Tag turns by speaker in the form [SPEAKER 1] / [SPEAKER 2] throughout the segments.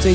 [SPEAKER 1] 最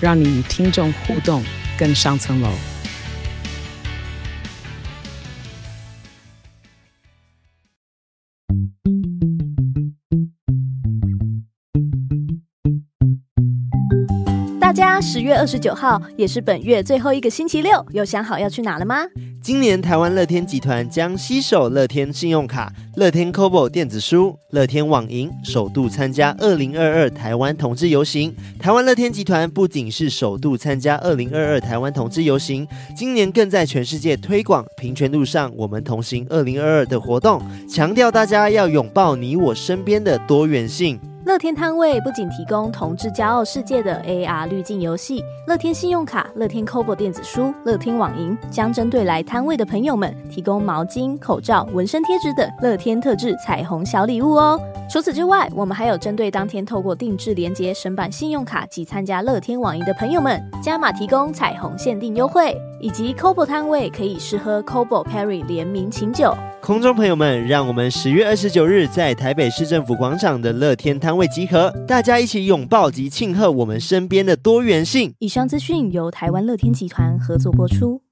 [SPEAKER 1] 让你与听众互动更上层楼。
[SPEAKER 2] 大家十月二十九号，也是本月最后一个星期六，有想好要去哪了吗？
[SPEAKER 3] 今年台湾乐天集团将携手乐天信用卡、乐天 Kobo 电子书、乐天网银，首度参加二零二二台湾同志游行。台湾乐天集团不仅是首度参加二零二二台湾同志游行，今年更在全世界推广“平权路上，我们同行”二零二二的活动，强调大家要拥抱你我身边的多元性。
[SPEAKER 2] 乐天摊位不仅提供同志骄傲世界的 AR 滤镜游戏，乐天信用卡、乐天 Kobo 电子书、乐天网银将针对来摊位的朋友们提供毛巾、口罩、纹身贴纸等乐天特制彩虹小礼物哦。除此之外，我们还有针对当天透过定制连接申办信用卡及参加乐天网银的朋友们，加码提供彩虹限定优惠，以及 Kobo 摊位可以试喝 Kobo Perry 联名琴酒。
[SPEAKER 3] 空中朋友们，让我们十月二十九日在台北市政府广场的乐天摊位集合，大家一起拥抱及庆贺我们身边的多元性。
[SPEAKER 2] 以上资讯由台湾乐天集团合作播出。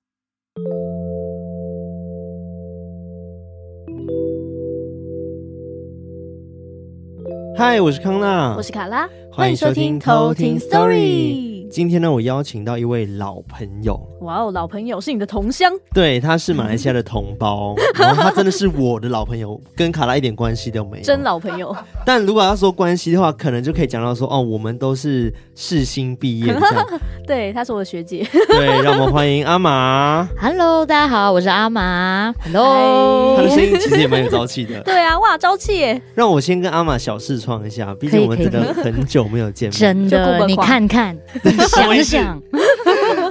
[SPEAKER 3] 嗨，我是康娜，
[SPEAKER 2] 我是卡拉，
[SPEAKER 3] 欢迎收听偷听 Story。今天呢，我邀请到一位老朋友，
[SPEAKER 2] 哇哦，老朋友是你的同乡，
[SPEAKER 3] 对，他是马来西亚的同 胞，然后他真的是我的老朋友，跟卡拉一点关系都没有。
[SPEAKER 2] 真老朋友，
[SPEAKER 3] 但如果要说关系的话，可能就可以讲到说，哦，我们都是世新毕业这样。
[SPEAKER 2] 对，她是我的学姐。
[SPEAKER 3] 对，让我们欢迎阿玛，
[SPEAKER 4] Hello，大家好，我是阿玛。Hello，
[SPEAKER 3] 她的声音其实也蛮有朝气的。
[SPEAKER 2] 对啊，哇，朝气耶！
[SPEAKER 3] 让我先跟阿玛小试创一下，毕
[SPEAKER 4] 可
[SPEAKER 3] 竟
[SPEAKER 4] 以
[SPEAKER 3] 我们
[SPEAKER 4] 可以
[SPEAKER 3] 真的很久没有见面。
[SPEAKER 4] 真
[SPEAKER 2] 就顾
[SPEAKER 4] 的，
[SPEAKER 2] 本
[SPEAKER 4] 你
[SPEAKER 2] 狂
[SPEAKER 4] 看看，想 想，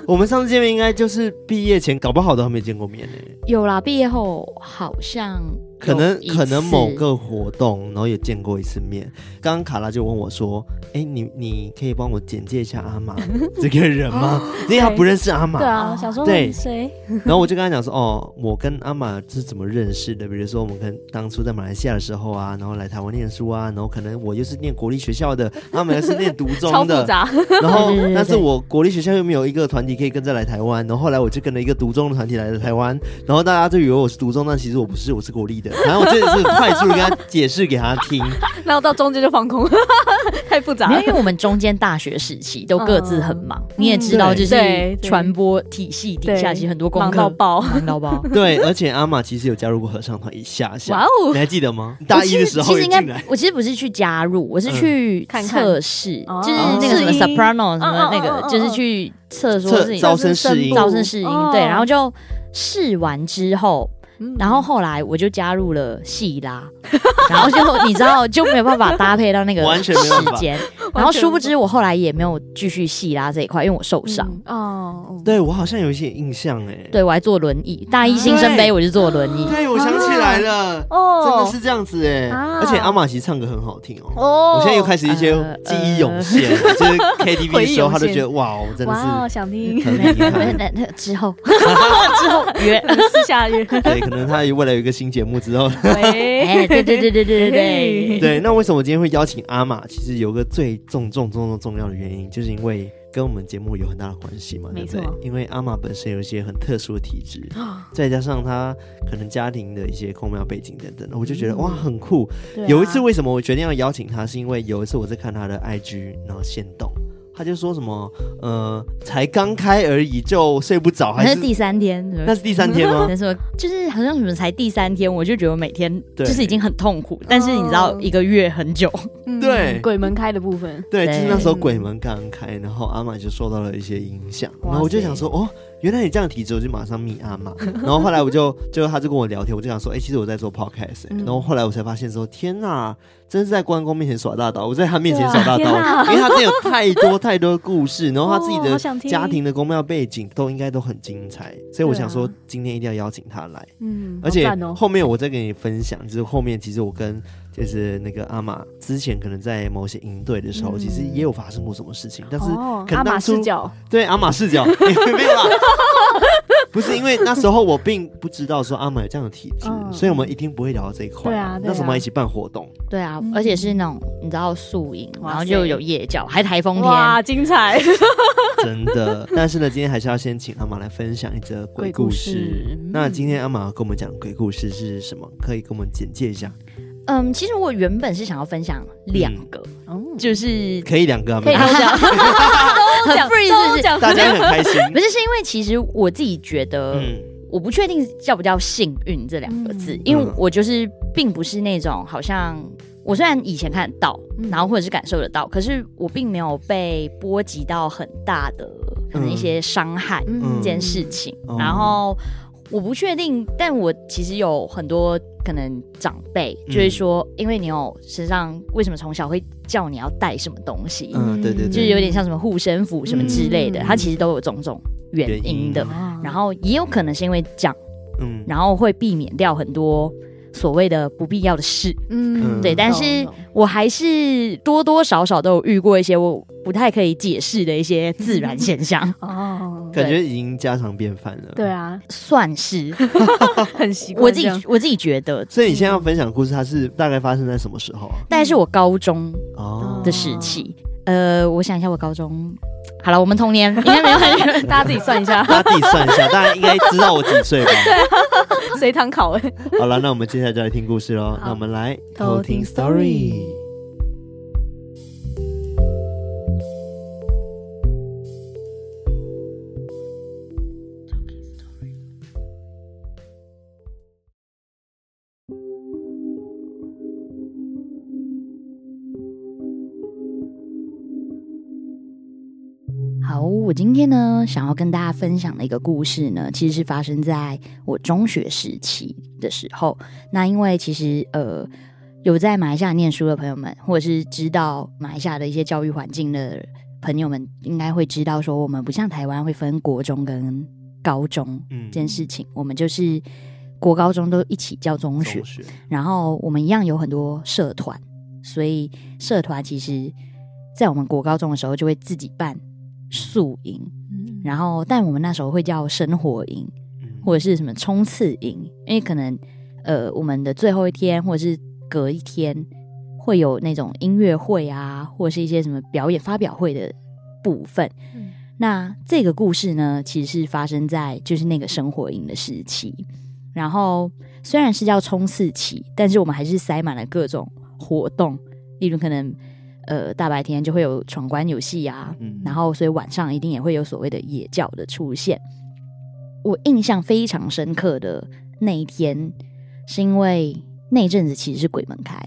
[SPEAKER 3] 我们上次见面应该就是毕业前，搞不好都还没见过面呢、
[SPEAKER 4] 有啦，毕业后好像
[SPEAKER 3] 可能
[SPEAKER 4] 有一次
[SPEAKER 3] 可能某个活动，然后也见过一次面。刚刚卡拉就问我说：“哎、你你可以帮我简介一下阿玛这个人 吗？因为他不认识阿玛
[SPEAKER 2] 对。啊，想说
[SPEAKER 3] 对
[SPEAKER 2] 嗯谁？
[SPEAKER 3] 然后我就跟他讲说：“哦，我跟阿玛是怎么认识的？比如说我们跟当初在马来西亚的时候啊，然后来台湾念书啊，然后可能我又是念国立学校的，阿玛又是念 独
[SPEAKER 2] 超
[SPEAKER 3] 中
[SPEAKER 2] 复
[SPEAKER 3] 的，
[SPEAKER 2] 杂，
[SPEAKER 3] 然后
[SPEAKER 4] 对对对
[SPEAKER 3] 但是我国立学校又没有一个团体可以跟着来台湾，然后后来我就跟了一个独中的团体来了台湾，然后大家就以为我是独中，但其实我不是，我是国立的。然后我就是快速的跟他解释给他听，
[SPEAKER 2] 然后到中间就放空， 太复杂
[SPEAKER 4] 没
[SPEAKER 2] 了
[SPEAKER 4] 有，。因为我们中间大学时期都各自很忙，你也知道，
[SPEAKER 3] 对
[SPEAKER 4] 就
[SPEAKER 2] 嗯
[SPEAKER 4] 是
[SPEAKER 2] 对对
[SPEAKER 4] 传播体系底下
[SPEAKER 2] 对
[SPEAKER 4] 其实很多功
[SPEAKER 2] 忙
[SPEAKER 4] 课
[SPEAKER 2] 到爆！
[SPEAKER 4] 忙 到爆。
[SPEAKER 3] 对，而且阿玛其实有加入过合唱团一下下，
[SPEAKER 2] 哇哦
[SPEAKER 3] 你还记得吗？大一的时候
[SPEAKER 4] 我其实其实
[SPEAKER 3] 也
[SPEAKER 4] 应
[SPEAKER 3] 进来
[SPEAKER 4] 该，，我其实不是去加入，我是去
[SPEAKER 2] 嗯看看
[SPEAKER 4] 测试，
[SPEAKER 2] 哦
[SPEAKER 4] 就是那个什么
[SPEAKER 2] 试音
[SPEAKER 4] soprano 什么那
[SPEAKER 2] 嗯嗯嗯
[SPEAKER 4] 个
[SPEAKER 2] 嗯，
[SPEAKER 4] 就是去测说
[SPEAKER 3] 测
[SPEAKER 4] 自己
[SPEAKER 3] 招生试音
[SPEAKER 4] 招生试音
[SPEAKER 2] 哦，
[SPEAKER 4] 对，然后就试完之后，
[SPEAKER 2] 嗯
[SPEAKER 4] 然后后来我就加入了细拉，然后就你知道就没有办法搭配到那个
[SPEAKER 3] 完全没有办
[SPEAKER 4] 时
[SPEAKER 3] 法
[SPEAKER 4] 间，
[SPEAKER 2] 法
[SPEAKER 4] 然后殊不知我后来也没有继续细拉这一块，因为我受伤。
[SPEAKER 2] 嗯哦，
[SPEAKER 3] 对我好像有一些印象哎。
[SPEAKER 4] 对，我还坐轮椅，大一新生杯我就坐轮椅，
[SPEAKER 3] 对，我想起来了，真
[SPEAKER 2] 哦
[SPEAKER 3] 的是这样子哎。
[SPEAKER 2] 啊
[SPEAKER 3] 而且阿玛其实唱歌很好听哦。
[SPEAKER 2] 哦
[SPEAKER 3] 我现在又开始一些
[SPEAKER 4] 呃
[SPEAKER 3] 记忆涌现，就是 KTV 的时候，他就觉
[SPEAKER 2] 回忆涌
[SPEAKER 3] 得哇，我真的
[SPEAKER 2] 哇哦，
[SPEAKER 3] 是
[SPEAKER 2] 想听
[SPEAKER 3] 很厉害。
[SPEAKER 4] 那那之后之后约。
[SPEAKER 2] 私下约。
[SPEAKER 3] 对，可能他未来有一个新节目之后，
[SPEAKER 4] 哎，
[SPEAKER 2] 喂，啊
[SPEAKER 4] 对对对对对对对，
[SPEAKER 3] 对，那为什么我今天会邀请阿玛？其实有个最重重重重重要的原因，就是因为跟我们节目有很大的关系嘛，对
[SPEAKER 2] 没
[SPEAKER 3] 不
[SPEAKER 2] 错
[SPEAKER 3] 对？因为阿玛本身有一些很特殊的体质，
[SPEAKER 2] 啊
[SPEAKER 3] 再加上她可能家庭的一些公庙背景等等，我就觉得、哇很酷。
[SPEAKER 2] 嗯对啊
[SPEAKER 3] 有一次为什么我决定要邀请她，是因为有一次我在看她的 IG，然后先动。她就说什么，呃，才刚开而已就睡不着，还
[SPEAKER 4] 那
[SPEAKER 3] 是
[SPEAKER 4] 是第三天，
[SPEAKER 3] 那是第三天吗？
[SPEAKER 4] 那时候就是好像什么才第三天，我就觉得我每天
[SPEAKER 3] 对
[SPEAKER 4] 就是已经很痛苦，但是你知道
[SPEAKER 2] 哦
[SPEAKER 4] 一个月很久，
[SPEAKER 2] 嗯
[SPEAKER 3] 对
[SPEAKER 2] 鬼门开的部分，
[SPEAKER 3] 对，就是那时候
[SPEAKER 2] 嗯
[SPEAKER 3] 鬼门刚开，然后阿玛就受到了一些影响，
[SPEAKER 2] 哇
[SPEAKER 3] 然后我就
[SPEAKER 2] 塞
[SPEAKER 3] 想说，哦，原来你这样的体质，我就马上密阿玛。然后 后来我就，就他就跟我聊天，我就想说，哎、其实我在做 podcast，、欸
[SPEAKER 2] 嗯
[SPEAKER 3] 然后后来我才发现说，天呐，真是在关公面前耍大刀，我在他面前
[SPEAKER 4] 对
[SPEAKER 3] 耍
[SPEAKER 4] 啊
[SPEAKER 3] 大
[SPEAKER 5] 天哪
[SPEAKER 3] 刀，因为他真的有太多太多故事，然后他自己
[SPEAKER 5] 哦好想
[SPEAKER 3] 的
[SPEAKER 5] 听
[SPEAKER 3] 家庭的宫庙背景都应该都很精彩，所以我
[SPEAKER 5] 对啊
[SPEAKER 3] 想说今天一定要邀请他来，
[SPEAKER 5] 嗯，
[SPEAKER 3] 而且
[SPEAKER 5] 好赞哦
[SPEAKER 3] 后面我再给你分享，就是后面其实我跟就是那个阿玛之前可能在某些营队的时候，
[SPEAKER 5] 嗯
[SPEAKER 3] 其实也有发生过什么事情，但是
[SPEAKER 5] 哦，
[SPEAKER 3] 可
[SPEAKER 5] 阿
[SPEAKER 3] 能
[SPEAKER 5] 玛
[SPEAKER 3] 当初
[SPEAKER 5] 视角，
[SPEAKER 3] 对阿玛视角 没有啦。不是因为那时候我并不知道说阿玛有这样的体质，
[SPEAKER 5] 嗯
[SPEAKER 3] 所以我们一定不会聊到这一块。
[SPEAKER 5] 对啊对啊
[SPEAKER 3] 那时候我们一起办活动，
[SPEAKER 4] 对啊
[SPEAKER 5] 嗯，
[SPEAKER 4] 而且是那种你知道宿营，
[SPEAKER 5] 哇塞
[SPEAKER 4] 然后就有夜教，还台风天，
[SPEAKER 5] 哇，精彩，
[SPEAKER 3] 真的。但是呢，今天还是要先请阿玛来分享一则鬼
[SPEAKER 5] 鬼故
[SPEAKER 3] 故事。
[SPEAKER 5] 事嗯
[SPEAKER 3] 那今天阿玛要跟我们讲鬼故事是什么？可以跟我们简介一下？
[SPEAKER 4] 嗯，其实我原本是想要分享两个，
[SPEAKER 5] 嗯
[SPEAKER 4] 就是
[SPEAKER 3] 可以两个啊，
[SPEAKER 4] 可以
[SPEAKER 3] 没
[SPEAKER 4] 跟
[SPEAKER 3] 关
[SPEAKER 4] 我
[SPEAKER 3] 系
[SPEAKER 4] 讲，很 free 是不
[SPEAKER 5] 都
[SPEAKER 4] 是？
[SPEAKER 5] 讲
[SPEAKER 3] 大家很 开心。
[SPEAKER 4] 不是，是因为其实我自己觉得，
[SPEAKER 3] 嗯
[SPEAKER 4] 我不确定叫不叫幸运这两个字，
[SPEAKER 5] 嗯
[SPEAKER 4] 因为我就是并不是那种好像我虽然以前看得到，
[SPEAKER 5] 嗯
[SPEAKER 4] 然后或者是感受得到，可是我并没有被波及到很大的可能一些伤害
[SPEAKER 3] 嗯
[SPEAKER 4] 这件事，情。
[SPEAKER 3] 哦
[SPEAKER 4] 然后我不确定，但我其实有很多可能长辈就会说，因为你有身上为什么从小会叫你要带什么东西，
[SPEAKER 3] 嗯，对对
[SPEAKER 4] 就
[SPEAKER 3] 对，
[SPEAKER 4] 是有点像什么护身符什么之类的，
[SPEAKER 5] 嗯
[SPEAKER 4] 它其实都有种种原因的。
[SPEAKER 2] 哦
[SPEAKER 4] 然后也有可能是因为这样，
[SPEAKER 3] 嗯
[SPEAKER 4] 然后会避免掉很多所谓的不必要的事。
[SPEAKER 5] 嗯，
[SPEAKER 3] 对
[SPEAKER 4] 但是我还是多多少少都有遇过一些我不太可以解释的一些自然现象
[SPEAKER 5] 哦，
[SPEAKER 3] 感觉已经家常便饭了。
[SPEAKER 5] 对。啊，
[SPEAKER 4] 算是
[SPEAKER 5] 很习惯
[SPEAKER 4] 我自
[SPEAKER 5] 这
[SPEAKER 4] 己
[SPEAKER 5] 样，，
[SPEAKER 4] 我自己觉得。
[SPEAKER 3] 所以你现在要分享的故事，它是大概发生在什么时候啊？
[SPEAKER 4] 但是我高中
[SPEAKER 3] 哦，，
[SPEAKER 4] 的时期，呃，我想一下，我高中好了，我们童年应该没有很远
[SPEAKER 5] 大家自己算一下
[SPEAKER 3] 大家自己算一下，大家应该知道我几 岁吧？
[SPEAKER 5] 随堂考哎，
[SPEAKER 3] 好了，那我们接下来就来听故事喽。那我们来
[SPEAKER 5] 偷听 story。
[SPEAKER 4] 好，我今天呢，想要跟大家分享的一个故事呢，其实是发生在我中学时期的时候。那因为其实呃，有在马来西亚念书的朋友们，或者是知道马来西亚的一些教育环境的朋友们，应该会知道说，我们不像台湾会分国中跟高中
[SPEAKER 3] 嗯
[SPEAKER 4] 这件事情，我们就是国高中都一起叫中学
[SPEAKER 3] 中，学，
[SPEAKER 4] 然后我们一样有很多社团，所以社团其实，在我们国高中的时候就会自己办宿营，
[SPEAKER 2] 嗯
[SPEAKER 4] 然后但我们那时候会叫生活营
[SPEAKER 3] 嗯
[SPEAKER 4] 或者是什么冲刺营，因为可能呃我们的最后一天或者是隔一天会有那种音乐会啊，或者是一些什么表演发表会的部分。
[SPEAKER 5] 嗯
[SPEAKER 4] 那这个故事呢，其实是发生在就是那个生活营的时期。然后虽然是叫冲刺期，但是我们还是塞满了各种活动，例如可能呃大白天就会有闯关游戏啊，
[SPEAKER 3] 嗯
[SPEAKER 4] 然后所以晚上一定也会有所谓的野教的出现。我印象非常深刻的那一天，是因为那一阵子其实是鬼门开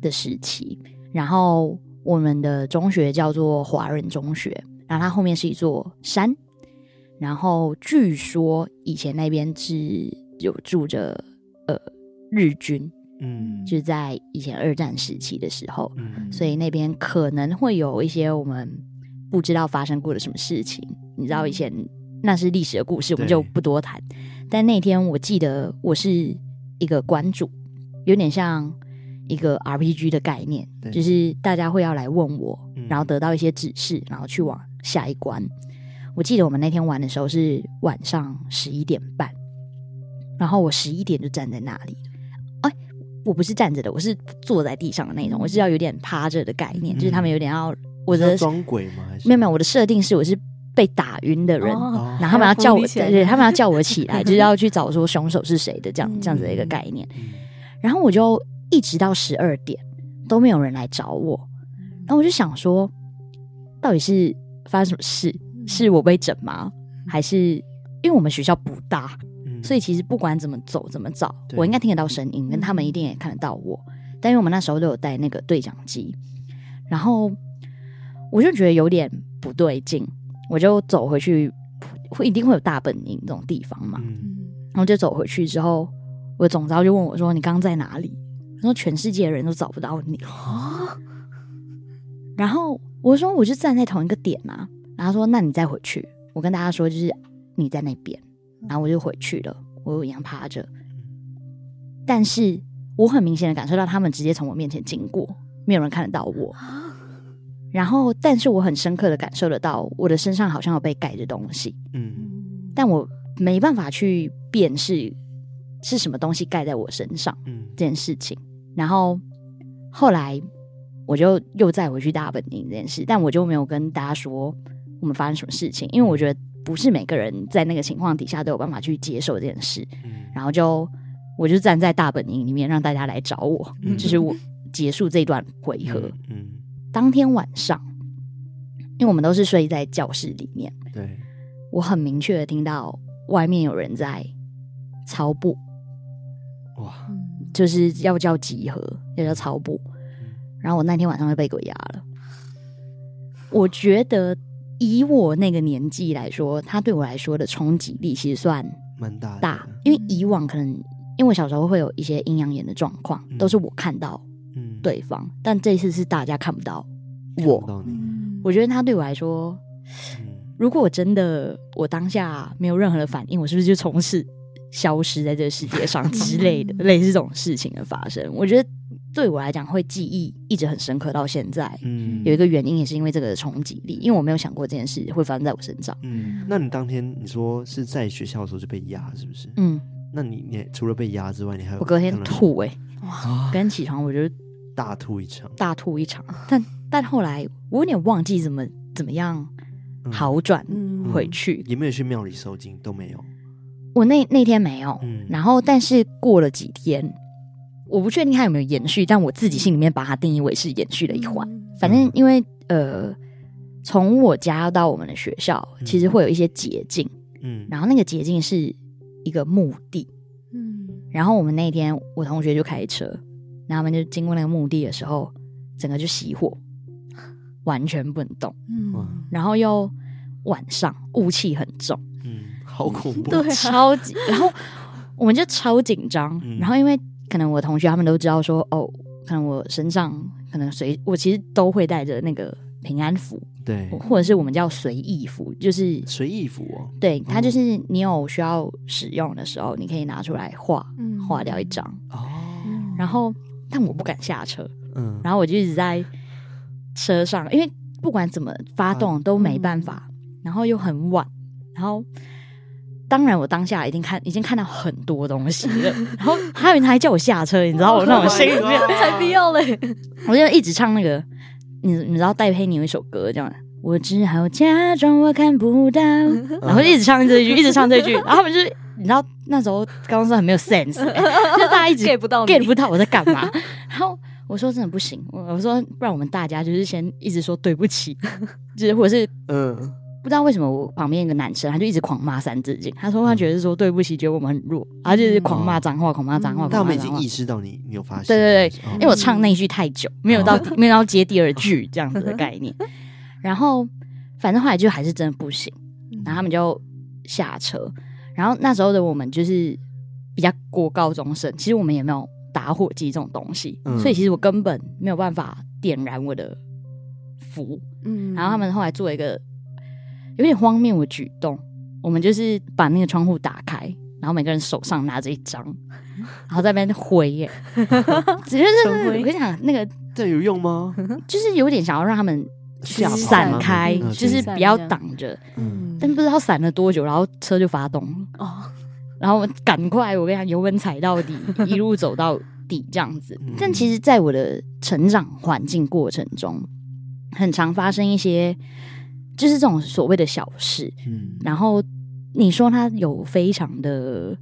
[SPEAKER 4] 的时期，然后我们的中学叫做华人中学，然后它后面是一座山，然后据说以前那边是有住着呃日军，
[SPEAKER 3] 嗯
[SPEAKER 4] 就是在以前二战时期的时候，
[SPEAKER 3] 嗯
[SPEAKER 4] 所以那边可能会有一些我们不知道发生过的什么事情。你知道以前那是历史的故事，我们
[SPEAKER 3] 对
[SPEAKER 4] 就不多谈。但那天我记得我是一个关主，有点像一个 RPG 的概念，
[SPEAKER 3] 对
[SPEAKER 4] 就是大家会要来问我，
[SPEAKER 3] 嗯
[SPEAKER 4] 然后得到一些指示，然后去往下一关。我记得我们那天玩的时候是晚上十一点半，然后我十一点就站在那里了。哎，我不是站着的，我是坐在地上的那种，我是要有点趴着的概念，
[SPEAKER 3] 嗯
[SPEAKER 4] 就是他们有点要我
[SPEAKER 3] 是要
[SPEAKER 4] 的
[SPEAKER 3] 装鬼吗？还是
[SPEAKER 4] 没有没有，我的设定是我是被打晕的人，
[SPEAKER 5] 哦
[SPEAKER 4] 然后他们要叫我，
[SPEAKER 5] 还要扶你起来
[SPEAKER 4] 对对，他们要叫我起来，就是要去找说凶手是谁的这样、
[SPEAKER 5] 嗯
[SPEAKER 4] 这样子的一个概念。
[SPEAKER 3] 嗯
[SPEAKER 4] 然后我就一直到十二点都没有人来找我，然后我就想说，到底是发生什么事？是我被整吗？还是因为我们学校不大，
[SPEAKER 3] 嗯
[SPEAKER 4] 所以其实不管怎么走怎么找，
[SPEAKER 3] 对
[SPEAKER 4] 我应该听得到声音，跟他们一定也看得到我。但因为我们那时候都有带那个对讲机，然后我就觉得有点不对劲，我就走回去，会一定会有大本营这种地方嘛，
[SPEAKER 3] 嗯
[SPEAKER 4] 然后就走回去之后，我总招就问我说：“你刚刚在哪里？”然后全世界的人都找不到你。然后我说我就站在同一个点啊，然后他说那你再回去，我跟大家说就是你在那边，然后我就回去了，我一样趴着，但是我很明显的感受到他们直接从我面前经过，没有人看得到我。然后，但是我很深刻的感受得到，我的身上好像有被盖着东西，
[SPEAKER 3] 嗯
[SPEAKER 4] 但我没办法去辨识是什么东西盖在我身上。
[SPEAKER 3] 嗯
[SPEAKER 4] 这件事情。然后后来我就又再回去大本营这件事，但我就没有跟大家说我们发生什么事情，因为我觉得不是每个人在那个情况底下都有办法去接受这件事。
[SPEAKER 3] 嗯
[SPEAKER 4] 然后就我就站在大本营里面，让大家来找我，
[SPEAKER 3] 嗯
[SPEAKER 4] 就是我结束这段回合。
[SPEAKER 3] 嗯，
[SPEAKER 4] 当天晚上，因为我们都是睡在教室里面，
[SPEAKER 3] 对，
[SPEAKER 4] 我很明确的听到外面有人在操步。
[SPEAKER 3] 哇，
[SPEAKER 4] 就是要叫集合，要叫超步。然后我那天晚上就被鬼压了。我觉得以我那个年纪来说，它对我来说的冲击力其实算
[SPEAKER 3] 蛮大的
[SPEAKER 4] 大，因为以往可能因为我小时候会有一些阴阳眼的状况，
[SPEAKER 3] 嗯
[SPEAKER 4] 都是我看到
[SPEAKER 3] 嗯，
[SPEAKER 4] 对方，但这一次是大家看不到
[SPEAKER 3] 看不
[SPEAKER 4] 我。嗯
[SPEAKER 3] 到你，
[SPEAKER 4] 我觉得它对我来说，
[SPEAKER 3] 嗯
[SPEAKER 4] 如果我真的我当下没有任何的反应，我是不是就从此消失在这个世界上之类的，类似这种事情的发生？我觉得对我来讲会记忆一直很深刻到现在。
[SPEAKER 3] 嗯
[SPEAKER 4] 有一个原因也是因为这个冲击力，因为我没有想过这件事会发生在我身上。
[SPEAKER 3] 嗯，那你当天你说是在学校的时候就被压，是不是？
[SPEAKER 4] 嗯，
[SPEAKER 3] 那你你除了被压之外，你还有
[SPEAKER 4] 我隔天
[SPEAKER 3] 当然
[SPEAKER 4] 吐哎、
[SPEAKER 3] 啊
[SPEAKER 4] 隔天起床我就
[SPEAKER 3] 大吐一场，
[SPEAKER 4] 大吐一场，但但后来我有点忘记怎么怎么样
[SPEAKER 3] 嗯
[SPEAKER 4] 好转
[SPEAKER 2] 嗯
[SPEAKER 4] 回去。
[SPEAKER 3] 也没有去庙里收金，都没有。
[SPEAKER 4] 我那那天没有，
[SPEAKER 3] 嗯
[SPEAKER 4] 然后但是过了几天，我不确定它有没有延续，但我自己心里面把它定义为是延续的一
[SPEAKER 3] 嗯
[SPEAKER 4] 环。反正因为呃，从我家到我们的学校，
[SPEAKER 3] 嗯
[SPEAKER 4] 其实会有一些捷径，
[SPEAKER 3] 嗯，
[SPEAKER 4] 然后那个捷径是一个墓地，
[SPEAKER 2] 嗯
[SPEAKER 4] 然后我们那天我同学就开车，然后他们就经过那个墓地的时候，整个就熄火，完全不能动，
[SPEAKER 3] 哇
[SPEAKER 2] 嗯，
[SPEAKER 4] 然后又晚上雾气很重。
[SPEAKER 3] 嗯，好恐怖。
[SPEAKER 2] 对啊
[SPEAKER 4] 超级，然后我们就超紧张。
[SPEAKER 3] 嗯
[SPEAKER 4] 然后因为可能我同学他们都知道说，哦，可能我身上可能随我其实都会带着那个平安符，
[SPEAKER 3] 对，
[SPEAKER 4] 或者是我们叫随意符，就是
[SPEAKER 3] 随意服哦。
[SPEAKER 4] 对它就是你有需要使用的时候，你可以拿出来画
[SPEAKER 2] 嗯
[SPEAKER 4] 画掉一 张。
[SPEAKER 3] 哦，
[SPEAKER 4] 然后但我不敢下车，
[SPEAKER 3] 嗯，
[SPEAKER 4] 然后我就一直在车上，因为不管怎么发动
[SPEAKER 3] 嗯
[SPEAKER 4] 都没办法，然后又很晚，然后当然我当下已经看已经看到很多东西了， 然后还有人还叫我下车，你知道我那
[SPEAKER 3] Oh my
[SPEAKER 4] 种心里面
[SPEAKER 3] God
[SPEAKER 4] 才不要 嘞，我就一直唱那个，你你知道戴佩妮有一首歌叫。我只好假装我看 不到，然后就一直唱这一句，一直唱这一句，然后他们就是你知道那时候高中生很没 有 sense，就大家一直
[SPEAKER 2] get 不到你
[SPEAKER 4] get 不到我在干 嘛。然后我说真的不行，我我说不然我们大家就是先一直说对不起， 就是或者是
[SPEAKER 3] 嗯，
[SPEAKER 4] 不知道为什么我旁边一个男生他就一直狂骂三字经，他说他觉得说对不起，觉得我们很弱，他就是狂骂脏话，狂骂脏话，
[SPEAKER 2] 嗯
[SPEAKER 3] 但我
[SPEAKER 4] 狂
[SPEAKER 3] 们
[SPEAKER 4] 骂
[SPEAKER 3] 已
[SPEAKER 4] 脏
[SPEAKER 3] 经
[SPEAKER 4] 话
[SPEAKER 3] 意。识到你，你有发现？
[SPEAKER 4] 对对对
[SPEAKER 3] 哦
[SPEAKER 4] 因为我唱那一句太久，没有到 没有到接第二句这样子的概 念。然后反正后来就还是真的不行，
[SPEAKER 3] 嗯
[SPEAKER 4] 然后他们就下车。然后那时候的我们就是比较过高中生，其实我们也没有打火机这种东西，
[SPEAKER 3] 嗯
[SPEAKER 4] 所以其实我根本没有办法点燃我的符。
[SPEAKER 2] 嗯
[SPEAKER 4] 然后他们后来做一个有点荒谬的举动，我们就是把那个窗户打开，然后每个人手上拿着一张，然后在那边挥耶， 只是
[SPEAKER 2] 成
[SPEAKER 4] 我
[SPEAKER 2] 灰
[SPEAKER 4] 跟你讲，那个
[SPEAKER 3] 这有用 吗？
[SPEAKER 4] 就是有点想要让他们
[SPEAKER 3] 吓跑
[SPEAKER 4] 散
[SPEAKER 3] 吗
[SPEAKER 4] 开
[SPEAKER 3] 嗯，
[SPEAKER 4] 就是
[SPEAKER 2] 对
[SPEAKER 4] 不要挡着，
[SPEAKER 3] 嗯
[SPEAKER 4] 但不知道散了多久，然后车就发动了，
[SPEAKER 2] 哦，
[SPEAKER 4] 然后我赶快我跟你讲，油门踩到底，一路走到底这样子
[SPEAKER 3] 嗯。
[SPEAKER 4] 但其实，在我的成长环境过程中，很常发生一些就是这种所谓的小事，
[SPEAKER 3] 嗯
[SPEAKER 4] 然后你说它有非常的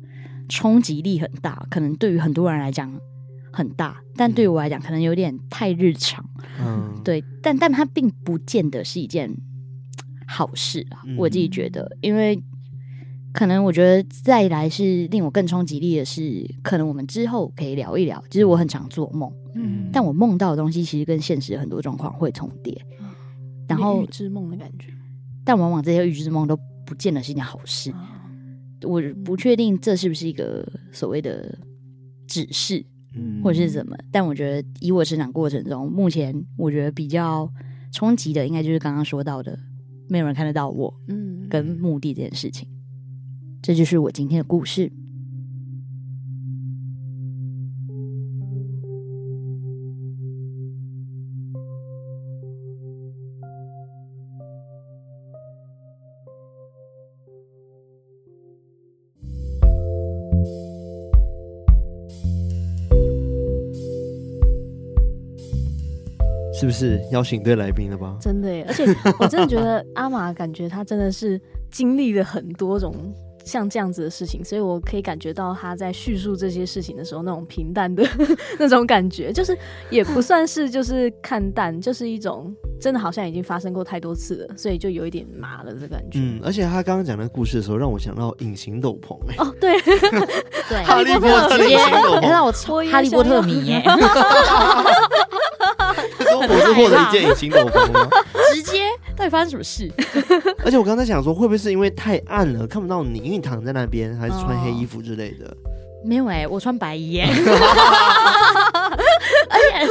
[SPEAKER 4] 冲击力很大，可能对于很多人来讲很大，但对于我来讲可能有点太日常。
[SPEAKER 3] 嗯，
[SPEAKER 4] 对，但但它并不见得是一件好事啊，
[SPEAKER 3] 嗯
[SPEAKER 4] 我自己觉得，因为可能我觉得再来是令我更冲击力的是，可能我们之后可以聊一聊，就是我很常做梦，
[SPEAKER 3] 嗯
[SPEAKER 4] 但我梦到的东西其实跟现实很多状况会重叠，
[SPEAKER 3] 嗯
[SPEAKER 4] 然
[SPEAKER 2] 有
[SPEAKER 4] 后
[SPEAKER 2] 预知梦的感觉，
[SPEAKER 4] 但往往这些预知梦都不见得是一件好
[SPEAKER 3] 嗯
[SPEAKER 4] 事，
[SPEAKER 2] 啊
[SPEAKER 4] 我不确定这是不是一个所谓的指示，
[SPEAKER 3] 嗯
[SPEAKER 4] 或者是怎么。但我觉得以我成长过程中，目前我觉得比较冲击的，应该就是刚刚说到的，没有人看得到我
[SPEAKER 2] 嗯，
[SPEAKER 4] 跟目的这件事情。这就是我今天的故事。
[SPEAKER 3] 是不是邀请对来宾了吧？
[SPEAKER 2] 真的耶，而且我真的觉得阿玛感觉他真的是经历了很多种像这样子的事情，所以我可以感觉到他在叙述这些事情的时候那种平淡的 那种感觉，就是也不算是就是看淡，就是一种真的好像已经发生过太多次了，所以就有一点麻了的感觉。
[SPEAKER 3] 嗯，而且他刚刚讲那个故事的时候，让我想到隐形斗篷、欸，
[SPEAKER 2] 哦， 对，
[SPEAKER 4] 对，
[SPEAKER 3] 哈利波特
[SPEAKER 4] 直接
[SPEAKER 3] 隐形斗篷
[SPEAKER 4] 让我
[SPEAKER 2] 我
[SPEAKER 4] 超
[SPEAKER 2] 也
[SPEAKER 4] 哈利波特迷耶、
[SPEAKER 3] 那时候我是获得一件隐形斗篷 吗？
[SPEAKER 4] 直接到底发生什么事？
[SPEAKER 3] 而且我刚才想说，会不会是因为太暗了看不到你，因为你躺在那边，还是穿黑衣服之类的？
[SPEAKER 4] 没有哎、我穿白 衣耶、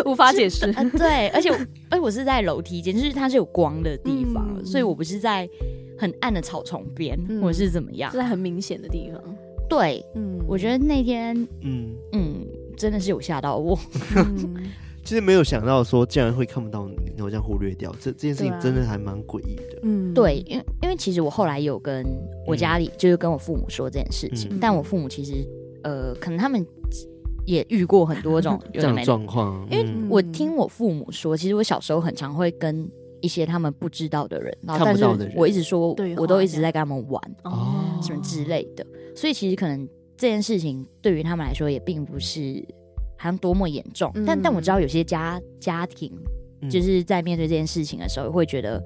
[SPEAKER 2] 无法解释。
[SPEAKER 4] 嗯，对，而且我而且我是在楼梯间，就是它是有光的地方，
[SPEAKER 2] 嗯
[SPEAKER 4] 所以我不是在很暗的草丛边，
[SPEAKER 2] 嗯
[SPEAKER 4] 我是怎么样
[SPEAKER 2] 是？在很明显的地方，
[SPEAKER 4] 对，
[SPEAKER 2] 嗯
[SPEAKER 4] 我觉得那天，
[SPEAKER 3] 嗯，
[SPEAKER 4] 嗯，真的是有吓到我，
[SPEAKER 2] 得，嗯
[SPEAKER 3] 其实没有想到说竟然会看不到你，然后这样忽略掉这这件事
[SPEAKER 2] 对
[SPEAKER 3] 情，
[SPEAKER 2] 啊
[SPEAKER 3] 真的还蛮诡异的。
[SPEAKER 2] 嗯，
[SPEAKER 4] 对，因为因为其实我后来有跟我家里，就是跟我父母说这件事情，
[SPEAKER 2] 嗯
[SPEAKER 4] 但我父母其实，呃，可能他们也遇过很多种有
[SPEAKER 3] 这
[SPEAKER 4] 的
[SPEAKER 3] 样
[SPEAKER 4] 没
[SPEAKER 3] 的
[SPEAKER 4] 的。
[SPEAKER 3] 状况，
[SPEAKER 4] 因为
[SPEAKER 3] 嗯
[SPEAKER 4] 我听我父母说，其实我小时候很常会跟一些他们不知道的人，然后
[SPEAKER 3] 看
[SPEAKER 4] 但
[SPEAKER 3] 不
[SPEAKER 4] 是
[SPEAKER 3] 到的人
[SPEAKER 4] 我一直说
[SPEAKER 2] 对，话
[SPEAKER 4] 我都一
[SPEAKER 2] 这
[SPEAKER 4] 直
[SPEAKER 2] 样
[SPEAKER 4] 在跟他们玩。
[SPEAKER 2] 哦，
[SPEAKER 4] 什么之类的。所以其实可能这件事情对于他们来说也并不是好像多么严重，
[SPEAKER 2] 嗯
[SPEAKER 4] 但但我知道有些家家庭
[SPEAKER 3] 嗯
[SPEAKER 4] 就是在面对这件事情的时候，会觉得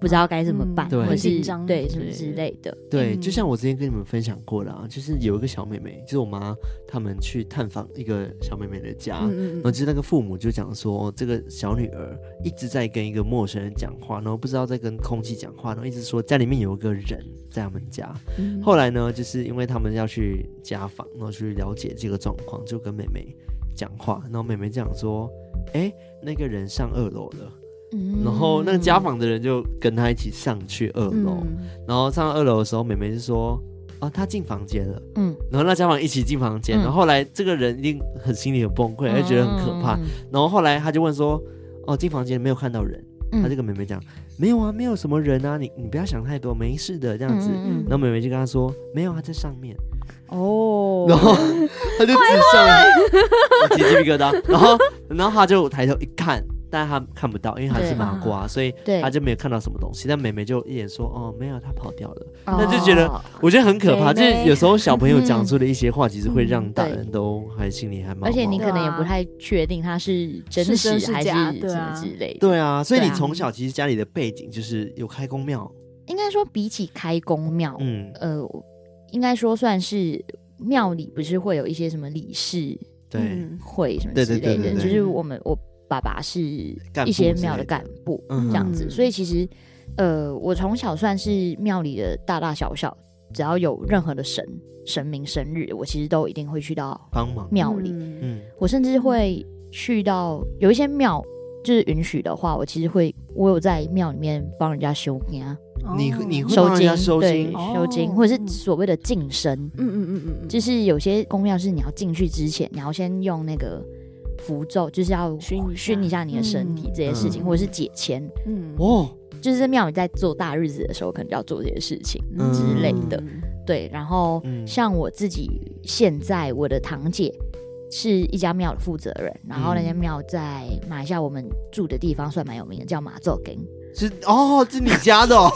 [SPEAKER 4] 不知道该怎么办，
[SPEAKER 3] 对
[SPEAKER 4] 或
[SPEAKER 3] 很
[SPEAKER 4] 者是
[SPEAKER 2] 啊嗯紧张
[SPEAKER 4] 对
[SPEAKER 2] 之
[SPEAKER 4] 什么
[SPEAKER 2] 类
[SPEAKER 4] 之
[SPEAKER 2] 的
[SPEAKER 4] 类的。
[SPEAKER 3] 对，
[SPEAKER 2] 嗯
[SPEAKER 3] 就像我之前跟你们分享过的啊，就是有一个小妹妹，就是我妈他们去探访一个小妹妹的
[SPEAKER 4] 啊
[SPEAKER 3] 家，
[SPEAKER 2] 嗯
[SPEAKER 3] 然后其实那个父母就讲说，哦，这个小女儿一直在跟一个陌生人讲话，然后不知道在跟空气讲话，然后一直说家里面有一个人在他们家。
[SPEAKER 2] 嗯
[SPEAKER 3] 后来呢，就是因为他们要去家访，然后去了解这个状况，就跟妹妹讲话，然后妹妹讲说，哎，那个人上二楼了。
[SPEAKER 4] 嗯
[SPEAKER 3] 然后那个家访的人就跟她一起上去二
[SPEAKER 2] 嗯
[SPEAKER 3] 楼，然后上到二楼的时候，妹妹就说。啊，她进房间了，
[SPEAKER 4] 嗯，
[SPEAKER 3] 然后那家访一起进房间，
[SPEAKER 4] 嗯
[SPEAKER 3] 然后后来这个人一定很心里很崩溃，就觉得很可怕，
[SPEAKER 4] 嗯
[SPEAKER 3] 然后后来他就问说：“哦，进房间没有看到人？”
[SPEAKER 4] 嗯
[SPEAKER 3] 他就跟妹妹讲：“没有啊，没有什么人啊，你你不要想太多，没事的这样子。
[SPEAKER 4] 嗯嗯
[SPEAKER 3] 然后妹妹就跟他说：“没有啊，在上面。”
[SPEAKER 4] 哦，
[SPEAKER 3] 然后他就指上来，我起鸡皮疙瘩。然后然后他就抬头一看，但他看不到，因为他是
[SPEAKER 4] 对
[SPEAKER 3] 麻瓜，所以
[SPEAKER 4] 对
[SPEAKER 3] 他就没有看到什么东西。但妹妹就一眼说：“哦，没有，他跑掉了。”
[SPEAKER 4] 那
[SPEAKER 3] 就觉
[SPEAKER 4] 哦
[SPEAKER 3] 得我觉得很可怕，就
[SPEAKER 4] 妹妹
[SPEAKER 3] 是有时候小朋友讲出的一些话，其实会让
[SPEAKER 4] 嗯
[SPEAKER 3] 大
[SPEAKER 4] 对
[SPEAKER 3] 人都还心里还蛮……
[SPEAKER 4] 而且你可能
[SPEAKER 2] 对
[SPEAKER 4] 也
[SPEAKER 2] 啊
[SPEAKER 4] 不太确定它是真
[SPEAKER 2] 是
[SPEAKER 4] 实
[SPEAKER 2] 真是
[SPEAKER 4] 还是
[SPEAKER 2] 假
[SPEAKER 4] 什
[SPEAKER 2] 对啊
[SPEAKER 4] 么之类的。
[SPEAKER 3] 对啊，所以
[SPEAKER 4] 对
[SPEAKER 3] 你
[SPEAKER 4] 啊
[SPEAKER 3] 从小其实家里的背景就是有开公庙，
[SPEAKER 4] 应该说比起开公庙，
[SPEAKER 3] 嗯，
[SPEAKER 4] 呃，应该说算是庙里不是会有一些什么理事
[SPEAKER 3] 对，
[SPEAKER 2] 嗯
[SPEAKER 4] 会什么
[SPEAKER 3] 对
[SPEAKER 4] 之
[SPEAKER 3] 对
[SPEAKER 4] 类
[SPEAKER 2] 对
[SPEAKER 4] 的，
[SPEAKER 2] 对
[SPEAKER 4] 就
[SPEAKER 2] 对
[SPEAKER 4] 是我们我爸爸是
[SPEAKER 3] 干部
[SPEAKER 4] 一些
[SPEAKER 3] 之
[SPEAKER 4] 庙
[SPEAKER 3] 类的
[SPEAKER 4] 的干部
[SPEAKER 3] 嗯
[SPEAKER 4] 这样子，
[SPEAKER 2] 嗯
[SPEAKER 4] 所以其实呃，我从小算是庙里的大大小小，只要有任何的神神明生日，我其实都一定会去到
[SPEAKER 3] 帮忙，
[SPEAKER 4] 庙里，
[SPEAKER 2] 嗯
[SPEAKER 3] 嗯，
[SPEAKER 4] 我甚至会去到有一些庙。就是允许的话，我其实会，我有在庙里面帮人家修啊，
[SPEAKER 3] 你
[SPEAKER 2] 哦
[SPEAKER 3] 你会
[SPEAKER 4] 收
[SPEAKER 3] 帮人
[SPEAKER 4] 金
[SPEAKER 3] 家，收
[SPEAKER 4] 对，
[SPEAKER 3] 金
[SPEAKER 2] 哦
[SPEAKER 4] 收金，或者
[SPEAKER 2] 嗯
[SPEAKER 4] 是所谓的净身，
[SPEAKER 2] 嗯嗯嗯嗯嗯，
[SPEAKER 4] 就是有些公庙是你要进去之前，你要先用那个符咒，就是要
[SPEAKER 2] 熏一下
[SPEAKER 4] 一下你的身体
[SPEAKER 2] 嗯
[SPEAKER 4] 这些事情，
[SPEAKER 2] 嗯
[SPEAKER 4] 或者是解签，
[SPEAKER 2] 嗯
[SPEAKER 3] 哦，
[SPEAKER 4] 就是在庙里在做大日子的时候，可能就要做这些事情。
[SPEAKER 2] 嗯
[SPEAKER 3] 之
[SPEAKER 4] 类的对，然后
[SPEAKER 3] 嗯
[SPEAKER 4] 像我自己现在，我的堂姐是一家庙的负责人，然后那家庙在马来西亚我们住的地方算蛮有名的，叫马奏根。
[SPEAKER 3] 是哦，是你家的， 哦，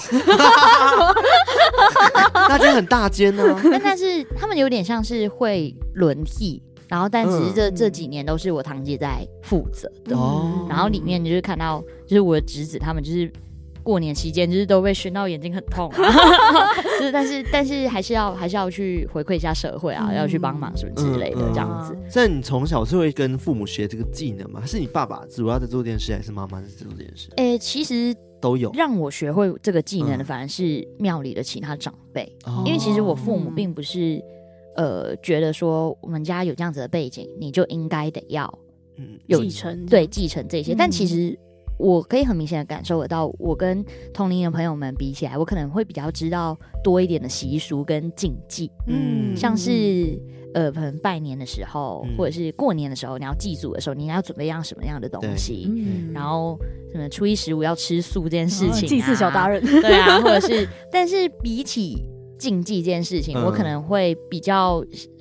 [SPEAKER 3] 那间很大间呢，
[SPEAKER 4] 但但是他们有点像是会轮替，然后但只是这、这几年都是我堂姐在负责的。
[SPEAKER 3] 哦
[SPEAKER 4] 然后里面就是看到，就是我的侄子他们就是过年期间就是都被熏到眼睛很痛、啊 就是但是但是还是要还是要去回馈一下社会啊，
[SPEAKER 2] 嗯
[SPEAKER 4] 要去帮忙什么之类的
[SPEAKER 3] 嗯嗯
[SPEAKER 4] 这样
[SPEAKER 2] 啊
[SPEAKER 4] 子。
[SPEAKER 3] 所以你从小是会跟父母学这个技能吗？是你爸爸主要在做电视，还是妈妈在做电视？
[SPEAKER 4] 诶、其实
[SPEAKER 3] 都有，
[SPEAKER 4] 让我学会这个技能
[SPEAKER 3] 嗯
[SPEAKER 4] 的反而是庙里的其他长辈，
[SPEAKER 3] 哦
[SPEAKER 4] 因为其实我父母
[SPEAKER 2] 嗯
[SPEAKER 4] 并不是呃觉得说我们家有这样子的背景，你就应该得要
[SPEAKER 3] 嗯，
[SPEAKER 4] 有
[SPEAKER 2] 继承
[SPEAKER 4] 对继承这些。但其
[SPEAKER 2] 嗯
[SPEAKER 4] 实我可以很明显的感受得到，我跟同龄的朋友们比起来，我可能会比较知道多一点的习俗跟禁忌，
[SPEAKER 3] 嗯
[SPEAKER 4] 像是。呃，可能拜年的时候，
[SPEAKER 3] 嗯
[SPEAKER 4] 或者是过年的时候，你要祭祖的时候，你要准备一样什么样的东
[SPEAKER 3] 对
[SPEAKER 4] 西？
[SPEAKER 2] 嗯
[SPEAKER 4] 然后什么初一十五要吃素这件事
[SPEAKER 2] 哦
[SPEAKER 4] 情、啊，
[SPEAKER 2] 祭祀小达人，
[SPEAKER 4] 对啊，或者是，但是比起竞技这件事情，
[SPEAKER 3] 嗯
[SPEAKER 4] 我可能会比较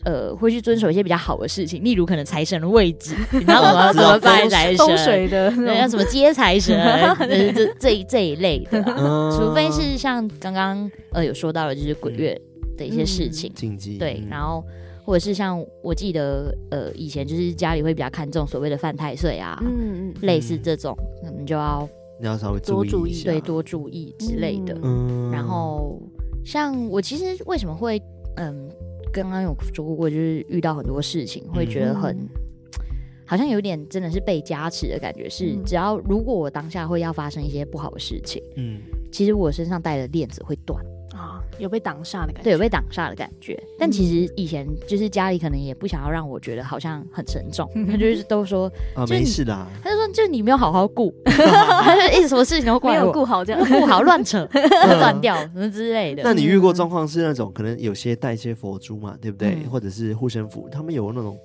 [SPEAKER 4] 呃，会去遵守一些比较好的事情，例如可能财神的位置，你知道怎么
[SPEAKER 3] 知
[SPEAKER 4] 怎
[SPEAKER 3] 道
[SPEAKER 4] 么拜财
[SPEAKER 2] 哦风
[SPEAKER 4] 神，
[SPEAKER 2] 水的那
[SPEAKER 4] 对，要
[SPEAKER 2] 种
[SPEAKER 4] 怎么接财神， 这这这一这一类的啊、
[SPEAKER 3] 嗯
[SPEAKER 4] 除非是像刚刚呃有说到的，就是鬼月的一些事
[SPEAKER 2] 嗯
[SPEAKER 4] 情，
[SPEAKER 3] 禁忌，
[SPEAKER 4] 对，然
[SPEAKER 3] 后
[SPEAKER 4] 后。或者是像我记得，呃，以前就是家里会比较看重所谓的犯太岁啊，
[SPEAKER 2] 嗯嗯
[SPEAKER 4] 类似这种，可能就要
[SPEAKER 3] 你要稍微
[SPEAKER 2] 多注
[SPEAKER 3] 意一
[SPEAKER 2] 意
[SPEAKER 3] 下，
[SPEAKER 4] 对多注意之类的。
[SPEAKER 2] 啊嗯
[SPEAKER 3] 嗯
[SPEAKER 4] 然后像我其实为什么会嗯，刚刚有说过，就是遇到很多事情会觉得很。
[SPEAKER 2] 嗯
[SPEAKER 4] 好像有点真的是被加持的感觉，是
[SPEAKER 2] 嗯
[SPEAKER 4] 只要如果我当下会要发生一些不好的事情，
[SPEAKER 3] 嗯
[SPEAKER 4] 其实我身上带的链子会断，
[SPEAKER 2] 啊，有被挡煞的感觉，
[SPEAKER 4] 对，有被挡煞的感觉。但
[SPEAKER 2] 嗯
[SPEAKER 4] 其实以前就是家里可能也不想要让我觉得好像很沉重，
[SPEAKER 2] 嗯
[SPEAKER 4] 他就是都说，
[SPEAKER 3] 啊
[SPEAKER 4] 就你
[SPEAKER 3] 没事 的啊，
[SPEAKER 4] 他就说就你没有好 好顾，他就一直什么事情都
[SPEAKER 2] 没
[SPEAKER 4] 怪
[SPEAKER 2] 有
[SPEAKER 4] 我，
[SPEAKER 2] 顾嗯好这样
[SPEAKER 4] 没 有顾好乱扯，
[SPEAKER 3] 嗯
[SPEAKER 4] 断掉什么之类的。
[SPEAKER 3] 那你遇过状况是那种可能有些带一些佛珠嘛，对不对？
[SPEAKER 4] 嗯
[SPEAKER 3] 或者是护身符，他们有那种，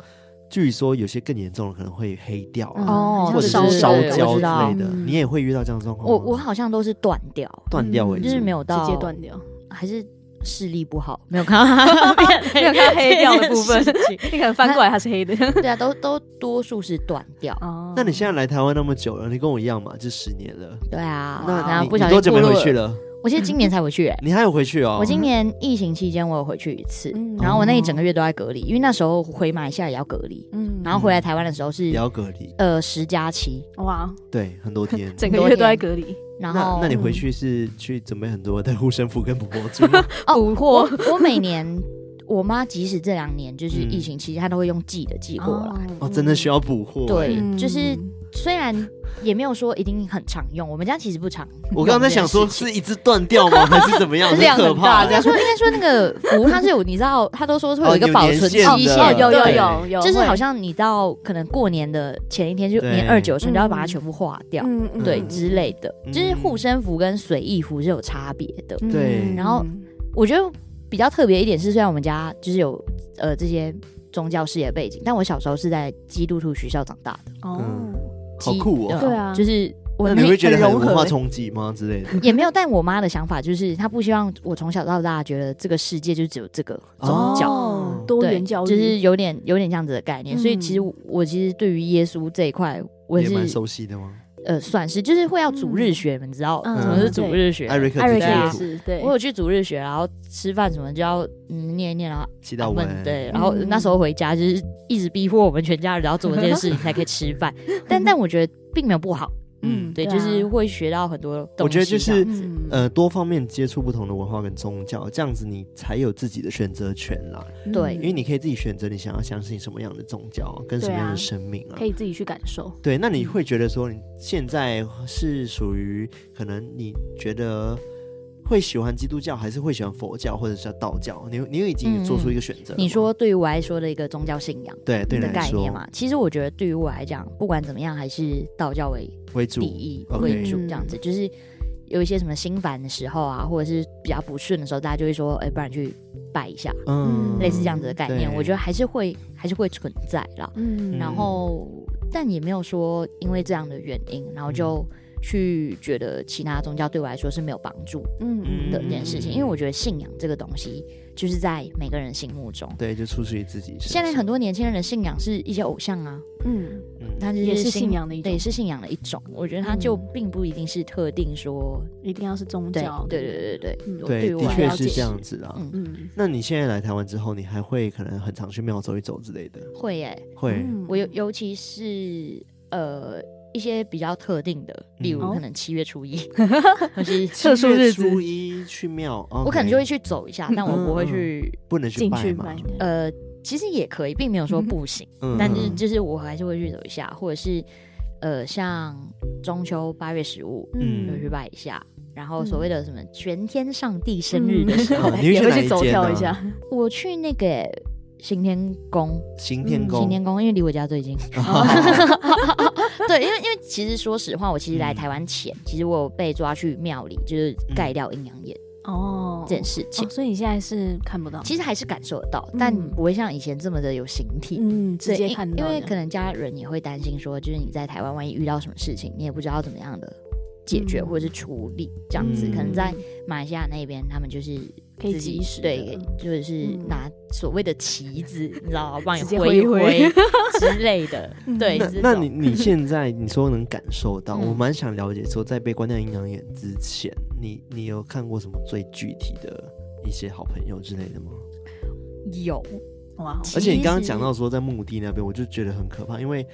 [SPEAKER 3] 据说有些更严重的可能会黑掉啊，
[SPEAKER 4] 哦
[SPEAKER 3] 或者
[SPEAKER 4] 对
[SPEAKER 3] 是
[SPEAKER 4] 对
[SPEAKER 3] 烧
[SPEAKER 4] 对
[SPEAKER 3] 焦
[SPEAKER 4] 我
[SPEAKER 3] 之
[SPEAKER 4] 知道
[SPEAKER 3] 类的，
[SPEAKER 2] 嗯
[SPEAKER 3] 你也会遇到这样的状况吗。
[SPEAKER 4] 我我好像都是断掉，
[SPEAKER 3] 断掉欸为
[SPEAKER 2] 嗯
[SPEAKER 3] 止，
[SPEAKER 4] 就是没有到
[SPEAKER 2] 直接断掉，
[SPEAKER 4] 还是视力不好，没有看到
[SPEAKER 2] 没有看到黑掉的部分，你可能翻过来它是 黑的
[SPEAKER 4] 对啊，都都多数是断掉。
[SPEAKER 2] 哦
[SPEAKER 3] 那你现在来台湾那么久了，你跟我一样嘛，就十年了。
[SPEAKER 4] 对啊，然
[SPEAKER 3] 那
[SPEAKER 4] 后
[SPEAKER 3] 你
[SPEAKER 4] 不
[SPEAKER 3] 你
[SPEAKER 4] 小心
[SPEAKER 3] 多久没
[SPEAKER 4] 步入
[SPEAKER 3] 回去？了？
[SPEAKER 4] 我其实今年才回去、欸，
[SPEAKER 3] 你还有回去哦？
[SPEAKER 4] 我今年疫情期间我有回去一次，
[SPEAKER 2] 嗯
[SPEAKER 4] 然后我那一整
[SPEAKER 3] 哦
[SPEAKER 4] 个月都在隔离，因为那时候回马来西亚也要隔离，
[SPEAKER 2] 嗯
[SPEAKER 4] 然后回来台湾的时候是
[SPEAKER 3] 也要隔离，
[SPEAKER 4] 呃十加七，
[SPEAKER 2] 哇，
[SPEAKER 3] 对，很多 天。
[SPEAKER 2] 整个月都在隔离，
[SPEAKER 4] 然
[SPEAKER 3] 那
[SPEAKER 4] 后
[SPEAKER 3] 那你回去是去准备很多的护身符跟补魔珠 吗？
[SPEAKER 4] 哦
[SPEAKER 2] 补货
[SPEAKER 4] 我我每年。我妈即使这两年就是
[SPEAKER 3] 嗯
[SPEAKER 4] 疫情期间，她都会用寄的寄过来。
[SPEAKER 3] 哦，真的需要补
[SPEAKER 2] 嗯
[SPEAKER 3] 货。
[SPEAKER 4] 对
[SPEAKER 3] 哎
[SPEAKER 4] 就是虽然也没有说一定很常用，我们家其实不常。
[SPEAKER 3] 我刚刚在想说，是一直断掉吗？还是怎么 样？很
[SPEAKER 2] 量
[SPEAKER 3] 可
[SPEAKER 2] 很大
[SPEAKER 3] 怕欸
[SPEAKER 4] 应该说，应该说那个服它是有，你知道，它都说会有一个
[SPEAKER 3] 哦有
[SPEAKER 4] 保
[SPEAKER 3] 年
[SPEAKER 4] 存期
[SPEAKER 3] 限的
[SPEAKER 4] 限，
[SPEAKER 2] 哦，有有
[SPEAKER 4] 对
[SPEAKER 2] 有有，
[SPEAKER 4] 就是
[SPEAKER 2] 会
[SPEAKER 4] 好像你到可能过年的前一天，就
[SPEAKER 3] 对
[SPEAKER 4] 年二九的时候，你就要把它全部化掉，
[SPEAKER 2] 嗯嗯
[SPEAKER 4] 对
[SPEAKER 2] 嗯
[SPEAKER 4] 之类的。
[SPEAKER 3] 嗯
[SPEAKER 4] 就是护身符跟随意符是有差别的。
[SPEAKER 2] 嗯
[SPEAKER 3] 对
[SPEAKER 4] 然后我觉得比较特别一点是，虽然我们家就是有呃这些宗教事业背景，但我小时候是在基督徒学校长大的，
[SPEAKER 2] 哦
[SPEAKER 3] 好
[SPEAKER 4] 基
[SPEAKER 3] 酷
[SPEAKER 4] 呃
[SPEAKER 3] 哦！
[SPEAKER 2] 对啊
[SPEAKER 4] 就是我
[SPEAKER 3] 那
[SPEAKER 4] 那
[SPEAKER 3] 你会觉得
[SPEAKER 2] 很
[SPEAKER 3] 很
[SPEAKER 2] 融合
[SPEAKER 3] 文化
[SPEAKER 2] 欸
[SPEAKER 3] 冲击吗之类的？
[SPEAKER 4] 也没有，但我妈的想法就是，她不希望我从小到大觉得这个世界就只有这个宗教，
[SPEAKER 2] 哦多
[SPEAKER 4] 对
[SPEAKER 2] 元教育
[SPEAKER 4] 就是有点有点这样子的概念。
[SPEAKER 2] 嗯
[SPEAKER 4] 所以其实我我其实对于耶稣这一块，我
[SPEAKER 3] 也蛮
[SPEAKER 4] 是
[SPEAKER 3] 熟悉的吗？
[SPEAKER 4] 呃算是就是会要主日学，你们知道
[SPEAKER 2] 嗯
[SPEAKER 4] 什么是主日学？
[SPEAKER 3] 艾瑞克
[SPEAKER 2] 艾瑞
[SPEAKER 3] 基
[SPEAKER 2] 克
[SPEAKER 4] 对啊
[SPEAKER 2] 也
[SPEAKER 3] 督徒
[SPEAKER 2] 是对，
[SPEAKER 4] 我有去主日学，然后吃饭什么就要嗯念一念，然后
[SPEAKER 3] 祈
[SPEAKER 4] 阿
[SPEAKER 3] 祷文，
[SPEAKER 4] 对，
[SPEAKER 2] 嗯
[SPEAKER 4] 然后那时候回家就是一直逼迫我们全家人然后做这件事情才可以 吃饭，但但我觉得并没有不好，
[SPEAKER 3] 嗯，
[SPEAKER 4] 对，
[SPEAKER 2] 对啊
[SPEAKER 4] 就是会学到很多东西。
[SPEAKER 3] 我觉得就是
[SPEAKER 2] 嗯
[SPEAKER 3] 呃多方面接触不同的文化跟宗教，这样子你才有自己的选择权啦。
[SPEAKER 2] 嗯
[SPEAKER 4] 对
[SPEAKER 3] 因为你可以自己选择你想要相信什么样的宗教跟什么样的生命啊
[SPEAKER 2] 可。以自己去感受，
[SPEAKER 3] 对，那你会觉得说你现在是属于可能你觉得会喜欢基督教，还是会喜欢佛教，或者是道教？你你已经做出一个选择了吗、
[SPEAKER 4] 嗯你说对于我来说的一个宗教信仰
[SPEAKER 3] 对对你
[SPEAKER 4] 的
[SPEAKER 3] 来
[SPEAKER 4] 概
[SPEAKER 3] 说
[SPEAKER 4] 念嘛，其实我觉得对于我来讲，不管怎么样，还是道教为
[SPEAKER 3] 为主
[SPEAKER 4] 第，一
[SPEAKER 3] OK
[SPEAKER 4] 为主，这样子就是。有一些什么心烦的时候啊，或者是比较不顺的时候，大家就会说，哎、不然去拜一下，
[SPEAKER 2] 嗯
[SPEAKER 4] 类似这样子的概念，
[SPEAKER 3] 对
[SPEAKER 4] 我觉得还是会还是会存在啦。
[SPEAKER 2] 嗯
[SPEAKER 4] 然后，但也没有说因为这样的原因，然后就去觉得其他宗教对我来说是没有帮助
[SPEAKER 2] 嗯
[SPEAKER 4] 的一件事
[SPEAKER 3] 嗯
[SPEAKER 4] 情，因为我觉得信仰这个东西就是在每个人心目中。
[SPEAKER 3] 对，就出自于自己身上。
[SPEAKER 4] 现在很多年轻人的信仰是一些偶像啊，
[SPEAKER 2] 嗯
[SPEAKER 3] 嗯
[SPEAKER 4] 他就是
[SPEAKER 2] 也是
[SPEAKER 4] 心
[SPEAKER 2] 信仰的一
[SPEAKER 4] 对，
[SPEAKER 2] 种，
[SPEAKER 4] 是信仰的一种。我觉得他就
[SPEAKER 2] 嗯
[SPEAKER 4] 并不一定是特定说，
[SPEAKER 2] 一定要是宗
[SPEAKER 4] 对
[SPEAKER 2] 教，
[SPEAKER 4] 对对对对
[SPEAKER 2] 嗯
[SPEAKER 4] 我
[SPEAKER 3] 对，
[SPEAKER 4] 于我
[SPEAKER 3] 的
[SPEAKER 4] 来
[SPEAKER 3] 确
[SPEAKER 2] 了
[SPEAKER 3] 是
[SPEAKER 2] 解
[SPEAKER 3] 这样子啊。
[SPEAKER 4] 嗯
[SPEAKER 2] 嗯
[SPEAKER 3] 那你现在来台湾之后，你还会可能很常去庙走一走之类的？
[SPEAKER 4] 会耶、
[SPEAKER 3] 会，
[SPEAKER 2] 嗯
[SPEAKER 4] 我尤尤其是呃一些比较特定的，例如
[SPEAKER 2] 哦
[SPEAKER 3] 嗯
[SPEAKER 4] 可能七 月初一，或是
[SPEAKER 3] 特
[SPEAKER 2] 殊日子
[SPEAKER 3] 初一去庙，
[SPEAKER 4] 我可能就会
[SPEAKER 3] OK，
[SPEAKER 4] 去走一下，但我不
[SPEAKER 3] 嗯
[SPEAKER 4] 会去
[SPEAKER 3] 不能去
[SPEAKER 2] 进
[SPEAKER 3] 拜
[SPEAKER 2] 去
[SPEAKER 3] 嘛
[SPEAKER 2] 拜。
[SPEAKER 4] 呃，其实也可以，并没有说不行，
[SPEAKER 3] 嗯
[SPEAKER 4] 但是
[SPEAKER 3] 嗯
[SPEAKER 4] 就是我还是会去走一下，或者是呃像中秋八月十五
[SPEAKER 3] 嗯
[SPEAKER 4] 就去拜一下。然后所谓的什么全天上帝生
[SPEAKER 2] 嗯
[SPEAKER 4] 日的时候，
[SPEAKER 3] 哦你会
[SPEAKER 2] 也
[SPEAKER 3] 去
[SPEAKER 2] 会
[SPEAKER 3] 哪一
[SPEAKER 2] 去走
[SPEAKER 3] 间
[SPEAKER 2] 跳
[SPEAKER 3] 呢
[SPEAKER 2] 一下，
[SPEAKER 4] 我去那个行天宫，
[SPEAKER 3] 行天
[SPEAKER 2] 嗯
[SPEAKER 4] 行
[SPEAKER 3] 宫，
[SPEAKER 4] 天宫，因为离我家最 近。 对，因为因为其实说实话，我其实来
[SPEAKER 3] 嗯
[SPEAKER 4] 台湾前，其实我有被抓去庙里，就是盖掉阴阳眼
[SPEAKER 2] 哦，
[SPEAKER 4] 这件事情
[SPEAKER 2] 哦，，所以你现在是看不到，
[SPEAKER 4] 其实还是感受得到，但
[SPEAKER 2] 嗯
[SPEAKER 4] 不会像以前这么的有形体。
[SPEAKER 2] 嗯，直
[SPEAKER 4] 对
[SPEAKER 2] 接
[SPEAKER 4] 因
[SPEAKER 2] 看到
[SPEAKER 4] 因
[SPEAKER 2] 的，
[SPEAKER 4] 为可能家人也会担心说，就是你在台湾万一遇到什么事情，你也不知道怎么样的解决
[SPEAKER 2] 嗯
[SPEAKER 4] 或者是处理，这样子、
[SPEAKER 3] 嗯
[SPEAKER 4] 可能在马来西亚那边，他们就是
[SPEAKER 2] 可以
[SPEAKER 4] 自己
[SPEAKER 2] 及时
[SPEAKER 4] 对
[SPEAKER 2] 的，
[SPEAKER 4] 就是
[SPEAKER 2] 嗯
[SPEAKER 4] 拿所谓的旗子，你知道吗，帮你
[SPEAKER 2] 直接
[SPEAKER 4] 挥一
[SPEAKER 2] 挥一 嗯
[SPEAKER 4] 挥之类的，对，
[SPEAKER 3] 那
[SPEAKER 4] 这
[SPEAKER 3] 那
[SPEAKER 4] 种
[SPEAKER 3] 你你现在你说能感受到，
[SPEAKER 4] 嗯
[SPEAKER 3] 我蛮想了解说，在被关掉阴阳眼之前，你你有看过什么最具体的一些好朋友之类的吗？
[SPEAKER 4] 有，
[SPEAKER 2] 哇，
[SPEAKER 3] 而且你刚刚
[SPEAKER 4] 其实
[SPEAKER 3] 讲到说在墓地那边，我就觉得很可怕，因为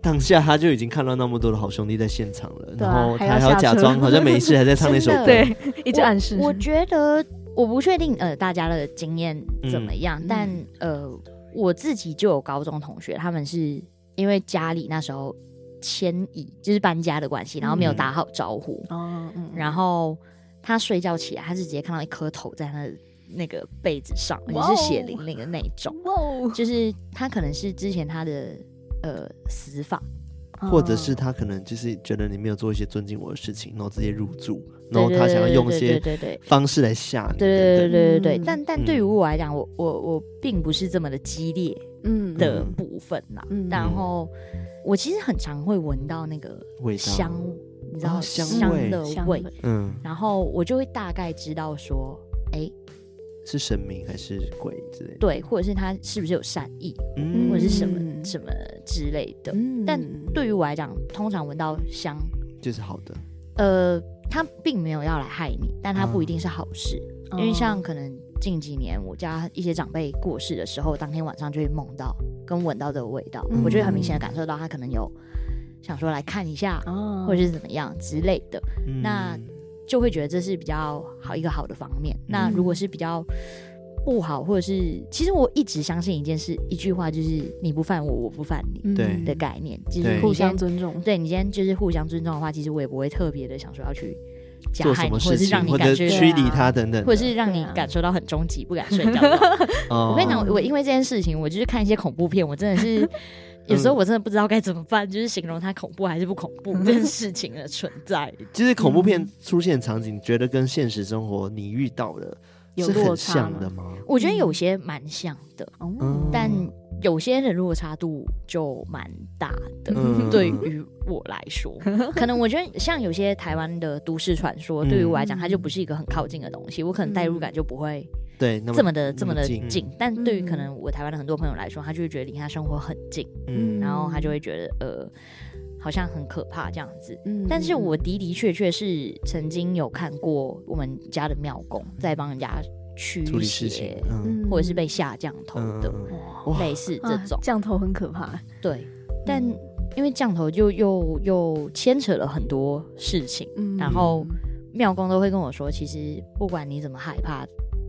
[SPEAKER 3] 当下他就已经看到那么多的好兄弟在现场了，
[SPEAKER 2] 对啊
[SPEAKER 3] 然后他
[SPEAKER 2] 还要
[SPEAKER 3] 还要
[SPEAKER 2] 下
[SPEAKER 3] 假
[SPEAKER 2] 车
[SPEAKER 3] 装好像没事，还在唱那首歌。
[SPEAKER 4] 真的
[SPEAKER 2] 对，一直暗示
[SPEAKER 4] 我。我觉得我不确定呃大家的经验怎么样，
[SPEAKER 2] 嗯
[SPEAKER 4] 但呃我自己就有高中同学，他们是因为家里那时候迁移，就是搬家的关系，然后没有
[SPEAKER 3] 嗯
[SPEAKER 4] 打好招呼，
[SPEAKER 2] 哦，嗯，
[SPEAKER 4] 然后他睡觉起来，他是直接看到一颗头在他的那个被子上，也
[SPEAKER 2] 哇哦
[SPEAKER 4] 是血淋淋的那一种，
[SPEAKER 2] 哇哦，
[SPEAKER 4] 就是他可能是之前他的呃死法，
[SPEAKER 2] 哦
[SPEAKER 3] 或者是他可能就是觉得你没有做一些尊敬我的事情，然后直接入住，然后
[SPEAKER 4] 对
[SPEAKER 3] 他想要
[SPEAKER 4] 对
[SPEAKER 3] 用一
[SPEAKER 4] 对
[SPEAKER 3] 些
[SPEAKER 4] 对对对。
[SPEAKER 3] 方式来吓你。
[SPEAKER 4] 对对对
[SPEAKER 3] 对
[SPEAKER 4] 对对对
[SPEAKER 2] 嗯
[SPEAKER 4] 但但对于我来讲，我我我并不是这么的激烈
[SPEAKER 2] 嗯
[SPEAKER 4] 的部分啦。
[SPEAKER 2] 嗯
[SPEAKER 4] 然后我其实很常会闻到那个
[SPEAKER 3] 味道
[SPEAKER 4] 香，你知道、
[SPEAKER 3] 哦香味
[SPEAKER 4] 的
[SPEAKER 2] 香
[SPEAKER 4] 味
[SPEAKER 2] 味，
[SPEAKER 3] 嗯，
[SPEAKER 4] 然后我就会大概知道说，哎，
[SPEAKER 3] 是神明还是鬼之类的？
[SPEAKER 4] 对，或者是他是不是有善意，
[SPEAKER 3] 嗯
[SPEAKER 4] 或者是什么、
[SPEAKER 2] 嗯
[SPEAKER 4] 什么之类的。
[SPEAKER 2] 嗯
[SPEAKER 4] 但对于我来讲，通常闻到香，
[SPEAKER 3] 就是好的。
[SPEAKER 4] 呃，他并没有要来害你，但他不
[SPEAKER 3] 嗯
[SPEAKER 4] 一定是好事。因为
[SPEAKER 2] 嗯
[SPEAKER 4] 像可能近几年我家一些长辈过世的时候，当天晚上就会梦到跟闻到这个味道，
[SPEAKER 2] 嗯
[SPEAKER 4] 我就会很明显的感受到他可能有想说来看一下，
[SPEAKER 2] 哦，
[SPEAKER 4] 或者是怎么样之类的，
[SPEAKER 3] 嗯
[SPEAKER 4] 那就会觉得这是比较好一个好的方面。那
[SPEAKER 2] 嗯
[SPEAKER 4] 如果是比较不好，或者是其实我一直相信一件事，一句话就是你不犯我，我不犯你
[SPEAKER 2] 嗯
[SPEAKER 3] 对
[SPEAKER 4] 的概念，就是
[SPEAKER 3] 对
[SPEAKER 4] 你
[SPEAKER 2] 互
[SPEAKER 4] 今天
[SPEAKER 2] 相尊重，
[SPEAKER 4] 对你今天就是互相尊重的话，其实我也不会特别的想说要去加
[SPEAKER 3] 做
[SPEAKER 4] 害
[SPEAKER 3] 什
[SPEAKER 4] 你，
[SPEAKER 3] 么
[SPEAKER 4] 或
[SPEAKER 3] 事
[SPEAKER 4] 者是
[SPEAKER 3] 情
[SPEAKER 4] 让你
[SPEAKER 3] 或
[SPEAKER 4] 感
[SPEAKER 3] 者
[SPEAKER 4] 觉
[SPEAKER 3] 驱离他等等的，
[SPEAKER 4] 或者是让你
[SPEAKER 2] 对啊
[SPEAKER 4] 感受到很终极，不敢 睡觉的话。
[SPEAKER 3] 哦
[SPEAKER 4] 我跟你讲，我因为这件事情，我就是看一些恐怖片，我真的 是有时候我真的不知道该怎么办，就是形容它恐怖还是不恐 怖这件事情的存在。
[SPEAKER 3] 就是恐怖
[SPEAKER 4] 嗯
[SPEAKER 3] 片出现的场景，你觉得跟现实生活你遇到的
[SPEAKER 2] 有
[SPEAKER 3] 是
[SPEAKER 2] 落
[SPEAKER 3] 很
[SPEAKER 2] 差
[SPEAKER 3] 像
[SPEAKER 2] 吗
[SPEAKER 3] 的吗？
[SPEAKER 4] 我觉得有些蛮像的，
[SPEAKER 2] 哦
[SPEAKER 3] 嗯，
[SPEAKER 4] 但有些人落差度就蛮大的。
[SPEAKER 3] 嗯
[SPEAKER 4] 对于我来说， 可能我觉得像有些台湾的都市传说，
[SPEAKER 3] 嗯
[SPEAKER 4] 对于我来讲，它就不是一个很靠近的东西，我可能代入感就不会
[SPEAKER 3] 对，嗯那
[SPEAKER 4] 这么的这么的
[SPEAKER 3] 近
[SPEAKER 4] 近，。但对于可
[SPEAKER 2] 嗯
[SPEAKER 4] 能我台湾的很多朋友来说，他就会觉得离他生活很近，
[SPEAKER 3] 嗯
[SPEAKER 4] 然后他就会觉得呃，好像很可怕这样子。
[SPEAKER 2] 嗯
[SPEAKER 4] 但是我的的确确是曾经有看过我们家的庙公在帮人家驱
[SPEAKER 3] 处理事情
[SPEAKER 4] 邪，，
[SPEAKER 3] 嗯
[SPEAKER 4] 或者是被下降头
[SPEAKER 3] 嗯
[SPEAKER 4] 的，
[SPEAKER 3] 嗯哇嗯
[SPEAKER 4] 类似这
[SPEAKER 2] 啊
[SPEAKER 4] 种。
[SPEAKER 2] 降头很可怕，
[SPEAKER 4] 对，但因为降头就又又牵扯了很多事情，
[SPEAKER 2] 嗯
[SPEAKER 4] 然后庙公都会跟我说，其实不管你怎么害怕，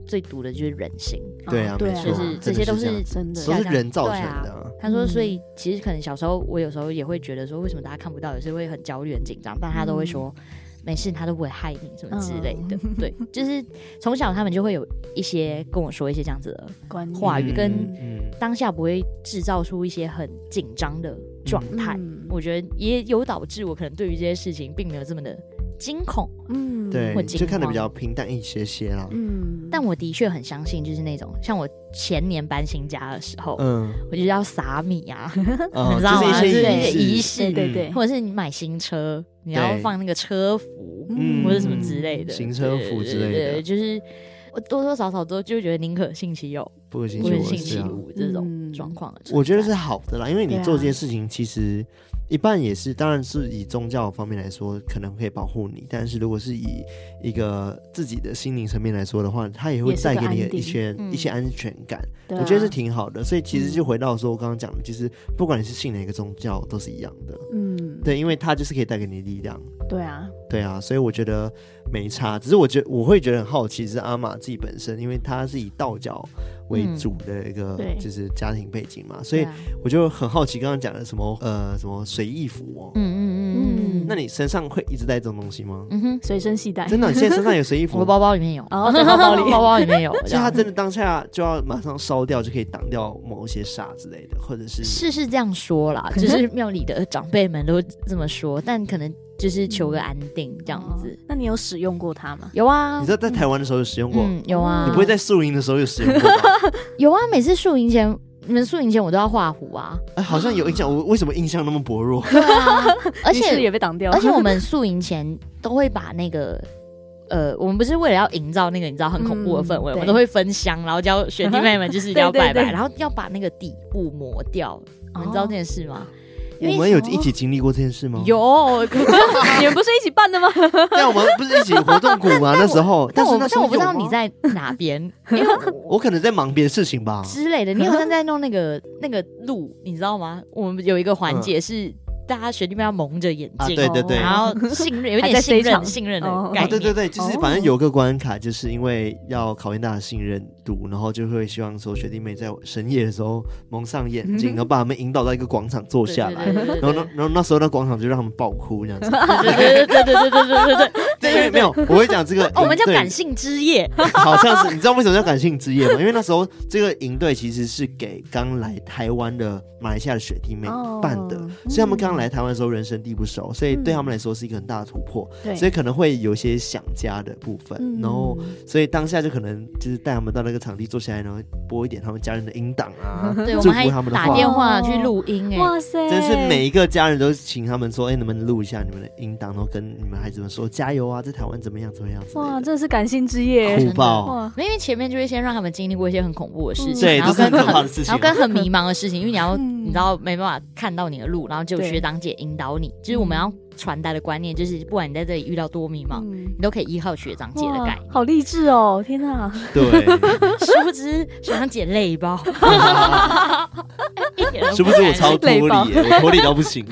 [SPEAKER 4] 最毒的就是人心。
[SPEAKER 3] 对啊
[SPEAKER 2] 哦对
[SPEAKER 3] 没错
[SPEAKER 4] 就
[SPEAKER 3] 啊
[SPEAKER 4] 是
[SPEAKER 3] 真的
[SPEAKER 4] 这些
[SPEAKER 3] 是
[SPEAKER 4] 都
[SPEAKER 3] 这样
[SPEAKER 4] 是
[SPEAKER 2] 真的
[SPEAKER 3] 都是
[SPEAKER 4] 下降
[SPEAKER 3] 人造
[SPEAKER 4] 对
[SPEAKER 3] 成
[SPEAKER 4] 啊
[SPEAKER 3] 的啊。
[SPEAKER 4] 他说，
[SPEAKER 2] 嗯
[SPEAKER 4] 所以其实可能小时候我有时候也会觉得说，为什么大家看不到，有时候会很焦虑、很紧张，但他都会说。
[SPEAKER 2] 嗯
[SPEAKER 4] 没事，他都不会害你什么之类的。对，就是从小他们就会有一些跟我说一些这样子的
[SPEAKER 2] 关于
[SPEAKER 4] 话语跟
[SPEAKER 3] 嗯
[SPEAKER 4] 当下不会制造出一些很紧张的状态。
[SPEAKER 2] 嗯
[SPEAKER 4] 我觉得也有导致我可能对于这些事情并没有这么的惊恐，
[SPEAKER 2] 嗯
[SPEAKER 3] 对，
[SPEAKER 4] 或
[SPEAKER 3] 就看得比
[SPEAKER 4] 惊
[SPEAKER 3] 较
[SPEAKER 4] 慌
[SPEAKER 3] 平淡一些些啦。
[SPEAKER 2] 嗯，
[SPEAKER 4] 但我的确很相信，就是那种像我前年搬新家的时候，
[SPEAKER 3] 嗯，
[SPEAKER 4] 我就是要撒 米啊，
[SPEAKER 3] 哦
[SPEAKER 4] 你知道吗？
[SPEAKER 3] 就是一
[SPEAKER 4] 就是
[SPEAKER 3] 些
[SPEAKER 4] 那个
[SPEAKER 3] 仪
[SPEAKER 4] 仪
[SPEAKER 3] 式，
[SPEAKER 4] 式，
[SPEAKER 2] 对对对，
[SPEAKER 4] 或者是你买新车，你要
[SPEAKER 3] 对
[SPEAKER 4] 放那个车服
[SPEAKER 2] 嗯
[SPEAKER 4] 或者什么之类的，
[SPEAKER 3] 行车服之类的
[SPEAKER 4] 对对对就是我多多少少都就觉得宁可信其有，
[SPEAKER 3] 不可行
[SPEAKER 4] 不
[SPEAKER 3] 去
[SPEAKER 4] 可
[SPEAKER 2] 是
[SPEAKER 3] 我
[SPEAKER 4] 信
[SPEAKER 3] 是
[SPEAKER 4] 其
[SPEAKER 3] 啊。
[SPEAKER 4] 无这种
[SPEAKER 2] 嗯
[SPEAKER 4] 状况的存在。
[SPEAKER 3] 我觉得是好的啦，因为你
[SPEAKER 2] 对啊
[SPEAKER 3] 做这些事情，其实一半也是，当然是以宗教方面来说，可能可以保护你，但是如果是以一个自己的心灵层面来说的话，它也会
[SPEAKER 2] 也是
[SPEAKER 3] 带
[SPEAKER 2] 个
[SPEAKER 3] 给你
[SPEAKER 2] 安定
[SPEAKER 3] 一些
[SPEAKER 4] 嗯
[SPEAKER 3] 一些安全感，
[SPEAKER 2] 对啊
[SPEAKER 3] 我觉得是挺好的。所以其实就回到说我刚刚讲的，就是不管你是信哪个宗教，都是一样的，
[SPEAKER 2] 嗯
[SPEAKER 3] 对，因为它就是可以带给你力量。
[SPEAKER 2] 对啊，
[SPEAKER 3] 对啊，所以我觉得没差，只是我觉得我会觉得很好奇，是阿玛自己本身，因为她是以道教为
[SPEAKER 4] 嗯
[SPEAKER 3] 主的一个
[SPEAKER 2] 对
[SPEAKER 3] 就是家庭背景嘛，所
[SPEAKER 4] 对
[SPEAKER 3] 以
[SPEAKER 4] 啊，
[SPEAKER 3] 我就很好奇，刚刚讲的什么呃什么随意服哦，
[SPEAKER 4] 嗯嗯嗯嗯嗯，
[SPEAKER 2] 嗯
[SPEAKER 3] 那你身上会一直带这种东西吗？
[SPEAKER 4] 嗯哼，
[SPEAKER 2] 随身携带，
[SPEAKER 3] 真的，你现在身上有谁衣服
[SPEAKER 4] 我？包包里面有，
[SPEAKER 2] 哦在包包里
[SPEAKER 4] 包包里 面有，这
[SPEAKER 3] 所以它
[SPEAKER 4] 样
[SPEAKER 3] 真的当下就要马上烧掉，就可以挡掉某一些煞之类的，或者是
[SPEAKER 4] 是是这样说啦，
[SPEAKER 2] 可
[SPEAKER 4] 只
[SPEAKER 2] 能
[SPEAKER 4] 是庙里的长辈们都这么说，但可能就是求个安定 这样子。
[SPEAKER 2] 哦那你有使用过它吗？
[SPEAKER 4] 有啊
[SPEAKER 3] 你知，道在台湾的时候有使用过，
[SPEAKER 4] 嗯，有啊，
[SPEAKER 3] 你不会在宿营的时候有使用 过吧？
[SPEAKER 4] 有啊，每次宿营前，你们宿营前我都要画虎啊，
[SPEAKER 3] 哎，好像有印象，我为什么印象那么薄弱？
[SPEAKER 4] 对啊，而
[SPEAKER 2] 你是不是
[SPEAKER 4] 且
[SPEAKER 2] 也被挡掉了，
[SPEAKER 4] 而且我们宿营前都会把那个。呃，我们不是为了要营造那个你知道很恐怖的氛围，
[SPEAKER 2] 嗯
[SPEAKER 4] 我们
[SPEAKER 2] 对
[SPEAKER 4] 都会分香，然后教学弟妹们就是一定要
[SPEAKER 2] 对对
[SPEAKER 4] 拜拜，
[SPEAKER 2] 对
[SPEAKER 4] 然后要把那个底部磨掉。你
[SPEAKER 2] 哦
[SPEAKER 4] 们知道这件事吗？因
[SPEAKER 3] 我
[SPEAKER 4] 为
[SPEAKER 3] 们有一起经历过这件事吗？，
[SPEAKER 4] 有，
[SPEAKER 2] 你们不是一起办的吗？
[SPEAKER 3] 但我们不是一起活动谷吗？那时候，
[SPEAKER 4] 但
[SPEAKER 3] 是
[SPEAKER 4] 我
[SPEAKER 3] 那时
[SPEAKER 4] 但
[SPEAKER 3] 候
[SPEAKER 4] 我不知道
[SPEAKER 3] 有吗
[SPEAKER 4] 你，在哪边，因为
[SPEAKER 3] 我可能在忙别的事情 吧。
[SPEAKER 4] 之类的。你好像在弄那个那个路，你知道吗？我们有一个环节是大家学弟妹要蒙着眼
[SPEAKER 3] 啊，
[SPEAKER 4] 睛，
[SPEAKER 3] 对对对。
[SPEAKER 4] 然
[SPEAKER 2] 哦
[SPEAKER 4] 后信任有
[SPEAKER 2] 还
[SPEAKER 4] 点
[SPEAKER 2] 在
[SPEAKER 4] 信
[SPEAKER 2] 非
[SPEAKER 4] 任
[SPEAKER 2] 常
[SPEAKER 4] 信任的
[SPEAKER 2] 哦
[SPEAKER 4] 概念。
[SPEAKER 3] 啊，对对对，就是反
[SPEAKER 4] 哦
[SPEAKER 3] 正有个关卡，就是因为要考验大家的信任度，然后就会希望说学弟妹在深夜的时候蒙上眼睛，然后把他们引导到一个广场坐
[SPEAKER 4] 对
[SPEAKER 3] 下来。
[SPEAKER 4] 嗯对对对
[SPEAKER 3] 然后那然后那时候那广场就让他们爆哭这样 子，
[SPEAKER 4] 对对对对对对对对对。，
[SPEAKER 3] 对，因为没有，我会讲这个
[SPEAKER 4] 哦，我们叫
[SPEAKER 3] 对
[SPEAKER 4] 感性之夜，
[SPEAKER 3] 好像是，你知道为什么叫感性之夜吗？因为那时候这个营队其实是给刚来台湾的马来西亚的学弟妹
[SPEAKER 2] 哦
[SPEAKER 3] 办的，所以他们
[SPEAKER 4] 嗯
[SPEAKER 3] 刚来台湾的时候人生地不熟，所以对他们来说是一个很大的突破，
[SPEAKER 2] 对嗯
[SPEAKER 3] 所以可能会有一些想家的部分，
[SPEAKER 4] 嗯
[SPEAKER 3] 然后所以当下就可能就是带他们到那个场地坐下来，然后播一点他们家人的音档啊，
[SPEAKER 4] 对，我
[SPEAKER 3] 祝
[SPEAKER 4] 们
[SPEAKER 3] 福他
[SPEAKER 4] 还
[SPEAKER 3] 们的
[SPEAKER 4] 打电
[SPEAKER 3] 话。
[SPEAKER 4] 话去录音哎。
[SPEAKER 2] 哇塞，
[SPEAKER 3] 真是每一个家人都请他们说，哎、能不能录一下你们的音档，然后跟你们孩子们说加油啊，在台湾怎么样怎么样之类的
[SPEAKER 2] 哇，真的是感性之夜，
[SPEAKER 3] 酷爆，
[SPEAKER 2] 哇，
[SPEAKER 4] 没有因为前面就会先让他们经历过一些很恐怖的事情，
[SPEAKER 3] 嗯对，这
[SPEAKER 4] 然后
[SPEAKER 3] 是很
[SPEAKER 4] 跟
[SPEAKER 3] 可怕的事情啊、
[SPEAKER 4] 然后跟很迷茫的事情，因为你要、
[SPEAKER 2] 嗯
[SPEAKER 4] 你知道没办法看到你的路，然后就有
[SPEAKER 2] 对
[SPEAKER 4] 学长姐引导你，就是我们要传达的观念，就是不管你在这里遇到多迷茫，
[SPEAKER 2] 嗯
[SPEAKER 4] 你都可以依靠学长姐的
[SPEAKER 2] 哇
[SPEAKER 4] 概念。
[SPEAKER 2] 好励志哦！天哪，
[SPEAKER 3] 对。
[SPEAKER 4] 殊不知学长姐累包，一点都
[SPEAKER 3] 殊不知我超脱
[SPEAKER 2] 累爆
[SPEAKER 3] 离耶，我脱离到不行。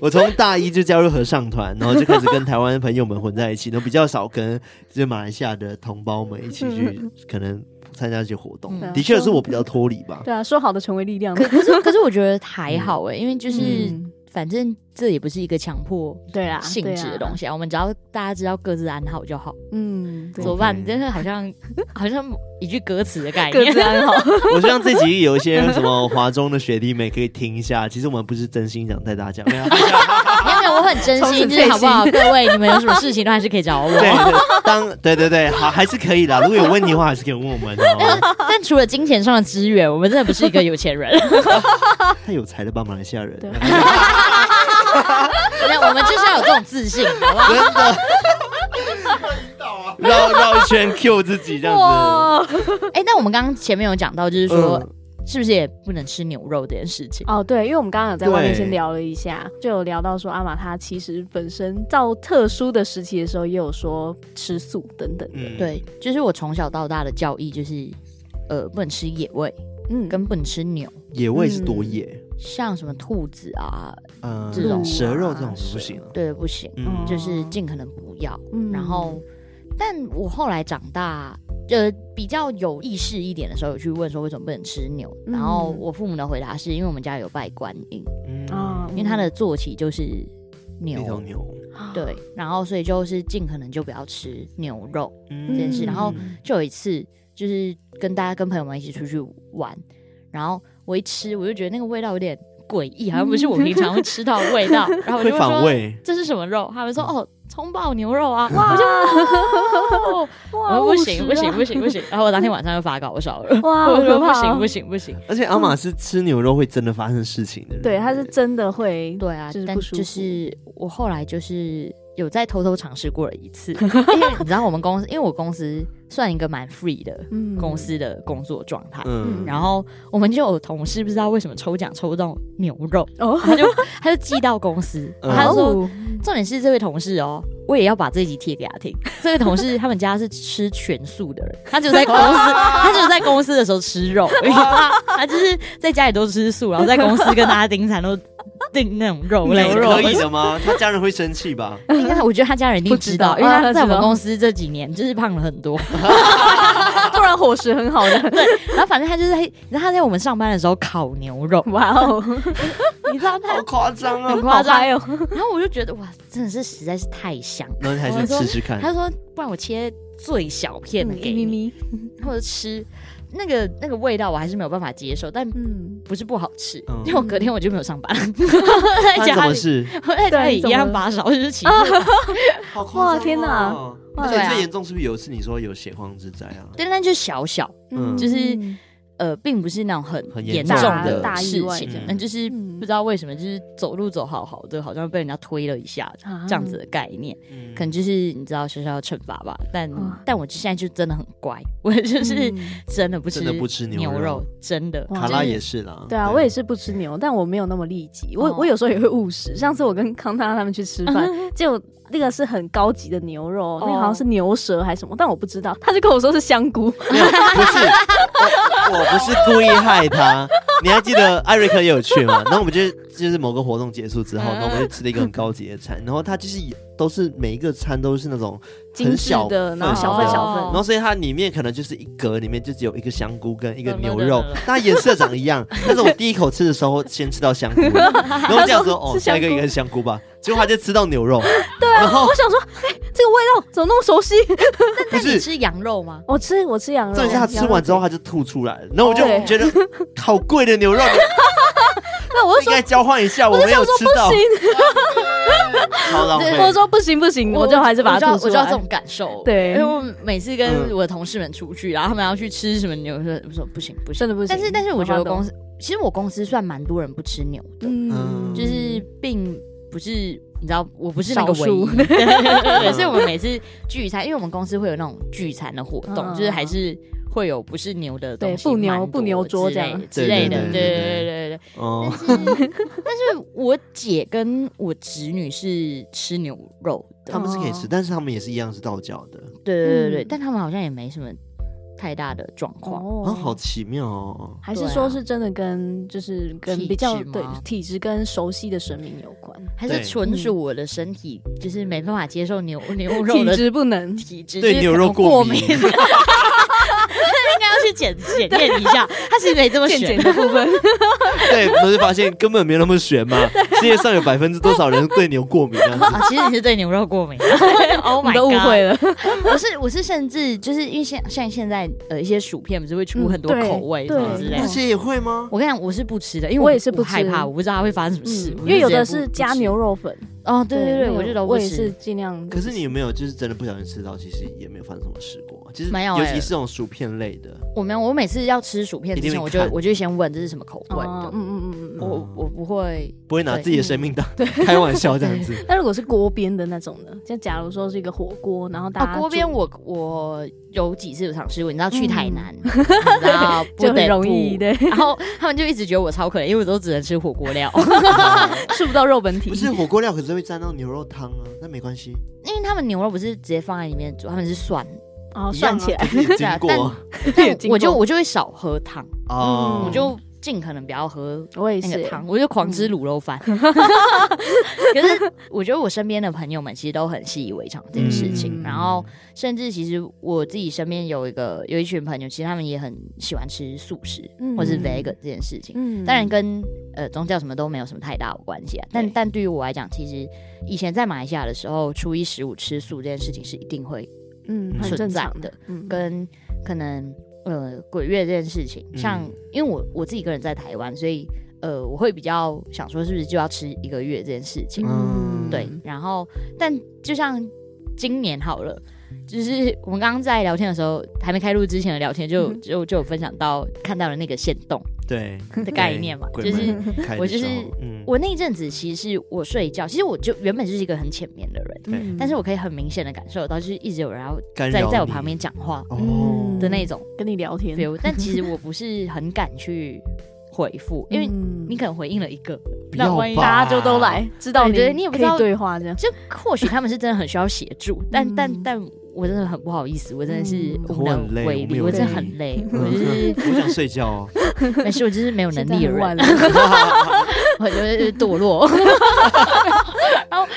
[SPEAKER 3] 我从大一就加入合唱团，然后就开始跟台湾朋友们混在一起，然后比较少跟就是马来西亚的同胞们一起去，可能参加一些活动。
[SPEAKER 4] 嗯
[SPEAKER 3] 的确是我比较脱离吧。
[SPEAKER 2] 对啊，说好的成为力量，
[SPEAKER 4] 可可是可是我觉得还好哎、因为就是、
[SPEAKER 2] 嗯
[SPEAKER 4] 反正这也不是一个强迫
[SPEAKER 2] 对啊，
[SPEAKER 4] 性质的东
[SPEAKER 2] 西，
[SPEAKER 4] 西啊，我们只要大家知道各自安好就好。
[SPEAKER 2] 嗯，对
[SPEAKER 4] 怎么办？真的好像 好像一句歌词的概
[SPEAKER 2] 各
[SPEAKER 4] 念
[SPEAKER 2] 自。安好，
[SPEAKER 3] 我希望这集有一些什么华中的学弟妹可以听一下。其实我们不是真心想带大家讲，没有
[SPEAKER 4] 没有没有，我很真
[SPEAKER 2] 充实
[SPEAKER 4] 心，就
[SPEAKER 2] 内
[SPEAKER 4] 是好不
[SPEAKER 2] 心
[SPEAKER 4] 好？各位，你们有什么事情都还是可以找我。
[SPEAKER 3] 对，当对对对，好还是可以啦。如果有问题的话，还是可以问我们 哦。
[SPEAKER 4] 但除了金钱上的资源，我们真的不是一个有钱人。
[SPEAKER 3] 太有才了吧，马来西亚人。
[SPEAKER 2] 对
[SPEAKER 4] 没有，我们就是要有这种自信，好不好？
[SPEAKER 3] 真的。绕绕一圈 Q 自己这样子，
[SPEAKER 2] 哇，
[SPEAKER 4] 哎、那我们刚刚前面有讲到，就是说、
[SPEAKER 3] 嗯
[SPEAKER 4] 是不是也不能吃牛肉这件事情？
[SPEAKER 2] 哦，对，因为我们刚刚有在外面先
[SPEAKER 3] 对
[SPEAKER 2] 聊了一下，就有聊到说阿玛他其实本身到特殊的时期的时候，也有说吃素等等的，
[SPEAKER 3] 嗯，
[SPEAKER 4] 对，就是我从小到大的教义就是，呃，不能吃野味，
[SPEAKER 2] 嗯，
[SPEAKER 4] 跟不能吃牛，
[SPEAKER 3] 野味是多野，
[SPEAKER 4] 像什么兔子啊，
[SPEAKER 3] 嗯，
[SPEAKER 4] 这种
[SPEAKER 3] 蛇肉这种不行啊，
[SPEAKER 4] 对，不行，
[SPEAKER 3] 嗯，
[SPEAKER 4] 就是尽可能不要。
[SPEAKER 2] 嗯
[SPEAKER 4] 然后，但我后来长大，呃，比较有意识一点的时候，有去问说为什么不能吃牛，
[SPEAKER 2] 嗯
[SPEAKER 4] 然后我父母的回答是因为我们家有拜观音，
[SPEAKER 3] 嗯，
[SPEAKER 2] 啊，
[SPEAKER 4] 因为他的坐骑就是
[SPEAKER 3] 那头
[SPEAKER 4] 牛，
[SPEAKER 3] 牛，
[SPEAKER 2] 嗯
[SPEAKER 4] 对，然后所以就是尽可能就不要吃牛肉这
[SPEAKER 3] 嗯
[SPEAKER 4] 件事。然后
[SPEAKER 3] 嗯
[SPEAKER 4] 就有一次，就是跟大家跟朋友们一起出去玩，然后我一吃，我就觉得那个味道有点诡异，好像不是我平常会吃到的味 道，然后我
[SPEAKER 3] 会
[SPEAKER 4] 就
[SPEAKER 3] 反
[SPEAKER 4] 说
[SPEAKER 3] 胃，嗯
[SPEAKER 4] 这是什么肉？他们说哦，葱爆牛肉啊，
[SPEAKER 2] 哇，
[SPEAKER 4] 我就。哦
[SPEAKER 2] 哇
[SPEAKER 4] 我 说不行不行不，啊
[SPEAKER 2] 务实啊
[SPEAKER 4] 行不行，然后我当天晚上就发高烧 了，
[SPEAKER 2] 哇
[SPEAKER 4] 我
[SPEAKER 2] 好
[SPEAKER 4] 说
[SPEAKER 2] 可
[SPEAKER 4] 不
[SPEAKER 2] 怕哦
[SPEAKER 4] 行不行不行，
[SPEAKER 3] 而且阿玛是吃牛肉会真的发生事情的人，
[SPEAKER 2] 啊对，他是真的会，
[SPEAKER 4] 对啊
[SPEAKER 2] 就是，
[SPEAKER 4] 但
[SPEAKER 2] 不舒服
[SPEAKER 4] 就是我后来就是有再偷偷尝试过了一次，因为你知道我们公司，因为我公司算一个蛮 free 的
[SPEAKER 2] 嗯
[SPEAKER 4] 公司的工作状态。
[SPEAKER 3] 嗯，
[SPEAKER 4] 然后我们就有同事不知道为什么抽奖抽到牛肉，
[SPEAKER 2] 哦，
[SPEAKER 4] 他就他就寄到公司，
[SPEAKER 3] 嗯
[SPEAKER 4] 他就说
[SPEAKER 2] 哦
[SPEAKER 4] 重点是这位同事哦，我也要把这一集贴给他听。这位同事他们家是吃全素的人，他只有在公 司，他只有在公司的时候吃肉，他就是在家里都吃素，然后在公司跟大家订餐都订那种肉类
[SPEAKER 3] 牛肉可以的吗？他家人会生气吧？
[SPEAKER 4] 应 啊该我觉得他家人一定知道，
[SPEAKER 2] 不知道
[SPEAKER 4] 因为他在我
[SPEAKER 2] 啊
[SPEAKER 4] 们
[SPEAKER 2] 知道
[SPEAKER 4] 公司这几年就是胖了很多，突
[SPEAKER 2] 突然伙食很好 的，
[SPEAKER 4] 然后反正他就是在，然后他在我们上班的时候烤牛肉，
[SPEAKER 2] 哇哦，
[SPEAKER 4] 你知道他
[SPEAKER 3] 好夸张
[SPEAKER 4] 很
[SPEAKER 3] 哦！
[SPEAKER 4] 夸张
[SPEAKER 2] 好嗨哦，
[SPEAKER 4] 然后我就觉得哇，真的是实在是太香。
[SPEAKER 3] 那你还是吃吃看，
[SPEAKER 4] 他说，不然我切最小片的给
[SPEAKER 2] 咪
[SPEAKER 4] 你，
[SPEAKER 2] 咪，
[SPEAKER 4] 或者吃那个那个味道，我还是没有办法接受，但
[SPEAKER 2] 嗯，
[SPEAKER 4] 不是不好吃
[SPEAKER 3] 嗯。
[SPEAKER 4] 因为我隔天我就没有 上班，我
[SPEAKER 3] 发生什
[SPEAKER 4] 在家
[SPEAKER 3] 么
[SPEAKER 4] 里，
[SPEAKER 3] 事？
[SPEAKER 4] 我在家里一
[SPEAKER 2] 对怎
[SPEAKER 4] 样
[SPEAKER 2] 么
[SPEAKER 4] 发烧，就是起火。
[SPEAKER 3] 好夸张哦
[SPEAKER 2] 哇天哪！
[SPEAKER 3] 而
[SPEAKER 4] 对
[SPEAKER 3] 且
[SPEAKER 4] 啊
[SPEAKER 3] 最严重是不是有一次你说有血光之灾啊？
[SPEAKER 4] 对，但就小小，
[SPEAKER 3] 嗯
[SPEAKER 4] 就是呃，并不是那种很
[SPEAKER 3] 很
[SPEAKER 4] 严
[SPEAKER 3] 严
[SPEAKER 4] 重
[SPEAKER 2] 重的
[SPEAKER 4] 的
[SPEAKER 2] 大意
[SPEAKER 4] 事
[SPEAKER 2] 外
[SPEAKER 4] 情
[SPEAKER 3] 这样，
[SPEAKER 4] 但就是
[SPEAKER 2] 嗯
[SPEAKER 4] 不知道为什么，就是走路走好好的，好像被人家推了一下，
[SPEAKER 2] 啊
[SPEAKER 4] 这样子的概念，
[SPEAKER 3] 嗯
[SPEAKER 4] 可能就是你知道小小的惩罚吧。但
[SPEAKER 2] 哇
[SPEAKER 4] 但我现在就真的很乖，我 就是
[SPEAKER 2] 嗯
[SPEAKER 4] 真的不吃
[SPEAKER 3] 真的不吃牛
[SPEAKER 4] 牛
[SPEAKER 3] 肉
[SPEAKER 4] 肉，真的。
[SPEAKER 2] 哇
[SPEAKER 3] 卡拉
[SPEAKER 2] 就是
[SPEAKER 3] 也是啦，
[SPEAKER 2] 对啊，我也是不吃牛，但我没有那么利己。我、
[SPEAKER 4] 哦
[SPEAKER 2] 我有时候也会误食。上次我跟康纳他们去吃 饭，结果那个是很高级的牛肉，那个
[SPEAKER 4] 哦
[SPEAKER 2] 好像是牛舌还是什么，但我不知道。他就跟我说是香菇，
[SPEAKER 3] 没有，不是，我我不是故意害他。你还记得艾瑞克也有去嘛？然后我们就是就是某个活动结束之后，
[SPEAKER 4] 嗯
[SPEAKER 3] 然后我们就吃了一个很高级的餐，然后他就是都是每一个餐都是那种
[SPEAKER 2] 精
[SPEAKER 3] 很
[SPEAKER 2] 致
[SPEAKER 3] 小
[SPEAKER 2] 的，然后小份
[SPEAKER 4] 哦
[SPEAKER 2] 小份。
[SPEAKER 3] 然后所以它里面可能就是一格里面就只有一个香菇跟一个
[SPEAKER 4] 懂了
[SPEAKER 3] 牛
[SPEAKER 4] 懂
[SPEAKER 3] 肉
[SPEAKER 4] 了懂了，
[SPEAKER 3] 但它颜色长一样。但 是我第一口吃的时候先吃到香菇，然后这样说哦，
[SPEAKER 2] 是香
[SPEAKER 3] 下
[SPEAKER 2] 菇
[SPEAKER 3] 一个应该是香菇吧，结果他就吃到牛肉，
[SPEAKER 2] 对啊，我想说，哎，这个味道怎么那么熟悉？
[SPEAKER 3] 不
[SPEAKER 4] 你
[SPEAKER 3] 是。
[SPEAKER 4] 吃羊肉吗？
[SPEAKER 2] 我吃我吃羊肉，
[SPEAKER 3] 重点是他吃完之后他就吐出来了，然后我就
[SPEAKER 2] 哦对
[SPEAKER 3] 觉得好贵的牛肉，
[SPEAKER 2] 那我就
[SPEAKER 3] 应
[SPEAKER 2] 说
[SPEAKER 3] 该交换一下，我
[SPEAKER 2] 我就
[SPEAKER 3] 没
[SPEAKER 2] 想
[SPEAKER 3] 有
[SPEAKER 2] 说
[SPEAKER 3] 吃到
[SPEAKER 2] 不，行，
[SPEAKER 3] 好浪费。
[SPEAKER 2] 我说不行不行，我就还是把
[SPEAKER 4] 我知道
[SPEAKER 2] 它
[SPEAKER 4] 我
[SPEAKER 2] 吐出
[SPEAKER 4] 知道这
[SPEAKER 2] 来
[SPEAKER 4] 种。感受，
[SPEAKER 2] 对
[SPEAKER 4] 因为我每次跟
[SPEAKER 3] 嗯
[SPEAKER 4] 我的同事们出去，然后他们要去吃什么牛肉，我说不行不行
[SPEAKER 2] 真，的不行，
[SPEAKER 4] 但是但是我觉得
[SPEAKER 2] 懂
[SPEAKER 4] 公司，其实我公司算蛮多人不吃牛的，
[SPEAKER 2] 嗯，
[SPEAKER 4] 就是并不是你知道，我不是那个
[SPEAKER 2] 少
[SPEAKER 4] 唯一
[SPEAKER 2] 数，
[SPEAKER 4] 对对 对对所以 我们每次聚餐，因为我们公司会有那种聚餐的活动，
[SPEAKER 2] 嗯
[SPEAKER 4] 就是还是。会有不是牛的东西，
[SPEAKER 2] 对不牛
[SPEAKER 4] 蛮多
[SPEAKER 2] 不牛桌
[SPEAKER 4] 之
[SPEAKER 2] 这
[SPEAKER 4] 类
[SPEAKER 2] 样
[SPEAKER 4] 之类的，
[SPEAKER 3] 对
[SPEAKER 4] 对
[SPEAKER 3] 对
[SPEAKER 4] 对
[SPEAKER 3] 对
[SPEAKER 4] 对对对。但
[SPEAKER 3] 哦，
[SPEAKER 4] 是， 但是我姐跟我侄女是吃牛肉的，
[SPEAKER 3] 他们是可以吃
[SPEAKER 2] 哦，
[SPEAKER 3] 但是他们也是一样是道教的，
[SPEAKER 4] 对对对对，
[SPEAKER 2] 嗯
[SPEAKER 4] 但他们好像也没什么太大的状况。
[SPEAKER 3] 啊，
[SPEAKER 2] 哦
[SPEAKER 3] 好奇妙哦。
[SPEAKER 2] 还是说是真的跟就是跟
[SPEAKER 4] 啊体
[SPEAKER 2] 比较
[SPEAKER 4] 质吗
[SPEAKER 2] 对体质跟熟悉的神明有关，
[SPEAKER 4] 还是
[SPEAKER 3] 对
[SPEAKER 4] 纯属我的身体，就是没办法接受牛牛 肉的
[SPEAKER 2] 不能。
[SPEAKER 4] 体质，
[SPEAKER 3] 对
[SPEAKER 4] 就是
[SPEAKER 3] 牛
[SPEAKER 4] 可能
[SPEAKER 3] 肉
[SPEAKER 4] 我
[SPEAKER 3] 过
[SPEAKER 4] 过
[SPEAKER 3] 敏
[SPEAKER 4] 应该要去检检验一下，他是没这么
[SPEAKER 2] 健
[SPEAKER 4] 选
[SPEAKER 2] 检的部分，
[SPEAKER 3] 对，我们就发现根本没有那么悬嘛。世界上有百分之多少人对牛过敏这样子？
[SPEAKER 4] 啊。其实你是对牛肉过敏 ，Oh
[SPEAKER 2] 你
[SPEAKER 4] my
[SPEAKER 2] 都误会
[SPEAKER 4] 了。
[SPEAKER 2] 了。
[SPEAKER 4] 我是我是甚至就是因为现像现在呃一些薯片不是会出很多
[SPEAKER 2] 嗯对
[SPEAKER 4] 口味什
[SPEAKER 2] 对
[SPEAKER 4] 啊么之类
[SPEAKER 3] 那
[SPEAKER 4] 的。
[SPEAKER 3] 些也会吗？
[SPEAKER 4] 我跟你讲，我是不吃的，嗯因为
[SPEAKER 2] 我也是不
[SPEAKER 4] 我害
[SPEAKER 2] 吃
[SPEAKER 4] 怕，我不知道它会发生什么事。我
[SPEAKER 2] 嗯因为有的
[SPEAKER 4] 直接
[SPEAKER 2] 是
[SPEAKER 4] 不
[SPEAKER 2] 加牛，肉粉，
[SPEAKER 4] 不吃哦，对对对，
[SPEAKER 2] 那个
[SPEAKER 4] 我就都不
[SPEAKER 2] 我也是
[SPEAKER 4] 吃。
[SPEAKER 2] 尽量。
[SPEAKER 3] 可是你有没有就是真的不小心吃到，其实也没有发生什么事过啊？其实
[SPEAKER 4] 没有
[SPEAKER 3] 尤
[SPEAKER 4] 欸
[SPEAKER 3] 其是这种薯片类的，
[SPEAKER 4] 我没有，我每次要吃薯片
[SPEAKER 3] 一
[SPEAKER 4] 之
[SPEAKER 3] 定
[SPEAKER 4] 前，
[SPEAKER 3] 会
[SPEAKER 4] 我就
[SPEAKER 3] 看
[SPEAKER 4] 我就先问这是什么口味
[SPEAKER 2] 哦
[SPEAKER 4] 的
[SPEAKER 2] 嗯，嗯嗯嗯嗯。
[SPEAKER 4] 我我不会
[SPEAKER 3] 不会拿自己的生命当 开玩笑这样子。
[SPEAKER 2] 那如果是锅边的那种呢？就假如说是一个火锅，然后大家
[SPEAKER 4] 啊，锅边
[SPEAKER 2] 煮
[SPEAKER 4] 我我有几次有尝试过，你知道去
[SPEAKER 2] 嗯
[SPEAKER 4] 台 南，你知道不
[SPEAKER 2] 就
[SPEAKER 4] 得
[SPEAKER 2] 很容易
[SPEAKER 4] 不
[SPEAKER 2] 对，
[SPEAKER 4] 然后他们就一直觉得我超可怜，因为我都只能吃火 锅料，哦
[SPEAKER 2] 吃不到肉本体
[SPEAKER 3] 不，是火锅料，可是会沾到牛肉汤啊，那没关系，
[SPEAKER 4] 因为他们牛肉不是直接放在里面煮，他们 是涮，
[SPEAKER 2] 然
[SPEAKER 4] 哦
[SPEAKER 2] 后
[SPEAKER 3] 一
[SPEAKER 2] 涮
[SPEAKER 3] 样
[SPEAKER 2] 哦起
[SPEAKER 3] 啊
[SPEAKER 2] 来。
[SPEAKER 3] 可是也
[SPEAKER 4] 对啊
[SPEAKER 3] 经过
[SPEAKER 2] 也
[SPEAKER 4] 但
[SPEAKER 2] 经过
[SPEAKER 4] 我就我就会少喝汤，
[SPEAKER 3] 哦
[SPEAKER 2] 嗯
[SPEAKER 4] 我就尽可能不要喝。
[SPEAKER 2] 我也
[SPEAKER 4] 那
[SPEAKER 2] 是嗯
[SPEAKER 4] 个，汤，我就狂吃卤 肉饭。 可是我觉得我身边的朋友们其实都很习以为常这件事情，
[SPEAKER 2] 嗯
[SPEAKER 4] 然后甚至其实我自己身边有一个有一群朋友，其实他们也很喜欢吃素食，
[SPEAKER 2] 嗯
[SPEAKER 4] 或是 vegan 这件事情。
[SPEAKER 2] 嗯
[SPEAKER 4] 当然跟呃宗教什么都没有什么太大的关系啊，但
[SPEAKER 2] 对
[SPEAKER 4] 但对于我来讲，其实以前在马来西亚的时候，初一十五吃素这件事情是一定会
[SPEAKER 2] 嗯很
[SPEAKER 4] 存
[SPEAKER 2] 正
[SPEAKER 4] 在
[SPEAKER 2] 常
[SPEAKER 4] 的，，
[SPEAKER 2] 嗯
[SPEAKER 4] 跟可能呃鬼月这件事情，
[SPEAKER 3] 嗯
[SPEAKER 4] 像因为我我自己一个人在台湾，所以呃我会比较想说是不是就要吃一个月这件事情，
[SPEAKER 3] 嗯
[SPEAKER 4] 对，然后但就像今年好了。就是我们刚刚在聊天的时候，还没开录之前的聊天就，
[SPEAKER 2] 嗯
[SPEAKER 4] 就就有分享到看到了那个线动
[SPEAKER 3] 对
[SPEAKER 4] 的概念嘛，
[SPEAKER 3] 对
[SPEAKER 4] 就
[SPEAKER 3] 鬼
[SPEAKER 4] 是
[SPEAKER 3] 门开的
[SPEAKER 4] 我就
[SPEAKER 3] 时
[SPEAKER 4] 是
[SPEAKER 3] 候嗯
[SPEAKER 4] 我那一阵子其实是我睡觉，其实我就原本就是一个很浅眠的人，
[SPEAKER 2] 嗯
[SPEAKER 3] 对
[SPEAKER 4] 但是我可以很明显的感受到，就是一直有人要
[SPEAKER 3] 干
[SPEAKER 4] 在
[SPEAKER 3] 扰
[SPEAKER 4] 在我
[SPEAKER 3] 你
[SPEAKER 4] 旁边嗯讲话
[SPEAKER 3] 哦
[SPEAKER 4] 的那种
[SPEAKER 2] 跟你聊天，
[SPEAKER 4] feel，但其实我不是很敢去回复，因为
[SPEAKER 2] 嗯
[SPEAKER 4] 你可能回应了一个，
[SPEAKER 3] 不
[SPEAKER 4] 那
[SPEAKER 3] 要
[SPEAKER 4] 万一
[SPEAKER 3] 吧
[SPEAKER 2] 大家就都来，知道
[SPEAKER 4] 对
[SPEAKER 2] 你
[SPEAKER 4] 对你也不知道
[SPEAKER 2] 可以对话这样。
[SPEAKER 4] 就或许他们是真的很需要协助，但但
[SPEAKER 2] 嗯
[SPEAKER 4] 但我真的很不好意思，我真的是
[SPEAKER 2] 嗯
[SPEAKER 4] 无
[SPEAKER 3] 我
[SPEAKER 4] 能
[SPEAKER 3] 很累
[SPEAKER 4] 为
[SPEAKER 3] 我没
[SPEAKER 4] 力，
[SPEAKER 3] 有
[SPEAKER 4] 我真的
[SPEAKER 2] 力
[SPEAKER 4] 很累，我
[SPEAKER 3] 嗯
[SPEAKER 4] 就是
[SPEAKER 3] 我想睡觉哦。
[SPEAKER 4] 没事，我就是没有能力的
[SPEAKER 2] 现在很晚
[SPEAKER 4] 人，
[SPEAKER 2] 了，
[SPEAKER 4] 我就是堕落。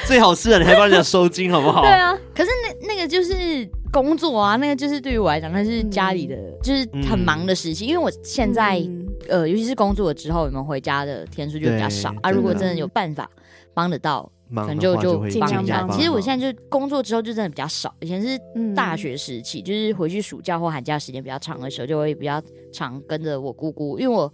[SPEAKER 3] 最好是啊，你还帮人家收金好不好？
[SPEAKER 2] 对啊，
[SPEAKER 4] 可是那那个就是工作啊，那个就是对于我来讲，那是家里的，就是
[SPEAKER 3] 嗯
[SPEAKER 4] 很忙的时期。因为我 现在、
[SPEAKER 2] 嗯
[SPEAKER 4] 呃，尤其是工作了之后，你们回家的天数就比较少
[SPEAKER 3] 对
[SPEAKER 4] 啊。如果
[SPEAKER 2] 真的
[SPEAKER 4] 真的有办法帮得到，
[SPEAKER 3] 忙
[SPEAKER 4] 可
[SPEAKER 3] 的
[SPEAKER 4] 能
[SPEAKER 3] 话
[SPEAKER 4] 就
[SPEAKER 3] 会
[SPEAKER 2] 尽
[SPEAKER 4] 帮
[SPEAKER 2] 量
[SPEAKER 4] 一下
[SPEAKER 2] 帮。忙
[SPEAKER 4] 其实我现在就工作之后就真的比较少，以前是
[SPEAKER 2] 嗯
[SPEAKER 4] 大学时期，就是回去暑假或寒假时间比较长的时候，就会比较常跟着我姑姑，因为我。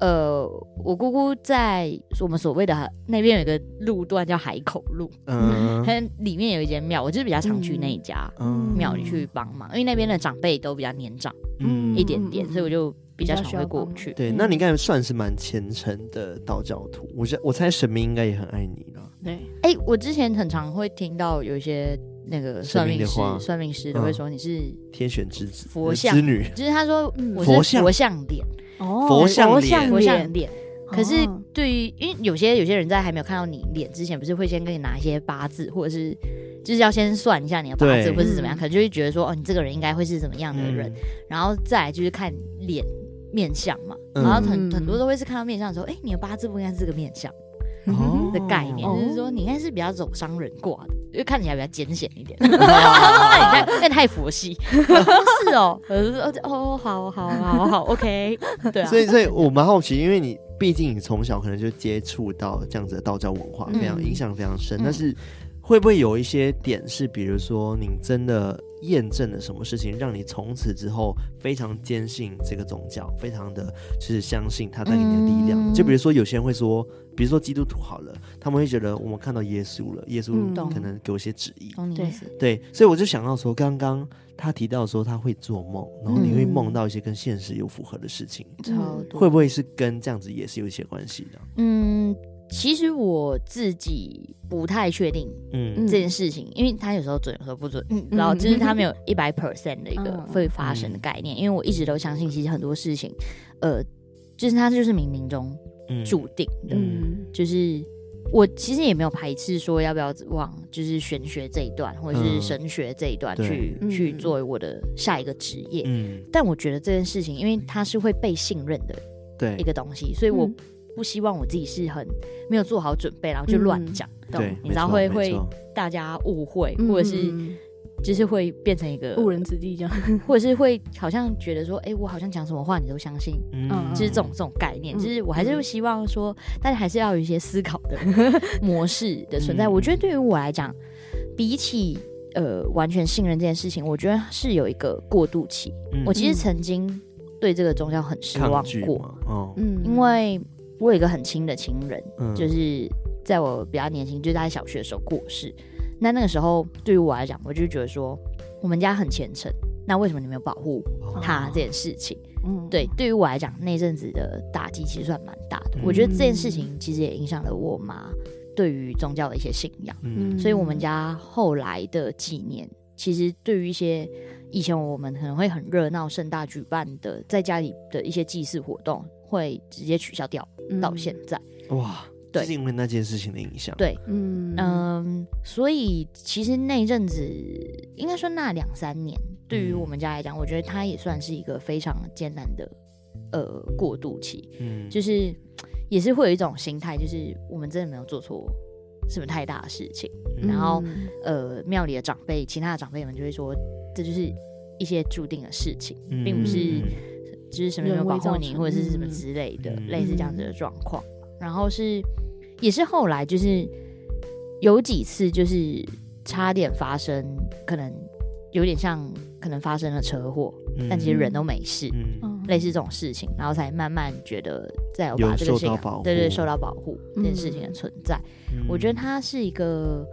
[SPEAKER 4] 呃，我姑姑在我们所谓的那边有一个路段叫海口路，
[SPEAKER 3] 嗯
[SPEAKER 4] 它里面有一间庙，我就是比较常去那一家
[SPEAKER 3] 嗯
[SPEAKER 4] 庙里去帮忙，因为那边的长辈都比较年长
[SPEAKER 3] 嗯
[SPEAKER 4] 一点嗯点，
[SPEAKER 2] 嗯嗯
[SPEAKER 4] 所以我就比较
[SPEAKER 2] 比较
[SPEAKER 4] 常
[SPEAKER 2] 需要
[SPEAKER 4] 会过
[SPEAKER 2] 帮忙
[SPEAKER 4] 去。
[SPEAKER 3] 对，那你应该算是蛮虔诚的道教徒，我觉我猜神明应该也很爱你啦。
[SPEAKER 2] 对，
[SPEAKER 4] 哎、我之前很常会听到有一些那个
[SPEAKER 3] 神
[SPEAKER 4] 算
[SPEAKER 3] 明
[SPEAKER 4] 命
[SPEAKER 3] 的
[SPEAKER 4] 师
[SPEAKER 3] 话，嗯
[SPEAKER 4] 算命师都会说你是，
[SPEAKER 3] 天选之子，
[SPEAKER 4] 佛
[SPEAKER 3] 呃
[SPEAKER 4] 像
[SPEAKER 3] 之女，
[SPEAKER 4] 就是他说
[SPEAKER 2] 嗯
[SPEAKER 4] 我
[SPEAKER 3] 佛
[SPEAKER 4] 是
[SPEAKER 3] 像
[SPEAKER 4] 佛像脸，
[SPEAKER 2] 哦
[SPEAKER 3] 佛像
[SPEAKER 2] 佛
[SPEAKER 3] 脸
[SPEAKER 2] 像
[SPEAKER 4] 佛像
[SPEAKER 2] 脸，
[SPEAKER 4] 脸。可是
[SPEAKER 2] 哦
[SPEAKER 4] 对于，因为有些有些人在还没有看到你脸之前，不是会先给你拿一些八字，或者是就是要先算一下你的八字，
[SPEAKER 3] 对嗯
[SPEAKER 4] 或是怎么
[SPEAKER 2] 嗯
[SPEAKER 4] 样，可能就会觉得说，哦，你这个人应该会是怎么样的人，然后再来就是看脸面相嘛，
[SPEAKER 3] 嗯
[SPEAKER 4] 然后很、
[SPEAKER 2] 嗯
[SPEAKER 4] 很多都会是看到面相的时候，哎，你的八字不应该是这个面相
[SPEAKER 3] 哦
[SPEAKER 4] 的概念，
[SPEAKER 2] 哦
[SPEAKER 4] 就是说你应该是比较走商人卦的，因为看起来比较艰险 一点。
[SPEAKER 3] 哇
[SPEAKER 4] 那你太那你太 佛系， 是哦，我就说哦，好好好好，OK，对啊
[SPEAKER 3] 所，以，所以我蛮好奇，因为你毕竟你从小可能就接触到这样子的道教文化，
[SPEAKER 4] 嗯
[SPEAKER 3] 非常影响非常深。
[SPEAKER 4] 嗯
[SPEAKER 3] 但是，会不会有一些点是，比如说你真的验证了什么事情，让你从此之后非常坚信这个宗教，非常的就是相信它带给你的力量？
[SPEAKER 4] 嗯
[SPEAKER 3] 就比如说有些人会说，比如说基督徒好了，他们会觉得我们看到耶稣了，耶稣
[SPEAKER 2] 嗯
[SPEAKER 4] 懂
[SPEAKER 3] 可能给我一些旨意。
[SPEAKER 4] 懂你
[SPEAKER 2] 对
[SPEAKER 4] 意思，
[SPEAKER 3] 对，所以我就想到说，刚刚他提到说他会做梦，然后你会
[SPEAKER 2] 嗯
[SPEAKER 3] 梦到一些跟现实有符合的事情。
[SPEAKER 4] 超多
[SPEAKER 3] 会不会是跟这样子也是有一些关系的？
[SPEAKER 4] 嗯，其实我自己不太确定
[SPEAKER 3] 嗯
[SPEAKER 2] 嗯
[SPEAKER 4] 这件事情，因为它有时候准，有时候不准，嗯，然后就是它没有一百 percent 的一个
[SPEAKER 2] 嗯
[SPEAKER 4] 会发生的概念，因为我一直都相信，其实很多事情，呃，就是它就是冥冥中
[SPEAKER 3] 嗯
[SPEAKER 4] 注定的，
[SPEAKER 2] 嗯
[SPEAKER 4] 就是。我其实也没有排斥说要不要往就是玄学这一段或者是
[SPEAKER 3] 嗯
[SPEAKER 4] 神学这一段
[SPEAKER 3] 对
[SPEAKER 4] 去、
[SPEAKER 2] 嗯
[SPEAKER 4] 去作为我的下一个职业，
[SPEAKER 3] 嗯，
[SPEAKER 4] 但我觉得这件事情，因为它是会被信任的
[SPEAKER 3] 对
[SPEAKER 4] 一，个东西，所以我
[SPEAKER 2] 嗯
[SPEAKER 4] 不希望我自己是很没有做好准备，然后就乱讲，
[SPEAKER 3] 嗯对
[SPEAKER 4] 懂，？你知
[SPEAKER 3] 没
[SPEAKER 4] 道
[SPEAKER 3] 错
[SPEAKER 4] 会
[SPEAKER 3] 没
[SPEAKER 4] 会
[SPEAKER 3] 错
[SPEAKER 4] 大家误会，
[SPEAKER 2] 嗯
[SPEAKER 4] 或者是
[SPEAKER 2] 嗯
[SPEAKER 4] 就是会变成一个
[SPEAKER 2] 嗯误人子弟这样，
[SPEAKER 4] 或者是会好像觉得说，哎，我好像讲什么话你都相信。
[SPEAKER 3] 嗯
[SPEAKER 2] 嗯
[SPEAKER 4] 就是这种这种概念，
[SPEAKER 2] 嗯
[SPEAKER 4] 就是我还是会希望说，大家还是要有一些思考的 模式的存在。
[SPEAKER 3] 嗯
[SPEAKER 4] 我觉得对于我来讲，比起呃完全信任这件事情，我觉得是有一个过渡期。
[SPEAKER 3] 嗯
[SPEAKER 4] 我其实曾经对这个宗教很失
[SPEAKER 3] 抗
[SPEAKER 4] 望
[SPEAKER 3] 拒
[SPEAKER 4] 过，
[SPEAKER 3] 嘛，哦，
[SPEAKER 2] 嗯
[SPEAKER 4] 因为我有一个很亲的亲人，
[SPEAKER 3] 嗯
[SPEAKER 4] 就是在我比较年轻，就是他在小学的时候过世。那那个时候对于我来讲，我就觉得说，我们家很虔诚，那为什么你没有保护他这件事情？
[SPEAKER 3] 哦
[SPEAKER 2] 嗯
[SPEAKER 4] 对，对于我来讲，那阵子的打击其实算蛮大的。
[SPEAKER 3] 嗯
[SPEAKER 4] 我觉得这件事情其实也影响了我妈对于宗教的一些信仰，
[SPEAKER 3] 嗯
[SPEAKER 4] 所以我们家后来的几年，其实对于一些。以前我们可能会很热闹、盛大举办的，在家里的一些祭祀活动会直接取消掉，
[SPEAKER 3] 嗯
[SPEAKER 4] 到现在。
[SPEAKER 3] 哇，
[SPEAKER 4] 嗯对
[SPEAKER 3] 就是因为那件事情的影响，
[SPEAKER 4] 对
[SPEAKER 2] 嗯
[SPEAKER 4] 嗯，所以其实那一阵子，应该说那两三年，对于
[SPEAKER 3] 嗯
[SPEAKER 4] 我们家来讲，我觉得它也算是一个非常艰难的呃过渡期，
[SPEAKER 3] 嗯，
[SPEAKER 4] 就是是也是会有一种心态，就是我们真的没有做错什么太大的事情。然后
[SPEAKER 2] 嗯
[SPEAKER 4] 呃，庙里的长辈，其他的长辈们就会说，这就是一些注定的事情，
[SPEAKER 3] 嗯
[SPEAKER 4] 并不是就是什么没有保护你，
[SPEAKER 2] 人为造成
[SPEAKER 4] 或者是什么之类的，
[SPEAKER 3] 嗯
[SPEAKER 4] 类似这样子的状况。然后是也是后来就是有几次就是差点发生，可能有点像可能发生了车祸，但其实人都没事，
[SPEAKER 3] 嗯嗯
[SPEAKER 2] 嗯
[SPEAKER 4] 类似这种事情，然后才慢慢觉得再有把
[SPEAKER 3] 有
[SPEAKER 4] 这个
[SPEAKER 3] 受
[SPEAKER 4] 信
[SPEAKER 3] 到
[SPEAKER 4] 仰
[SPEAKER 3] 保护
[SPEAKER 4] 对对受到保护这
[SPEAKER 2] 嗯
[SPEAKER 4] 件事情的存在，
[SPEAKER 3] 嗯
[SPEAKER 4] 我觉得它是一个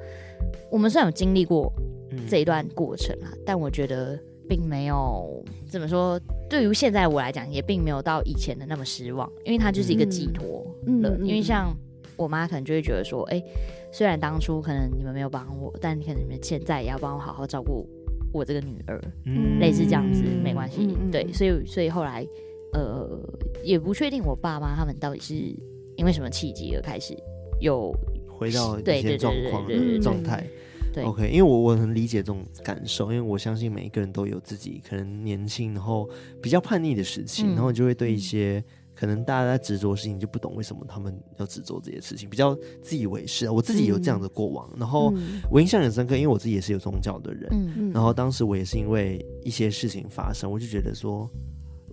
[SPEAKER 4] 我们虽然有经历过
[SPEAKER 3] 嗯
[SPEAKER 4] 这一段过程啊，但我觉得并没有怎么说，对于现在我来讲，也并没有到以前的那么失望，因为它就是一个寄托
[SPEAKER 2] 嗯
[SPEAKER 4] 了。
[SPEAKER 2] 嗯嗯
[SPEAKER 4] 因为
[SPEAKER 2] 嗯
[SPEAKER 4] 像我妈可能就会觉得说，哎、虽然当初可能你们没有帮我，但可能你们现在也要帮我好好照顾我这个女儿，
[SPEAKER 3] 嗯
[SPEAKER 4] 类似这样子，
[SPEAKER 2] 嗯
[SPEAKER 4] 没关系。
[SPEAKER 2] 嗯嗯
[SPEAKER 4] 对，
[SPEAKER 2] 嗯
[SPEAKER 4] 所以所以后来呃，也不确定我爸妈他们到底是因为什么契机而开始有
[SPEAKER 3] 回到
[SPEAKER 4] 对
[SPEAKER 3] 一
[SPEAKER 4] 对
[SPEAKER 3] 些
[SPEAKER 4] 对
[SPEAKER 3] 状
[SPEAKER 4] 对
[SPEAKER 3] 况
[SPEAKER 4] 对
[SPEAKER 2] 对
[SPEAKER 3] 的
[SPEAKER 2] 对
[SPEAKER 3] 状态。
[SPEAKER 4] 对
[SPEAKER 3] OK，因为我我很理解这种感受，因为我相信每一个人都有自己可能年轻，然后比较叛逆的时期，
[SPEAKER 4] 嗯
[SPEAKER 3] 然后你就会对一些可能大家在执着的事情就不懂为什么他们要执着这些事情，比较自以为是啊。我自己有这样的过往，然后
[SPEAKER 2] 嗯
[SPEAKER 3] 我印象很深刻，因为我自己也是有宗教的人，
[SPEAKER 4] 嗯
[SPEAKER 2] 嗯
[SPEAKER 3] 哦然后当时我也是因为一些事情发生，我就觉得说，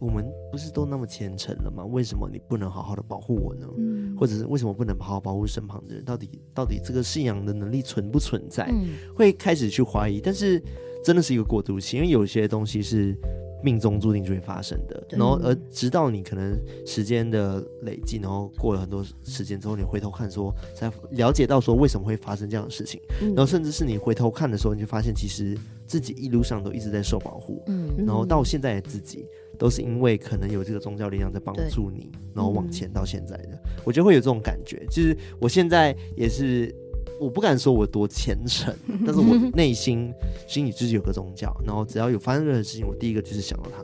[SPEAKER 3] 我们不是都那么虔诚了吗？为什么你不能好好的保护我呢？
[SPEAKER 2] 嗯
[SPEAKER 3] 或者是为什么不能好好保护身旁的人？到底到底这个信仰的能力存不存在？
[SPEAKER 4] 嗯
[SPEAKER 3] 会开始去怀疑，但是真的是一个过渡期，因为有些东西是命中注定就会发生的。
[SPEAKER 4] 对
[SPEAKER 3] 然后，而直到你可能时间的累积，然后过了很多时间之后，你回头看说，才了解到说为什么会发生这样的事情。
[SPEAKER 2] 嗯
[SPEAKER 3] 然后，甚至是你回头看的时候，你就发现其实自己一路上都一直在受保护，
[SPEAKER 4] 嗯
[SPEAKER 3] 然后到现在的自己。都是因为可能有这个宗教力量在帮
[SPEAKER 4] 对嗯
[SPEAKER 3] 助你，然后往前到现在的，我觉得会有这种感觉。其实我现在也是，我不敢说我多虔诚，但是 我内心心里就是有个宗教，然后只要有发生任何事情，我第一个就是想到它，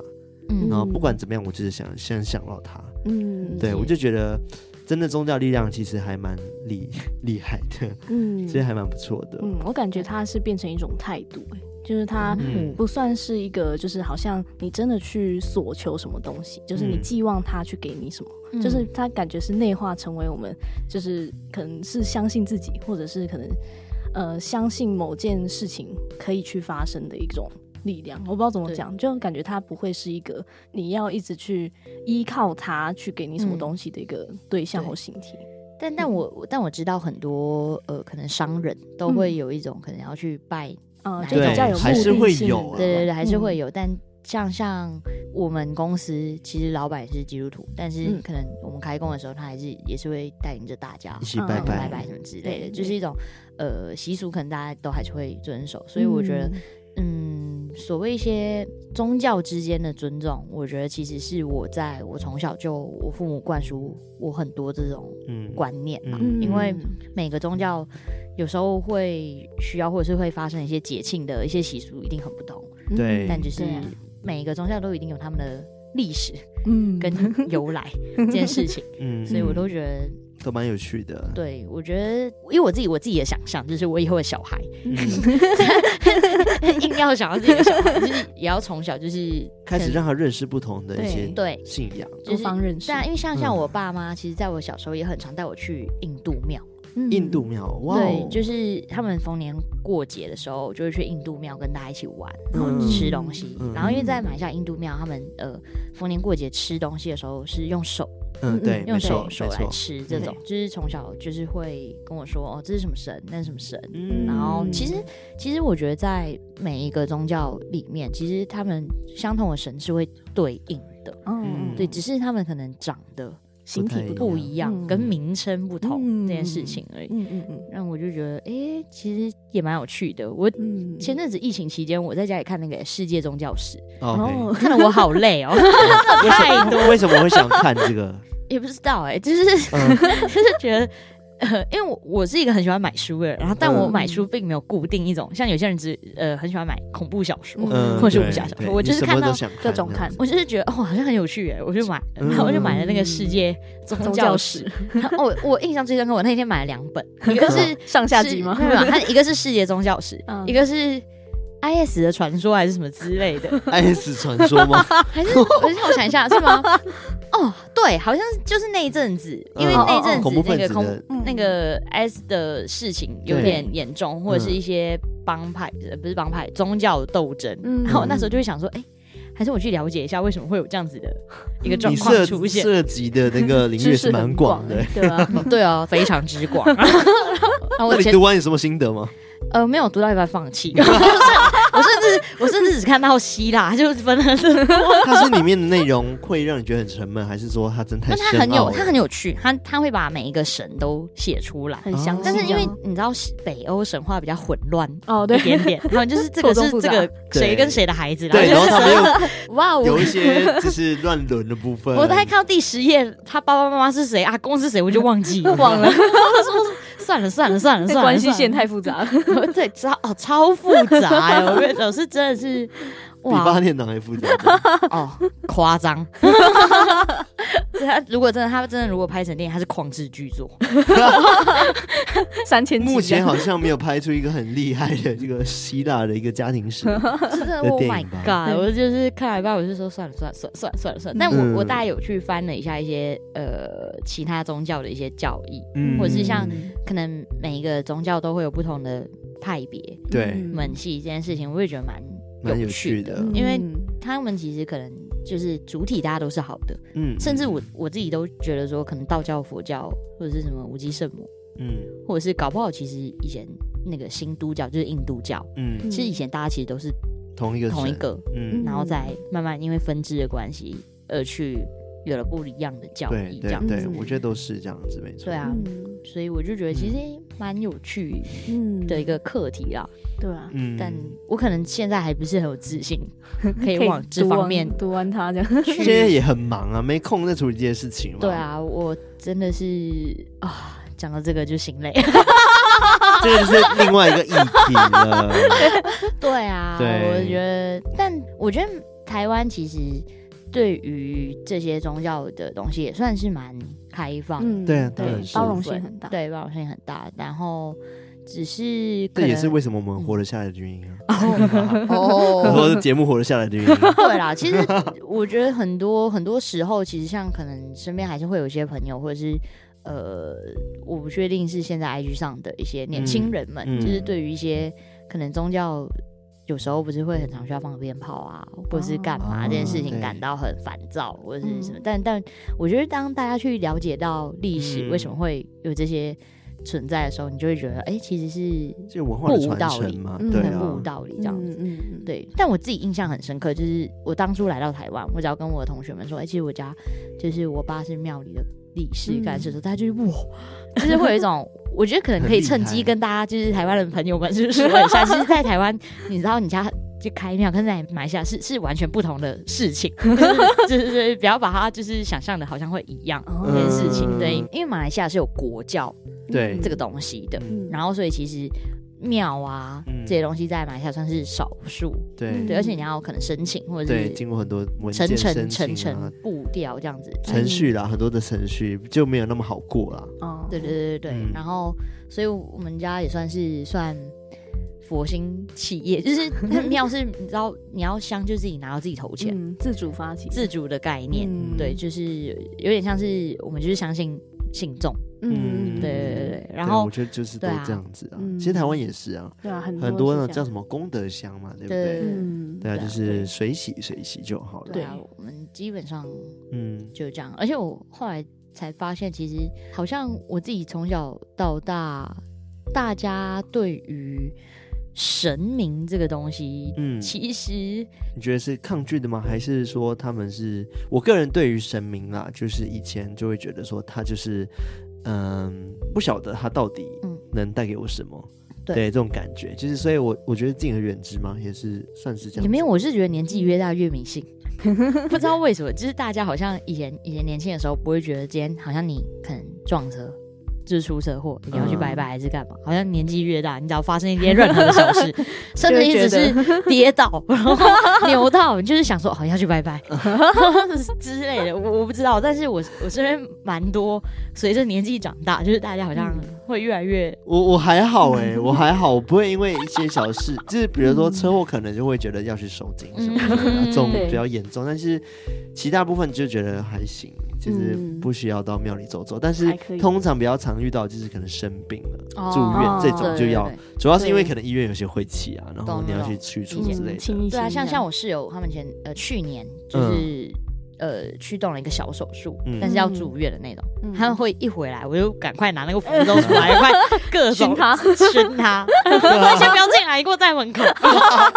[SPEAKER 3] 然
[SPEAKER 4] 嗯，
[SPEAKER 3] 后不管怎么样，我就是想先想到它。
[SPEAKER 2] 嗯
[SPEAKER 3] 对
[SPEAKER 4] 嗯
[SPEAKER 3] 我就觉得，真的宗教力量其实还蛮厉厉害的，
[SPEAKER 2] 嗯
[SPEAKER 3] 其实还蛮不错的。
[SPEAKER 2] 嗯，我感觉它是变成一种态度、欸，就是它
[SPEAKER 3] 嗯
[SPEAKER 2] 不算是一个，就是好像你真的去索求什么东西，就是你
[SPEAKER 3] 嗯
[SPEAKER 2] 寄望它去给你什么，
[SPEAKER 4] 嗯
[SPEAKER 2] 就是它感觉是内化成为我们，就是可能是相信自己，或者是可能呃相信某件事情可以去发生的一种。力量，我不知道怎么
[SPEAKER 4] 对
[SPEAKER 2] 讲，就感觉它不会是一个你要一直去依靠它去给你什么
[SPEAKER 4] 嗯
[SPEAKER 2] 东西的一个对象
[SPEAKER 4] 对
[SPEAKER 2] 或形体。
[SPEAKER 4] 但但我我但我知道很多呃，可能商人都会有一种可能要去拜，
[SPEAKER 2] 啊，
[SPEAKER 4] 哪
[SPEAKER 2] 就比较有目
[SPEAKER 4] 种还
[SPEAKER 2] 的
[SPEAKER 4] 是
[SPEAKER 2] 性
[SPEAKER 3] 会
[SPEAKER 2] 的
[SPEAKER 3] 有啊
[SPEAKER 4] 对对对，还是
[SPEAKER 2] 嗯
[SPEAKER 4] 会有。但像像我们公司，其实老板也是基督徒，但是
[SPEAKER 2] 嗯
[SPEAKER 4] 可能我们开工的时候，他还是也是会带领着大家
[SPEAKER 3] 一起拜
[SPEAKER 2] 嗯
[SPEAKER 4] 拜
[SPEAKER 3] 拜，
[SPEAKER 4] 拜拜什么之类的，
[SPEAKER 2] 对
[SPEAKER 4] 就是一种呃习俗，可能大家都还是会遵守。所以我觉得，嗯，所谓一些宗教之间的尊重，我觉得其实是我在我从小就我父母灌输我很多这种
[SPEAKER 3] 嗯，
[SPEAKER 4] 观念嘛，
[SPEAKER 3] 嗯
[SPEAKER 4] 因为每个宗教有时候会需要，或者是会发生一些节庆的一些习俗，一定很不同。
[SPEAKER 3] 对
[SPEAKER 4] 但就是
[SPEAKER 2] 对啊
[SPEAKER 4] 每一个宗教都一定有他们的 历史
[SPEAKER 2] 嗯
[SPEAKER 4] 跟 由来这件事情，
[SPEAKER 3] 嗯
[SPEAKER 4] 所以我都觉得，
[SPEAKER 3] 都蛮有趣的。
[SPEAKER 4] 对我觉得，因为我自己我自己的想象就是我以后的小孩，
[SPEAKER 3] 嗯，
[SPEAKER 4] 硬要想要自己的小孩，就是也要从小就是
[SPEAKER 3] 开始
[SPEAKER 4] 可能
[SPEAKER 3] 让他认识不同的一些
[SPEAKER 4] 对
[SPEAKER 3] 信仰。
[SPEAKER 4] 就
[SPEAKER 2] 多
[SPEAKER 4] 是
[SPEAKER 2] 方认识
[SPEAKER 4] 对啊，因为像像
[SPEAKER 3] 嗯
[SPEAKER 4] 我爸妈，其实在我小时候也很常带我去印度庙。
[SPEAKER 3] 印度庙，哇
[SPEAKER 4] 对
[SPEAKER 3] 哦，，
[SPEAKER 4] 就是他们逢年过节的时候，就会去印度庙跟大家一起玩，然后
[SPEAKER 3] 嗯
[SPEAKER 4] 吃东西。
[SPEAKER 3] 嗯
[SPEAKER 4] 然后因为在马来西亚印度庙，他们呃逢年过节吃东西的时候是用手
[SPEAKER 3] 嗯，对，
[SPEAKER 4] 用
[SPEAKER 3] 没错
[SPEAKER 4] 手，手
[SPEAKER 3] 没
[SPEAKER 4] 来
[SPEAKER 3] 错，嗯
[SPEAKER 4] 吃，这种就是从小就是会跟我说哦，这是什么神，那是什么神。
[SPEAKER 3] 嗯
[SPEAKER 4] 然后其
[SPEAKER 2] 嗯
[SPEAKER 4] 实其实我觉得在每一个宗教里面，其实他们相同的神是会对应的，
[SPEAKER 2] 嗯，
[SPEAKER 4] 对，只是他们可能长得
[SPEAKER 2] 形体
[SPEAKER 3] 不
[SPEAKER 2] 不
[SPEAKER 3] 太
[SPEAKER 4] 不
[SPEAKER 2] 同，
[SPEAKER 4] 一样，
[SPEAKER 2] 嗯
[SPEAKER 4] 跟名称不同
[SPEAKER 2] 嗯
[SPEAKER 4] 这件事情而已。
[SPEAKER 2] 嗯嗯嗯
[SPEAKER 4] 让我就觉得，诶，其实也蛮有趣的。我
[SPEAKER 2] 嗯，
[SPEAKER 4] 前阵子疫情期间，我在家里看那个《世界宗 教史
[SPEAKER 3] 哦
[SPEAKER 2] 然后》，
[SPEAKER 4] 看得我好累哦，
[SPEAKER 3] 为什么为什么会想看这个？
[SPEAKER 4] 也不知道诶， 就是
[SPEAKER 3] 嗯
[SPEAKER 4] 就是觉得。呃，因为我我是一个很喜欢买书的人，然后但我
[SPEAKER 3] 嗯
[SPEAKER 4] 买书并没有固定一种，像有些人只呃很喜欢买恐怖小说，
[SPEAKER 3] 嗯，
[SPEAKER 4] 或是
[SPEAKER 3] 对
[SPEAKER 4] 武侠小
[SPEAKER 3] 对
[SPEAKER 4] 说，我
[SPEAKER 3] 你
[SPEAKER 4] 就是
[SPEAKER 3] 什么
[SPEAKER 4] 看
[SPEAKER 3] 都
[SPEAKER 4] 到
[SPEAKER 3] 想
[SPEAKER 2] 各种
[SPEAKER 3] 这样
[SPEAKER 2] 看
[SPEAKER 3] 子
[SPEAKER 4] 我就是觉得哦好像很有趣哎，我就买，
[SPEAKER 3] 嗯
[SPEAKER 4] 然后 我就买了那个《世界宗
[SPEAKER 2] 宗
[SPEAKER 4] 教
[SPEAKER 2] 教
[SPEAKER 4] 史》
[SPEAKER 2] 嗯
[SPEAKER 4] 哦，我印象最深刻，我那天买了两 本，一个是
[SPEAKER 2] 上下集
[SPEAKER 4] 吗？
[SPEAKER 2] 吗
[SPEAKER 4] 没？有，没有它一个是《世界宗教史》
[SPEAKER 2] 嗯
[SPEAKER 4] 一个是 IS 的传说还是什么之类的，
[SPEAKER 3] 爱死传说吗？
[SPEAKER 4] 还是我让我想一下 是吗？哦，对，好像就是那一阵子，因为
[SPEAKER 3] 嗯
[SPEAKER 4] 那一阵子
[SPEAKER 3] 恐怖
[SPEAKER 4] 那
[SPEAKER 3] 分
[SPEAKER 4] 个
[SPEAKER 3] 子
[SPEAKER 4] 恐
[SPEAKER 3] 的，
[SPEAKER 2] 嗯
[SPEAKER 4] 那个 S 的事情有
[SPEAKER 3] 对
[SPEAKER 4] 点严重，或者是一些帮派，呃不是帮派，宗教斗争。
[SPEAKER 2] 嗯
[SPEAKER 4] 然后我那时候就会想说，哎、还是我去了解一下为什么会有这样子的一个
[SPEAKER 3] 嗯
[SPEAKER 4] 状
[SPEAKER 3] 你
[SPEAKER 4] 况
[SPEAKER 3] 涉
[SPEAKER 4] 出现。
[SPEAKER 3] 涉及的那个领域
[SPEAKER 2] 知
[SPEAKER 3] 是
[SPEAKER 2] 识
[SPEAKER 3] 蛮
[SPEAKER 2] 很
[SPEAKER 3] 广的。
[SPEAKER 2] 对啊，
[SPEAKER 4] 对啊，非常 之广。啊，我
[SPEAKER 3] 那
[SPEAKER 4] 以
[SPEAKER 3] 你
[SPEAKER 4] 前
[SPEAKER 3] 读完有什么心 得吗？
[SPEAKER 4] 呃没有读到一半放 弃，我甚至我甚至只看到希腊，就是分了。
[SPEAKER 3] 它是里面的内容会让你觉得很沉闷，还是说它真太
[SPEAKER 4] 那它
[SPEAKER 3] 深
[SPEAKER 4] 很
[SPEAKER 3] 奥
[SPEAKER 4] 有
[SPEAKER 3] 了？
[SPEAKER 4] 它很有趣，它它会把每一个神都写出来。
[SPEAKER 2] 很详细。
[SPEAKER 4] 但是因为你知道北欧神话比较混乱
[SPEAKER 2] 哦，
[SPEAKER 4] 一
[SPEAKER 2] 对，
[SPEAKER 4] 点 点，他们就是这个
[SPEAKER 2] 错综
[SPEAKER 4] 是
[SPEAKER 2] 复
[SPEAKER 4] 这
[SPEAKER 2] 杂
[SPEAKER 4] 个谁
[SPEAKER 3] 对
[SPEAKER 4] 跟谁的孩子，
[SPEAKER 3] 对，然
[SPEAKER 4] 后
[SPEAKER 3] 后
[SPEAKER 4] 就是
[SPEAKER 3] 他们
[SPEAKER 2] 哇
[SPEAKER 3] 又有
[SPEAKER 2] 哦，
[SPEAKER 3] 一些就是乱伦的部分。
[SPEAKER 4] 我大概看到第十页，他爸爸妈妈是谁，阿公是谁，我就忘记了，
[SPEAKER 2] 忘了，
[SPEAKER 4] 算了算了算了
[SPEAKER 2] 这
[SPEAKER 4] 算了，
[SPEAKER 2] 关系
[SPEAKER 4] 算
[SPEAKER 2] 线
[SPEAKER 4] 了
[SPEAKER 2] 太复杂了。
[SPEAKER 4] 对超哦超复杂哎，我跟你讲是真的是
[SPEAKER 3] 比八点档还复杂。
[SPEAKER 4] 哦，夸张。 对他如果真的，他真的如果拍成电影，他是旷世巨作。
[SPEAKER 2] 三千集
[SPEAKER 3] 目
[SPEAKER 2] 这
[SPEAKER 3] 前
[SPEAKER 2] 样
[SPEAKER 3] 好像没有拍出一个很厉害的这个希腊的一个家庭 史。
[SPEAKER 4] 是真的
[SPEAKER 3] 的
[SPEAKER 4] ，Oh
[SPEAKER 3] 电
[SPEAKER 4] my
[SPEAKER 3] 影吧
[SPEAKER 4] god！我就是看了一半，我就说算了算了算了算了算了算了。但
[SPEAKER 3] 嗯
[SPEAKER 4] 我我大概有去翻了一下一些呃其他宗教的一些教义，
[SPEAKER 3] 嗯
[SPEAKER 4] 或者是像可能每一个宗教都会有不同的派别
[SPEAKER 3] 对，
[SPEAKER 4] 门系这件事情，我也觉得蛮
[SPEAKER 3] 蛮有
[SPEAKER 4] 嗯有
[SPEAKER 3] 趣
[SPEAKER 4] 趣
[SPEAKER 3] 的
[SPEAKER 4] 的，因为他们其实可能就是主体大家都是好的，
[SPEAKER 3] 嗯
[SPEAKER 4] 甚至我我自己都觉得说，可能道教、佛教或者是什么无极圣母，
[SPEAKER 3] 嗯
[SPEAKER 4] 或者是搞不好其实以前那个新都教就是印度教，
[SPEAKER 3] 嗯
[SPEAKER 4] 其实以前大家其实都是
[SPEAKER 3] 同一个
[SPEAKER 4] 同一
[SPEAKER 3] 神
[SPEAKER 4] 个，
[SPEAKER 3] 嗯
[SPEAKER 4] 然后再慢慢因为分支的关系而去有了不一样的教
[SPEAKER 3] 对
[SPEAKER 4] 义这
[SPEAKER 3] 对
[SPEAKER 4] 样。
[SPEAKER 3] 对，
[SPEAKER 2] 嗯
[SPEAKER 3] 我觉得都是这样子，没错。
[SPEAKER 4] 对啊，所以我就觉得
[SPEAKER 3] 嗯
[SPEAKER 4] 其实蛮有趣
[SPEAKER 2] 嗯
[SPEAKER 4] 的一个课题啦，
[SPEAKER 2] 对啊，
[SPEAKER 3] 嗯，
[SPEAKER 4] 但 我可能现在还不是很有 自信，可以往这
[SPEAKER 2] 读完
[SPEAKER 4] 方面
[SPEAKER 3] 啊
[SPEAKER 2] 读完它这样，
[SPEAKER 3] 现在也很忙啊，没空再处理这些事情嘛。
[SPEAKER 4] 对，啊，我真的是啊，讲到这个就心 累。
[SPEAKER 3] 这个就是另外一个议题 了。
[SPEAKER 4] 对啊，
[SPEAKER 3] 对
[SPEAKER 4] 我觉得，但我觉得台湾其实对于这些宗教的东西也算是蛮开放，
[SPEAKER 2] 嗯
[SPEAKER 3] 对啊当
[SPEAKER 2] 对
[SPEAKER 3] 然，是
[SPEAKER 2] 包容性很大，
[SPEAKER 4] 对，包容性很大。然后只是可
[SPEAKER 3] 这
[SPEAKER 4] 能嗯
[SPEAKER 3] 也是为什么我们活得下来的原因啊，很
[SPEAKER 4] 哦，
[SPEAKER 3] 多节 目活得下来的原因。 啊
[SPEAKER 4] 对啦，其实我觉得很多很多时候，其实像可能身边还是会有一些朋友，或者是呃，我不确定是现在 IG 上的一些年轻人们，
[SPEAKER 3] 嗯嗯
[SPEAKER 4] 就是对于一些可能宗教。有时候不是会很常需要放鞭炮啊，或者是干嘛、
[SPEAKER 3] 哦
[SPEAKER 4] 这件事
[SPEAKER 3] 对
[SPEAKER 4] 情感到很烦躁，或者是什么？但但我觉得，当大家去了解到历史
[SPEAKER 3] 嗯
[SPEAKER 4] 为什么会有这些存在的时候，你就会觉得，哎、其实是
[SPEAKER 3] 就文化的
[SPEAKER 4] 不无
[SPEAKER 3] 传
[SPEAKER 4] 道
[SPEAKER 3] 承
[SPEAKER 4] 理
[SPEAKER 3] 嘛，
[SPEAKER 2] 嗯
[SPEAKER 3] 对
[SPEAKER 4] 很不无
[SPEAKER 3] 啊，
[SPEAKER 4] 道理这样子。
[SPEAKER 2] 嗯嗯嗯，
[SPEAKER 4] 对，但我自己印象很深刻，就是我当初来到台湾，我只要跟我的同学们说，哎、其实我家就是我爸是庙里的理事干事的时候，大家就是哇，就是会有一种， 我觉得可能可以趁
[SPEAKER 3] 很厉
[SPEAKER 4] 机
[SPEAKER 3] 害
[SPEAKER 4] 跟大家就是台湾的朋友们就是说一下，其实，在台湾，你知道你家。就开庙跟在马来西亚是是完全不同的事情， 就是就是就是不要把它就是想象的好像会一样
[SPEAKER 2] 哦
[SPEAKER 4] 这件事情，
[SPEAKER 3] 嗯
[SPEAKER 4] 对，因为马来西亚是有国教
[SPEAKER 3] 对
[SPEAKER 4] 这个东西的，
[SPEAKER 3] 嗯
[SPEAKER 4] 然后所以其实庙啊、
[SPEAKER 3] 嗯
[SPEAKER 4] 这些东西在马来西亚算是少数，
[SPEAKER 3] 对
[SPEAKER 4] 对，而且你要可能申请或者
[SPEAKER 3] 对，
[SPEAKER 4] 是
[SPEAKER 3] 经过很多文
[SPEAKER 4] 层
[SPEAKER 3] 件
[SPEAKER 4] 层
[SPEAKER 3] 申
[SPEAKER 4] 层
[SPEAKER 3] 请啊
[SPEAKER 4] 层、步调这样子。
[SPEAKER 3] 程序
[SPEAKER 4] 嗯
[SPEAKER 3] 啦，很多的程序就没有那么好过啦。
[SPEAKER 2] 哦，
[SPEAKER 4] 对对对对对，
[SPEAKER 3] 嗯
[SPEAKER 4] 然后所以我们家也算是算佛心企业，就是很妙是，你知道你要香就自己拿到自己投钱，
[SPEAKER 2] 嗯，自主发起，
[SPEAKER 4] 自主的概念，
[SPEAKER 2] 嗯
[SPEAKER 4] 对，就是有点像是我们就是相信信众，
[SPEAKER 2] 嗯，
[SPEAKER 4] 对对对对，然
[SPEAKER 3] 对
[SPEAKER 4] 后
[SPEAKER 3] 我觉得就是都
[SPEAKER 4] 对啊
[SPEAKER 3] 这样子啊，
[SPEAKER 2] 嗯
[SPEAKER 3] 其实台湾也是啊，
[SPEAKER 2] 对啊，很
[SPEAKER 3] 很多那种
[SPEAKER 2] 是
[SPEAKER 3] 叫
[SPEAKER 2] 这样，
[SPEAKER 3] 什么功德箱嘛，对不
[SPEAKER 4] 对
[SPEAKER 3] 对？
[SPEAKER 2] 嗯，
[SPEAKER 3] 对啊，
[SPEAKER 4] 对啊
[SPEAKER 3] 就是水洗水洗就好了。
[SPEAKER 4] 对啊，我们基本上
[SPEAKER 3] 嗯，
[SPEAKER 4] 就这样。而且我后来才发现，其实好像我自己从小到大，大家对于神明这个东西，
[SPEAKER 3] 嗯
[SPEAKER 4] 其实
[SPEAKER 3] 你觉得是抗拒的吗？还是说他们是？我个人对于神明啦，就是以前就会觉得说他就是，嗯，不晓得他到底
[SPEAKER 4] 嗯
[SPEAKER 3] 能带给我什么，
[SPEAKER 4] 对
[SPEAKER 3] 这种感觉，就是所以我我觉得敬而远之嘛，也是算是这样子。
[SPEAKER 4] 也没有，我是觉得年纪越大越迷信。不知道为什么，就是大家好像以前以前年轻的时候不会觉得今天好像你可能撞车，就是出车祸，你要去
[SPEAKER 3] 嗯
[SPEAKER 4] 拜拜还是干嘛？好像年纪越大，你只要发生一些任何的小事，甚至一
[SPEAKER 2] 就会
[SPEAKER 4] 直
[SPEAKER 2] 觉得
[SPEAKER 4] 是跌倒，然后扭到，你就是想说哦要去拜拜之类的。我我不知道，但是我我身边蛮多随着年纪长大，就是大家好像会越来越
[SPEAKER 3] 我我还好 哎、我还好，我不会因为一些小事，就是比如说车祸，可能就会觉得要去收紧什么之类的，
[SPEAKER 4] 嗯
[SPEAKER 3] 这种
[SPEAKER 2] 对
[SPEAKER 3] 比较严重。但是其他部分就觉得还行，就是
[SPEAKER 2] 嗯
[SPEAKER 3] 不需要到庙里走走。但是
[SPEAKER 2] 还可以
[SPEAKER 3] 通常比较常遇到就是可能生病了、
[SPEAKER 4] 哦
[SPEAKER 3] 住院这种
[SPEAKER 4] 对
[SPEAKER 3] 就
[SPEAKER 4] 对
[SPEAKER 3] 要
[SPEAKER 4] 对，
[SPEAKER 3] 主要是因为
[SPEAKER 2] 对
[SPEAKER 3] 可能医院有些晦气啊，然后
[SPEAKER 4] 懂
[SPEAKER 3] 你要
[SPEAKER 4] 懂
[SPEAKER 3] 去去除
[SPEAKER 4] 理解
[SPEAKER 3] 之类
[SPEAKER 2] 清
[SPEAKER 3] 的。
[SPEAKER 2] 一
[SPEAKER 4] 对啊，像像
[SPEAKER 2] 我，
[SPEAKER 4] 我室友他们前呃去年就是、呃去动了一个小手术，
[SPEAKER 3] 嗯
[SPEAKER 4] 但是要住院的那种。
[SPEAKER 2] 嗯
[SPEAKER 4] 他们会一回来，我就赶快拿那个符咒出来，快 各种
[SPEAKER 2] 熏他
[SPEAKER 4] 熏他， 先不要进来，给我在门口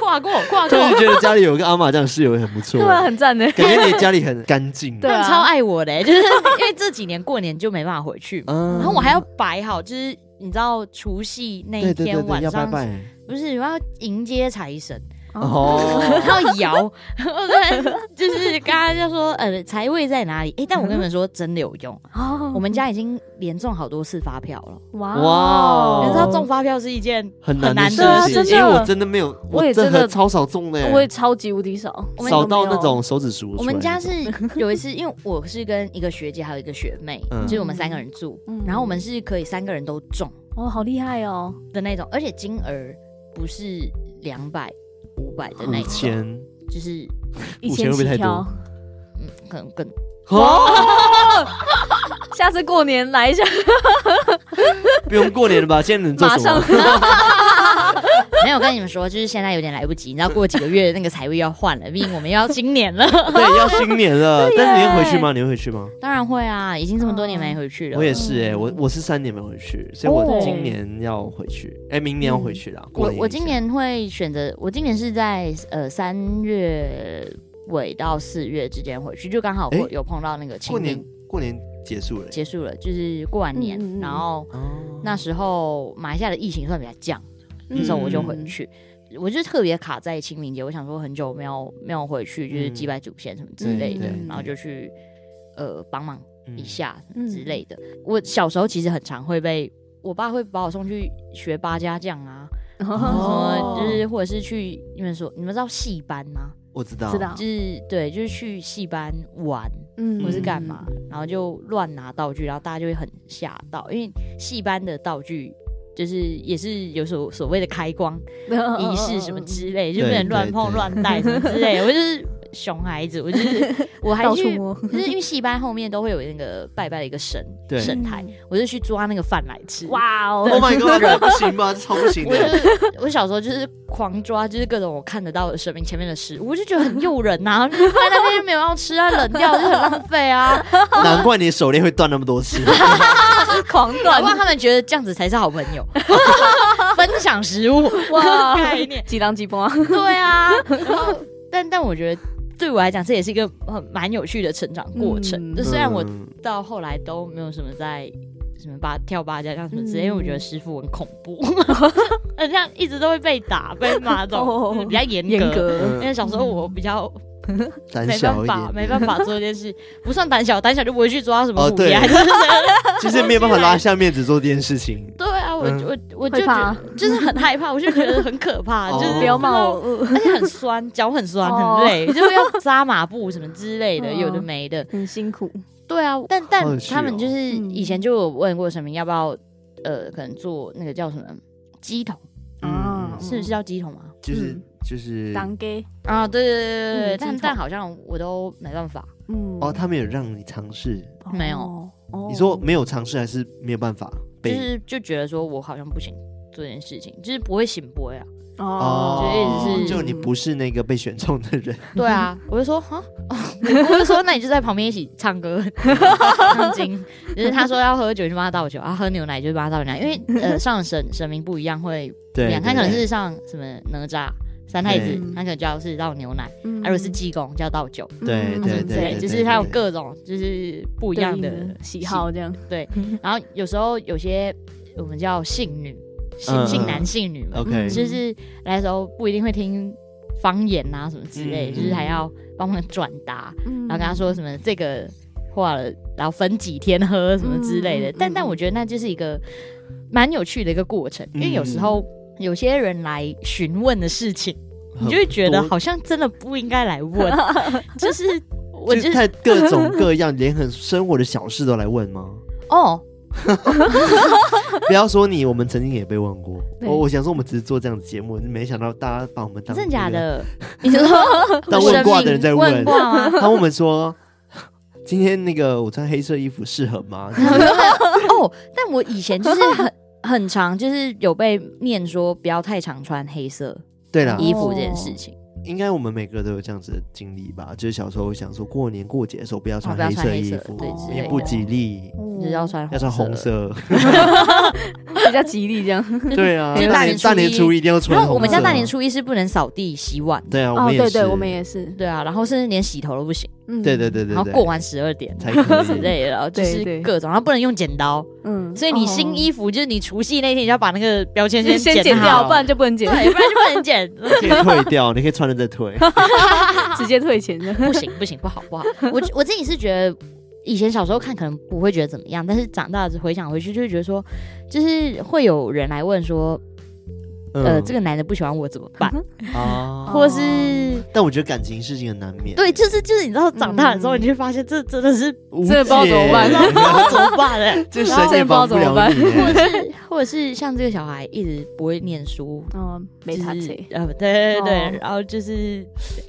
[SPEAKER 4] 跨过跨
[SPEAKER 3] 突
[SPEAKER 4] 过。
[SPEAKER 3] 然觉得家里有个阿玛这样的室友也很不错
[SPEAKER 2] 对，啊，很赞的，
[SPEAKER 3] 感觉你家里很干净。
[SPEAKER 2] 对
[SPEAKER 4] 他
[SPEAKER 2] 啊
[SPEAKER 4] 们超爱我的、欸 就是因为这几年过年就没办法回去嘛，
[SPEAKER 3] 嗯
[SPEAKER 4] 然后我还要摆好，就是你知道除夕那
[SPEAKER 3] 对对
[SPEAKER 4] 一
[SPEAKER 3] 对
[SPEAKER 4] 天
[SPEAKER 3] 对，
[SPEAKER 4] 晚
[SPEAKER 3] 要拜
[SPEAKER 4] 上
[SPEAKER 3] 拜。
[SPEAKER 4] 不是我要迎接财神，
[SPEAKER 3] 哦，
[SPEAKER 4] 然后摇， 我突然就是刚刚就说呃财位在哪里？哎、但我跟你们说真的有用，
[SPEAKER 2] 哦
[SPEAKER 3] 嗯
[SPEAKER 4] 我们家已经连中好多次发票了。
[SPEAKER 2] 哇
[SPEAKER 3] 哇哦
[SPEAKER 4] 你知道中发票是一件
[SPEAKER 3] 很
[SPEAKER 4] 难
[SPEAKER 3] 难
[SPEAKER 4] 的
[SPEAKER 3] 的
[SPEAKER 4] 事情
[SPEAKER 3] 事
[SPEAKER 2] 真的
[SPEAKER 3] 情，因为哎我真的没有，
[SPEAKER 2] 我也真的
[SPEAKER 3] 很超少中的耶，
[SPEAKER 2] 我也超级无敌少，
[SPEAKER 4] 我们
[SPEAKER 3] 少
[SPEAKER 4] 有没
[SPEAKER 3] 到那
[SPEAKER 4] 有
[SPEAKER 3] 种手指数得出来
[SPEAKER 4] 我
[SPEAKER 3] 那种。
[SPEAKER 4] 们家是有一次，因为我是跟一个学姐还有一个学妹，
[SPEAKER 3] 嗯
[SPEAKER 4] 就是我们三个人住，
[SPEAKER 2] 嗯
[SPEAKER 4] 然后我们是可以三个人都中
[SPEAKER 2] 哦，好厉害哦，
[SPEAKER 4] 的那种，而且金额不是两百、五百的那
[SPEAKER 3] 五
[SPEAKER 4] 种，
[SPEAKER 3] 千，
[SPEAKER 4] 就是
[SPEAKER 2] 一
[SPEAKER 3] 五千
[SPEAKER 2] 千
[SPEAKER 3] 会不
[SPEAKER 2] 起
[SPEAKER 3] 会太
[SPEAKER 2] 跳
[SPEAKER 3] 多。
[SPEAKER 4] 嗯，可能更
[SPEAKER 3] 哦，
[SPEAKER 2] 下次过年来一下，
[SPEAKER 3] 不用过年了吧？现在能做
[SPEAKER 2] 马
[SPEAKER 3] 什
[SPEAKER 2] 上
[SPEAKER 3] 么？
[SPEAKER 4] 没有我跟你们说，就是现在有点来不及，你知道过几个月那个财位要换了，毕竟我们要新年 了。
[SPEAKER 3] 对，要新年了，但是你会回去
[SPEAKER 2] 耶
[SPEAKER 3] 吗？你会回去吗？
[SPEAKER 4] 当然会啊，已经这么多年没回去了。
[SPEAKER 3] 我也是哎、我我是三年没回去，所以
[SPEAKER 4] 哦
[SPEAKER 3] 我今年要回去，哎、明年要回去啦。过
[SPEAKER 4] 嗯我
[SPEAKER 3] 年
[SPEAKER 4] 我
[SPEAKER 3] 一下
[SPEAKER 4] 今年会选择，我今年是在呃三月尾到四月之间回去，就刚好
[SPEAKER 3] 诶
[SPEAKER 4] 我有碰到那个清
[SPEAKER 3] 过
[SPEAKER 4] 明
[SPEAKER 3] 年过年结束了欸、
[SPEAKER 4] 结束了，就是过完年，
[SPEAKER 2] 嗯嗯嗯
[SPEAKER 4] 然后
[SPEAKER 3] 哦，
[SPEAKER 4] 那时候马来西亚的疫情算比较降，
[SPEAKER 3] 嗯
[SPEAKER 4] 那时候我就回去。我就特别卡在清明节，我想说很久没有没有回去，就是
[SPEAKER 3] 嗯
[SPEAKER 4] 祭拜祖先什么之类的，
[SPEAKER 3] 对对
[SPEAKER 4] 然后就去呃帮忙
[SPEAKER 3] 嗯
[SPEAKER 4] 一下
[SPEAKER 2] 嗯
[SPEAKER 4] 之类的。我小时候其实很常会被我爸会把我送去学八家将啊，
[SPEAKER 2] 哦
[SPEAKER 4] 呃，就是或者是去你们说你们知道戏班吗？
[SPEAKER 3] 嗯我知道，
[SPEAKER 2] 知道
[SPEAKER 4] 就是对，就是去戏班玩
[SPEAKER 2] 嗯
[SPEAKER 4] 或是 干嘛，然后就乱拿道具，然后大家就会很吓到，因为戏班的道具。就是也是有所所谓的开光
[SPEAKER 2] 嗯
[SPEAKER 4] 仪式什么之类，就不能乱碰
[SPEAKER 3] 对对
[SPEAKER 4] 乱带什么之类的。我就是熊孩子，我就是 我还
[SPEAKER 2] 到处
[SPEAKER 4] 去，
[SPEAKER 2] 摸
[SPEAKER 4] 就是因为戏班后面都会有那个拜拜的一个神
[SPEAKER 3] 对
[SPEAKER 4] 神台，
[SPEAKER 2] 嗯
[SPEAKER 4] 我就去抓那个饭来吃。
[SPEAKER 2] 哇
[SPEAKER 3] ，Oh
[SPEAKER 2] 哦，
[SPEAKER 3] my god，这不行吧？这超不行
[SPEAKER 4] 我就
[SPEAKER 3] 的。欸
[SPEAKER 4] 是我小时候就是狂抓，就是各种我看得到的神明前面的食物，我就觉得很诱人呐、啊，就放在那边就没有要吃啊，冷掉就很浪费啊。
[SPEAKER 3] 难怪你的手链会断那么多次，
[SPEAKER 2] 狂
[SPEAKER 4] 搞
[SPEAKER 2] 断
[SPEAKER 4] 不好他们觉得这样子才是好朋友， 分享食物
[SPEAKER 2] 哇
[SPEAKER 4] 概念，
[SPEAKER 2] 几浪几波啊，
[SPEAKER 4] 对啊。然后，但但我觉得对我来讲，这也是一个很蛮有趣的成长过程。
[SPEAKER 2] 嗯
[SPEAKER 4] 就虽然我
[SPEAKER 3] 嗯
[SPEAKER 4] 到后来都没有什么在什么八跳八家将什么之类，
[SPEAKER 2] 嗯
[SPEAKER 4] 因为我觉得师傅很恐怖， 很像一直都会被打被骂这种，
[SPEAKER 2] 哦
[SPEAKER 4] 就是比较严格。
[SPEAKER 2] 严格，嗯
[SPEAKER 4] 因为小时候我比较
[SPEAKER 3] 胆
[SPEAKER 4] 没
[SPEAKER 3] 小
[SPEAKER 4] 办
[SPEAKER 3] 一
[SPEAKER 4] 法，
[SPEAKER 3] 点，
[SPEAKER 4] 没办法做这件事，不算胆小，胆小就不会去抓什么
[SPEAKER 3] 哦
[SPEAKER 4] 虎
[SPEAKER 3] 对
[SPEAKER 4] 牙，就是
[SPEAKER 3] 就是没有办法拉下面子做这件事情。
[SPEAKER 4] 对啊，我
[SPEAKER 3] 嗯
[SPEAKER 4] 我我就
[SPEAKER 2] 会
[SPEAKER 4] 觉
[SPEAKER 2] 怕
[SPEAKER 4] 得就是很害怕，我就觉得很可怕，
[SPEAKER 3] 哦
[SPEAKER 4] 就是
[SPEAKER 2] 嗯不要骂我，
[SPEAKER 4] 而且很酸，脚很酸，
[SPEAKER 2] 哦
[SPEAKER 4] 很累，就是要扎马步什么之类的，
[SPEAKER 2] 哦
[SPEAKER 4] 有的没的。
[SPEAKER 2] 很辛苦，
[SPEAKER 4] 对啊，嗯但
[SPEAKER 3] 好
[SPEAKER 4] 但
[SPEAKER 3] 有趣哦
[SPEAKER 4] 他们就是以前就有问过神明要不要，呃，可能做那个叫什么鸡桶，
[SPEAKER 3] 嗯
[SPEAKER 2] 啊，
[SPEAKER 4] 是不是叫鸡桶啊？
[SPEAKER 3] 就是
[SPEAKER 2] 嗯
[SPEAKER 3] 就是，
[SPEAKER 2] 当 gay，
[SPEAKER 4] 啊，对对对对对，
[SPEAKER 2] 嗯鸡
[SPEAKER 4] 但
[SPEAKER 2] 桶
[SPEAKER 4] 但好像我都没办法，
[SPEAKER 2] 嗯
[SPEAKER 3] 哦，他们有让你尝试，
[SPEAKER 4] 没有
[SPEAKER 2] 有，哦
[SPEAKER 3] 你说没有尝试还是没有办法
[SPEAKER 4] 就
[SPEAKER 3] 被？
[SPEAKER 4] 是就觉得说我好像不行做这件事情，就是不会啊醒波呀。
[SPEAKER 2] 哦，
[SPEAKER 4] 就一直是
[SPEAKER 3] 就你不是那个被选中的 人，
[SPEAKER 4] 对啊，我就说哈， 我就说那你就在旁边一起唱 歌唱经。就是他说要喝酒就帮他倒酒，啊喝牛奶就帮他倒牛奶，因为呃上神神明不一样会不一
[SPEAKER 3] 对
[SPEAKER 4] 样，，他可能
[SPEAKER 3] 对
[SPEAKER 4] 是上什么哪吒。三太子
[SPEAKER 3] 对，
[SPEAKER 4] 他可能就要是倒牛奶；
[SPEAKER 2] 嗯
[SPEAKER 4] 啊，如果是济公，就要倒酒，
[SPEAKER 3] 对
[SPEAKER 2] 嗯
[SPEAKER 3] 对
[SPEAKER 2] 嗯
[SPEAKER 4] 对
[SPEAKER 3] 对，
[SPEAKER 4] 就是他有
[SPEAKER 3] 对
[SPEAKER 4] 各种就是不
[SPEAKER 2] 不
[SPEAKER 4] 一样的
[SPEAKER 2] 喜好，这样，
[SPEAKER 4] 然后有时候有些我们叫性女、性
[SPEAKER 3] 嗯
[SPEAKER 4] 性男、性女嘛，
[SPEAKER 3] OK，
[SPEAKER 4] 嗯就是来的时候不一定会听方言啊什么之类，
[SPEAKER 3] 嗯
[SPEAKER 4] 就是还要帮忙转达。
[SPEAKER 2] 然
[SPEAKER 4] 然后跟他说什么这个化了，然后分几天喝什么之类的。
[SPEAKER 2] 嗯嗯
[SPEAKER 4] 但
[SPEAKER 2] 嗯
[SPEAKER 4] 但我觉得那就是一个蛮有趣的一个过程，因为有时
[SPEAKER 3] 嗯
[SPEAKER 4] 候有些人来询问的事情，你就会觉得
[SPEAKER 3] 很多
[SPEAKER 4] 好像真的不应该来 问，就是
[SPEAKER 3] 就
[SPEAKER 4] 我就是是
[SPEAKER 3] 太各种各样，连很生活的小事都来问 吗？
[SPEAKER 4] 哦，
[SPEAKER 3] 不要说你，我们曾经也被问过。
[SPEAKER 2] 对
[SPEAKER 3] 我我想说，我们只是做这样的节目，没想到大家把我们当
[SPEAKER 4] 真的假
[SPEAKER 3] 那个？
[SPEAKER 4] 的？你说
[SPEAKER 3] 当问卦的人在
[SPEAKER 4] 问
[SPEAKER 3] 问
[SPEAKER 4] 卦吗？
[SPEAKER 3] 他问我们说，今天那个我穿黑色衣服适合吗？
[SPEAKER 4] 哦，但我以前就是很很常就是有被念说不要太常穿黑色
[SPEAKER 3] 对啦，
[SPEAKER 4] 衣服这件事情。
[SPEAKER 3] 应该我们每个都有这样子的经历吧。就是小时候想说，过年过节的时候不要
[SPEAKER 4] 哦
[SPEAKER 3] 穿
[SPEAKER 4] 不要
[SPEAKER 3] 黑
[SPEAKER 4] 穿
[SPEAKER 3] 色
[SPEAKER 4] 黑
[SPEAKER 3] 衣
[SPEAKER 4] 色
[SPEAKER 3] 服
[SPEAKER 4] 对
[SPEAKER 2] 之，
[SPEAKER 3] 也
[SPEAKER 2] 类
[SPEAKER 3] 不
[SPEAKER 2] 的
[SPEAKER 3] 吉利，
[SPEAKER 4] 就是要穿
[SPEAKER 3] 要穿红
[SPEAKER 4] 色，
[SPEAKER 3] 色。
[SPEAKER 2] 哦比较吉利这样。
[SPEAKER 3] 对 啊，
[SPEAKER 4] 就是
[SPEAKER 3] 大
[SPEAKER 4] 大
[SPEAKER 3] 年
[SPEAKER 4] 年
[SPEAKER 3] 大年
[SPEAKER 4] 初一
[SPEAKER 3] 初一一定要穿
[SPEAKER 4] 然
[SPEAKER 3] 红色啊。
[SPEAKER 4] 后我们家大年初一是不能扫地、洗碗，
[SPEAKER 3] 对啊，我
[SPEAKER 2] 哦，
[SPEAKER 3] 们也
[SPEAKER 2] 对
[SPEAKER 3] 是，
[SPEAKER 2] 对，我们也是。
[SPEAKER 4] 对啊，然后甚至连洗头都不行，
[SPEAKER 2] 嗯，
[SPEAKER 3] 对对对对
[SPEAKER 4] 然后
[SPEAKER 3] 对
[SPEAKER 4] 过完十二点
[SPEAKER 3] 才可以
[SPEAKER 4] 之类的，然后就
[SPEAKER 2] 对对
[SPEAKER 4] 是各种，然后不能用剪刀，
[SPEAKER 2] 嗯哦
[SPEAKER 4] 所以你
[SPEAKER 3] 哦
[SPEAKER 4] 新衣服就是你除夕那天你就要把那个标签先
[SPEAKER 2] 先
[SPEAKER 4] 剪
[SPEAKER 2] 剪掉，
[SPEAKER 4] 好
[SPEAKER 2] 不然就不能剪，
[SPEAKER 4] 对，不然就不能剪，
[SPEAKER 3] 可以退掉，你可以穿着再退。
[SPEAKER 2] 直接退钱 的。
[SPEAKER 4] 不行不行，不好不好。我我自己是觉得，以前小时候看可能不会觉得怎么样，但是长大了回想回去，就会觉得说，就是会有人来问说， 呃，这
[SPEAKER 3] 个
[SPEAKER 4] 个男的不喜欢我怎么办，
[SPEAKER 3] 嗯
[SPEAKER 2] 嗯
[SPEAKER 3] 啊，
[SPEAKER 4] 或
[SPEAKER 2] 哦
[SPEAKER 4] 是
[SPEAKER 3] 但我觉得感情事情很难免，
[SPEAKER 4] 对，就是就是，你知道长大了之后，你就发现
[SPEAKER 2] 嗯
[SPEAKER 4] 这真的是
[SPEAKER 3] 无
[SPEAKER 2] 真的不知道
[SPEAKER 3] 解
[SPEAKER 2] 怎么办
[SPEAKER 4] 怎么 办 嘞？
[SPEAKER 3] 这神也帮不了你
[SPEAKER 4] 或
[SPEAKER 3] 欸。
[SPEAKER 4] 者是或者是像这个小孩一直不会念书。
[SPEAKER 2] 哦，没
[SPEAKER 4] 就
[SPEAKER 2] 他
[SPEAKER 4] 是
[SPEAKER 2] 钱。
[SPEAKER 4] 呃，对对对，
[SPEAKER 2] 哦
[SPEAKER 4] 然后就是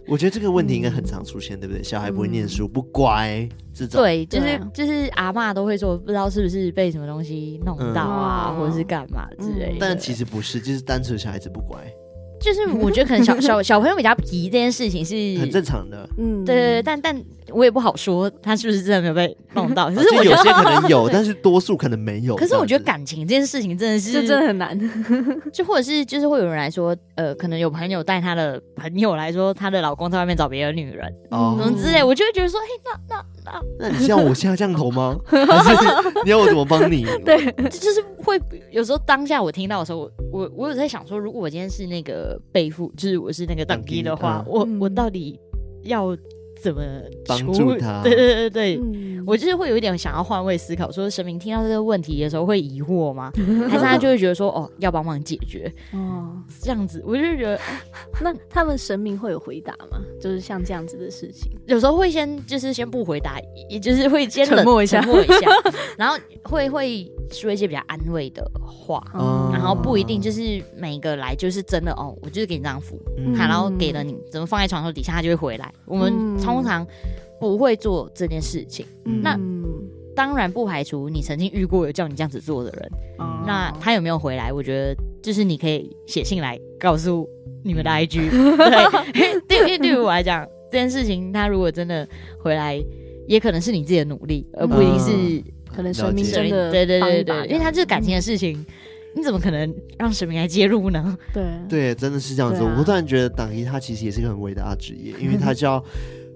[SPEAKER 3] 我觉得这个问题应该很常出现，对不对？小孩不会念书，不乖，这种
[SPEAKER 4] 嗯对，就是、
[SPEAKER 2] 对啊
[SPEAKER 4] 就是阿嬷都会说，不知道是不是被什么东西弄到啊，
[SPEAKER 2] 嗯
[SPEAKER 4] 或者是干嘛之类的。
[SPEAKER 3] 但其实不是，就是单纯小孩子不乖，
[SPEAKER 4] 就是我觉得可 能小小小朋友比较皮这件事情是
[SPEAKER 3] 很正常的。
[SPEAKER 2] 嗯，
[SPEAKER 4] 对对对，但但我也不好说他是不是真的没有被弄到。可是
[SPEAKER 3] 就
[SPEAKER 4] 我觉
[SPEAKER 3] 哦有
[SPEAKER 4] 得，
[SPEAKER 3] 些可能 有，但是多数可能没有。
[SPEAKER 4] 可是我觉得
[SPEAKER 3] 这样
[SPEAKER 4] 感情这件事情真的是，
[SPEAKER 2] 这真的很 难。
[SPEAKER 4] 就或者是就是会有人来说，呃，可能有朋友带他的朋友来说，她的老公在外面找别的女人，
[SPEAKER 3] 子哦
[SPEAKER 4] 什么之类，我就会觉得说，哎嘿，
[SPEAKER 3] 那你像我现在这样头 吗？还是你要我怎么帮你？对，
[SPEAKER 4] 这就是会有时候当下我听到的时候，我我我有在想说，如果我今天是那个背负，就是我是那个等级的话
[SPEAKER 3] 等，
[SPEAKER 4] 我
[SPEAKER 2] 嗯
[SPEAKER 4] 我到底要怎么
[SPEAKER 3] 帮
[SPEAKER 4] 处
[SPEAKER 3] 助他
[SPEAKER 4] 对对对对，
[SPEAKER 2] 嗯
[SPEAKER 4] 我就是会有一点想要换位思考，说神明听到这个问题的时候会疑惑吗？ 还是他就会觉得说哦要帮忙解决
[SPEAKER 2] 哦，
[SPEAKER 4] 这样子？我就觉得
[SPEAKER 2] 那他们神明会有回答吗？就是像这样子的事情，
[SPEAKER 4] 有时候会先就是先不回答，也就是会先冷
[SPEAKER 2] 沉默一下
[SPEAKER 4] 沉默一下 然后会会说一些比较安慰的话。
[SPEAKER 2] 哦
[SPEAKER 4] 然后不一定就是每一个来就是真的哦，我就是给你这张符，
[SPEAKER 3] 嗯
[SPEAKER 4] 他然后给了你，怎么放在床头底下，他就会回来。我们
[SPEAKER 2] 嗯
[SPEAKER 4] 通常不会做这件事情，那
[SPEAKER 2] 嗯
[SPEAKER 4] 当然不排除你曾经遇过有叫你这样子做的人，
[SPEAKER 2] 哦
[SPEAKER 4] 那他有没有回来？我觉得就是你可以写信来告诉你们的 IG，对，对，因为对于我来讲， 这件事情他如果真的回来，也可能是你自己的努力，而不一定是
[SPEAKER 2] 可能神明
[SPEAKER 3] 了解
[SPEAKER 2] 嗯真的
[SPEAKER 4] 对对
[SPEAKER 2] 帮
[SPEAKER 4] 对
[SPEAKER 2] 一把嗯
[SPEAKER 4] 对，因为他这是感情的事情，你怎么可能让神明来介入呢？
[SPEAKER 2] 对
[SPEAKER 3] 对，真的是这样子。
[SPEAKER 2] 对啊
[SPEAKER 3] 我突然觉得党一他其实也是个很伟大的职业，因为他就要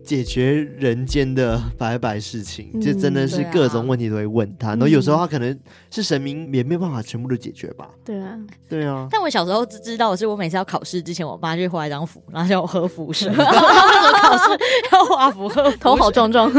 [SPEAKER 3] 解决人间的百百事情，
[SPEAKER 2] 嗯
[SPEAKER 3] 这真的是
[SPEAKER 4] 对啊
[SPEAKER 3] 各种问题都会问他。然后有时候他可能是神明也没有办法全部都解决吧。
[SPEAKER 2] 对啊，
[SPEAKER 3] 对啊，
[SPEAKER 4] 但我小时候知知道的是，我每次要考试之前，我妈就会画一张符，然后叫我 喝符水。 然后我考试要画符喝符
[SPEAKER 2] 头好
[SPEAKER 4] 水
[SPEAKER 2] 壮壮，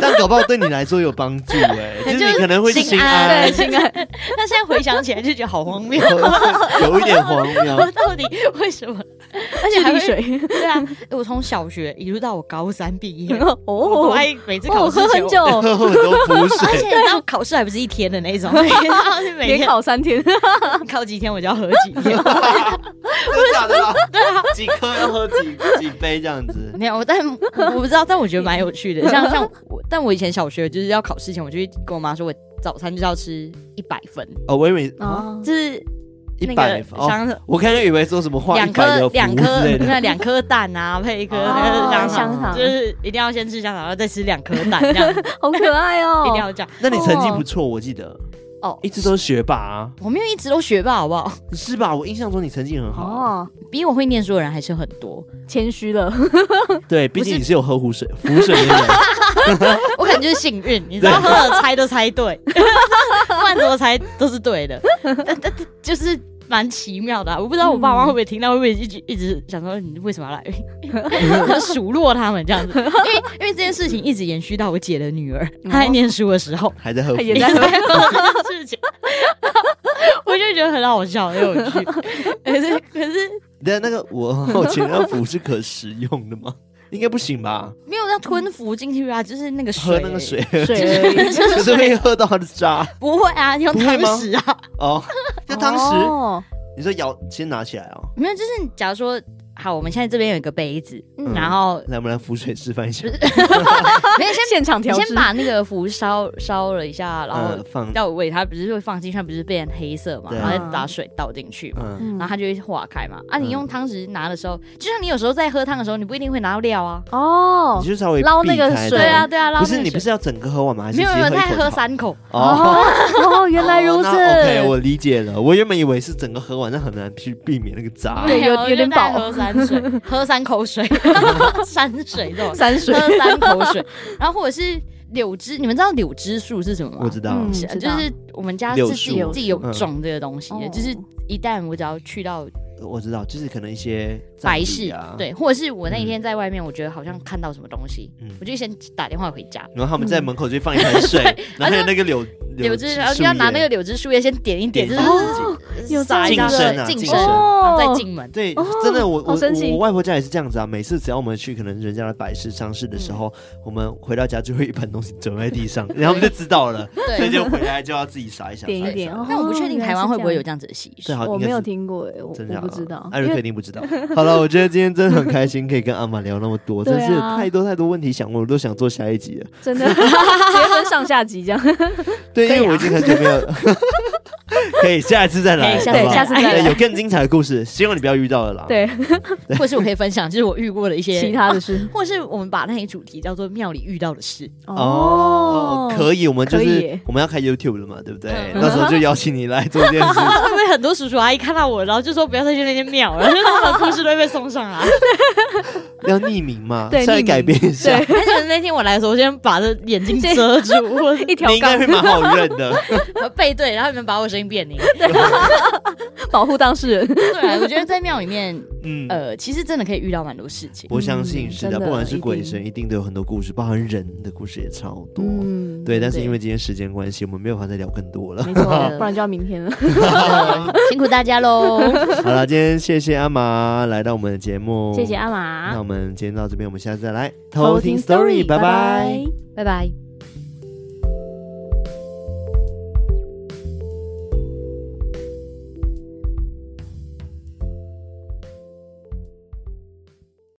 [SPEAKER 3] 但搞不好对你来说有帮助哎，就是你可能会
[SPEAKER 4] 心
[SPEAKER 3] 心
[SPEAKER 4] 安
[SPEAKER 3] 安
[SPEAKER 2] 对，，心安。
[SPEAKER 4] 但现在回想起来就觉得好荒谬，
[SPEAKER 3] 有一点荒谬。
[SPEAKER 4] 我到底为什么？而且
[SPEAKER 2] 智
[SPEAKER 4] 还
[SPEAKER 2] 力
[SPEAKER 4] 会
[SPEAKER 2] 水
[SPEAKER 4] 对啊，我从小学一路到我高三毕业，
[SPEAKER 2] 哦，
[SPEAKER 4] 我
[SPEAKER 2] 哦
[SPEAKER 4] 还每次考
[SPEAKER 2] 我
[SPEAKER 4] 试
[SPEAKER 2] 喝
[SPEAKER 4] 前
[SPEAKER 2] 很
[SPEAKER 4] 我。
[SPEAKER 2] 久，
[SPEAKER 3] 喝很多苦
[SPEAKER 4] 而
[SPEAKER 3] 水
[SPEAKER 4] 且，你知道考试还不是一天的那种，然后是 每
[SPEAKER 2] 连
[SPEAKER 4] 天
[SPEAKER 2] 考三天，
[SPEAKER 4] 考几天我就要喝几 天。
[SPEAKER 3] 真的假的啦？对啊，几颗要喝几几杯这样子。
[SPEAKER 4] 没有，但我我不知道，但我觉得蛮有趣的。像像我，但我以前小学就是要考试前，我就会跟我妈说，我早餐就是要吃一百分，
[SPEAKER 3] 哦，我以为
[SPEAKER 2] 哦，
[SPEAKER 4] 就是
[SPEAKER 3] 一
[SPEAKER 4] 那
[SPEAKER 3] 百
[SPEAKER 4] 个
[SPEAKER 3] 哦，
[SPEAKER 4] 香
[SPEAKER 3] 我刚刚以为说什么画
[SPEAKER 4] 两
[SPEAKER 3] 一百
[SPEAKER 4] 颗
[SPEAKER 3] 的
[SPEAKER 4] 两
[SPEAKER 3] 符之
[SPEAKER 4] 颗
[SPEAKER 3] 类的。
[SPEAKER 4] 那两颗蛋啊，配一颗
[SPEAKER 2] 哦
[SPEAKER 4] 那个香肠，
[SPEAKER 2] 香肠
[SPEAKER 4] 就是一定要先吃香肠，然后再吃两颗蛋，这样子
[SPEAKER 2] 好可爱 哦
[SPEAKER 4] 一定，要这样。
[SPEAKER 3] 那你成绩不错，我记得
[SPEAKER 4] 哦，
[SPEAKER 3] 一直都是学霸啊，
[SPEAKER 4] 我没有一直都学霸，好不好？
[SPEAKER 3] 是吧？我印象中你成绩很好，
[SPEAKER 2] 哦，
[SPEAKER 4] 比我会念书的人还是很多。
[SPEAKER 2] 谦虚了，
[SPEAKER 3] 对，毕竟你是有喝湖水湖水的人，
[SPEAKER 4] 我可能就是幸运，你知道，喝了猜都猜对， 换怎么猜都是对的，但但就是蛮奇妙的啊、我不知道我爸妈会不会听到，会不会一直一直想说你为什么要来， 数落他们这样子，因为因为这件事情一直延续到我姐的女儿，
[SPEAKER 3] 哦
[SPEAKER 4] 她在念书的时 候。
[SPEAKER 3] 还在喝湖
[SPEAKER 2] 也
[SPEAKER 3] 水。
[SPEAKER 2] 在
[SPEAKER 4] 这件事情，我就觉得很好笑，很有 趣。可是可是
[SPEAKER 3] 但那个我好奇，那个符是可食用的吗？应该不行吧？
[SPEAKER 4] 没有要吞服进去啊，就是那个水，
[SPEAKER 3] 喝那个水，
[SPEAKER 2] 水而 已
[SPEAKER 3] 可是会喝到它的渣
[SPEAKER 4] 不会啊，你用
[SPEAKER 3] 不会
[SPEAKER 4] 汤
[SPEAKER 3] 吗
[SPEAKER 4] 匙 啊。
[SPEAKER 3] 哦。那当时
[SPEAKER 2] 哦
[SPEAKER 3] 你说咬，先拿起来哦。
[SPEAKER 4] 没有，就是假如说好，我们现在这边有一个杯子，
[SPEAKER 5] 嗯
[SPEAKER 4] 然后
[SPEAKER 3] 来，我们来浮水示范一下，嗯
[SPEAKER 4] 没有先
[SPEAKER 2] 现场
[SPEAKER 4] 你
[SPEAKER 2] 调制，
[SPEAKER 4] 先把那个符烧烧了一下，然后
[SPEAKER 3] 嗯，放，
[SPEAKER 4] 到尾它不是会放进去，它不是变黑色嘛，
[SPEAKER 3] 对啊
[SPEAKER 4] 然后再把水倒进去嘛，
[SPEAKER 3] 嗯，
[SPEAKER 4] 然后它就会化开嘛。啊，
[SPEAKER 3] 嗯
[SPEAKER 4] 你用汤匙拿的时候，就像你有时候在喝汤的时候，你不一定会拿到料啊。
[SPEAKER 2] 哦
[SPEAKER 3] 你，就稍微
[SPEAKER 2] 捞那个
[SPEAKER 3] 避开
[SPEAKER 2] 水
[SPEAKER 4] 对啊，
[SPEAKER 3] 它，
[SPEAKER 4] 对啊，然
[SPEAKER 3] 不
[SPEAKER 4] 后
[SPEAKER 3] 是
[SPEAKER 4] 那个
[SPEAKER 3] 你
[SPEAKER 4] 水
[SPEAKER 3] 不是要整个喝完吗？还是
[SPEAKER 4] 没有
[SPEAKER 3] 直
[SPEAKER 4] 没有，
[SPEAKER 3] 接喝一
[SPEAKER 4] 他
[SPEAKER 3] 口就
[SPEAKER 4] 喝
[SPEAKER 3] 好
[SPEAKER 4] 三口，
[SPEAKER 3] 哦。
[SPEAKER 2] 哦，原来如此
[SPEAKER 3] 哦那 OK，我理解了。我原本以为是整个喝完，那很难去避免那个渣。
[SPEAKER 2] 对有
[SPEAKER 4] 我就
[SPEAKER 2] 有点
[SPEAKER 4] 大概
[SPEAKER 2] 饱
[SPEAKER 4] 喝三水， 喝三口水，山水这种，
[SPEAKER 2] 山水
[SPEAKER 4] 喝三口水，然后或者是柳枝，你们知道柳枝树是什么吗？
[SPEAKER 3] 我知道，
[SPEAKER 2] 嗯
[SPEAKER 4] 是啊
[SPEAKER 2] 知
[SPEAKER 4] 就
[SPEAKER 2] 道
[SPEAKER 4] 是我们家是
[SPEAKER 3] 柳
[SPEAKER 4] 自己
[SPEAKER 2] 树
[SPEAKER 4] 自己有
[SPEAKER 3] 嗯
[SPEAKER 4] 种这个东西的，
[SPEAKER 2] 哦
[SPEAKER 4] 就是一旦我只要去到
[SPEAKER 3] 我知道，就是可能一些葬
[SPEAKER 4] 白
[SPEAKER 3] 礼
[SPEAKER 4] 事，
[SPEAKER 3] 啊，
[SPEAKER 4] 对，或者是我那一天在外面，我觉得好像看到什么东西，
[SPEAKER 3] 嗯
[SPEAKER 4] 我就先打电话回家，
[SPEAKER 3] 然后他们在门口就放一盆 水，然后还有那个柳
[SPEAKER 4] 柳枝，然后就要拿那个柳枝树叶先点一点，
[SPEAKER 3] 点
[SPEAKER 4] 就
[SPEAKER 3] 自
[SPEAKER 4] 是哦
[SPEAKER 3] 己。
[SPEAKER 2] 哦有这
[SPEAKER 4] 撒
[SPEAKER 2] 样
[SPEAKER 4] 一
[SPEAKER 3] 晋升
[SPEAKER 4] 下
[SPEAKER 3] 啊
[SPEAKER 4] 对晋
[SPEAKER 3] 晋
[SPEAKER 4] 升，
[SPEAKER 3] 升
[SPEAKER 4] 然后再
[SPEAKER 2] 哦
[SPEAKER 4] 进门，
[SPEAKER 3] 对
[SPEAKER 2] 哦，
[SPEAKER 3] 真的，我我
[SPEAKER 2] 好神奇
[SPEAKER 3] 我外婆家也是这样子啊。每次只要我们去可能人家的百事丧事的时候，
[SPEAKER 2] 嗯
[SPEAKER 3] 我们回到家就会一盆东西整在地上，然后我们就知道了，所以
[SPEAKER 4] 对。
[SPEAKER 3] 就回来就要自己撒一撒，
[SPEAKER 2] 点一
[SPEAKER 3] 撒
[SPEAKER 2] 点
[SPEAKER 3] 撒
[SPEAKER 2] 哦
[SPEAKER 4] 但我不确
[SPEAKER 2] 原
[SPEAKER 4] 定
[SPEAKER 2] 来
[SPEAKER 4] 台湾
[SPEAKER 2] 是
[SPEAKER 4] 会
[SPEAKER 2] 这
[SPEAKER 4] 不会
[SPEAKER 2] 样
[SPEAKER 4] 有这样子的习
[SPEAKER 3] 最
[SPEAKER 4] 俗，
[SPEAKER 3] 好
[SPEAKER 2] 我
[SPEAKER 3] 应该
[SPEAKER 2] 没有
[SPEAKER 3] 是
[SPEAKER 2] 听过哎，我我
[SPEAKER 3] 真的
[SPEAKER 4] 啊
[SPEAKER 3] 假的，啊
[SPEAKER 2] 不知道，
[SPEAKER 3] 艾
[SPEAKER 2] 因
[SPEAKER 3] 瑞肯
[SPEAKER 2] 为
[SPEAKER 3] 定不知道。好了，我觉得今天真的很开心，可以跟阿玛聊那么多，真
[SPEAKER 2] 对啊
[SPEAKER 3] 的是有太多太多问题想问，我都想做下一集了。
[SPEAKER 2] 真 的结婚上下集这样，
[SPEAKER 3] 对，因
[SPEAKER 4] 可以
[SPEAKER 3] 为
[SPEAKER 4] 啊
[SPEAKER 3] 我已经很久没 有，可以下一次再来，
[SPEAKER 4] 可以下
[SPEAKER 2] 次对下
[SPEAKER 3] 好不好哎
[SPEAKER 2] 次再来
[SPEAKER 3] 对有更精彩的故事，希望你不要遇到了啦。
[SPEAKER 2] 对，
[SPEAKER 4] 或是我可以分享，就是我遇过的一些
[SPEAKER 2] 其他的事
[SPEAKER 4] 或是我们把那些主题叫做庙里遇到的 事，
[SPEAKER 3] 哦，可以，我们就
[SPEAKER 2] 可以
[SPEAKER 3] 是
[SPEAKER 2] 耶
[SPEAKER 3] 我们要开 YouTube 了嘛，对不对？
[SPEAKER 4] 嗯
[SPEAKER 3] 到时候就邀请你来做这件 事。
[SPEAKER 4] 会不会很多叔叔阿姨看到我，然后就说不要再去那间庙了，因 为他们的故事都会被送上来。
[SPEAKER 3] 要匿名嘛，
[SPEAKER 2] 对
[SPEAKER 3] 稍微
[SPEAKER 2] 匿名
[SPEAKER 3] 改变一 下，
[SPEAKER 2] 对
[SPEAKER 4] 而且那天我来的时候，我先把这眼睛遮住， 或者
[SPEAKER 2] 一条
[SPEAKER 3] 你应
[SPEAKER 2] 杠
[SPEAKER 3] 该会蛮好认的。
[SPEAKER 4] 呃背对，然后你们把我声音变 灵。
[SPEAKER 2] 保护当事人，
[SPEAKER 4] 对，我觉得在庙里面，
[SPEAKER 3] 嗯，
[SPEAKER 4] 呃，其实真的可以遇到蛮多事情。
[SPEAKER 3] 我相信是
[SPEAKER 2] 嗯
[SPEAKER 3] 的，
[SPEAKER 2] 真的
[SPEAKER 3] 不管是鬼
[SPEAKER 2] 一
[SPEAKER 3] 神，
[SPEAKER 2] 定
[SPEAKER 3] 一定都有很多故事，包含人的故事也超多。
[SPEAKER 2] 嗯，
[SPEAKER 3] 对，但是
[SPEAKER 4] 对
[SPEAKER 3] 因为今天时间关系，我们没有办法再聊更 多了。
[SPEAKER 2] 没错，
[SPEAKER 4] 对
[SPEAKER 2] 不然就要明天了，
[SPEAKER 4] 辛苦大家喽，
[SPEAKER 3] 好了，今天谢谢阿玛来到我们的节目，
[SPEAKER 2] 谢谢阿
[SPEAKER 3] 那
[SPEAKER 2] 玛
[SPEAKER 3] 我，们今天到这边，我们下次再来
[SPEAKER 2] 偷听
[SPEAKER 3] 拜拜。
[SPEAKER 4] 拜拜。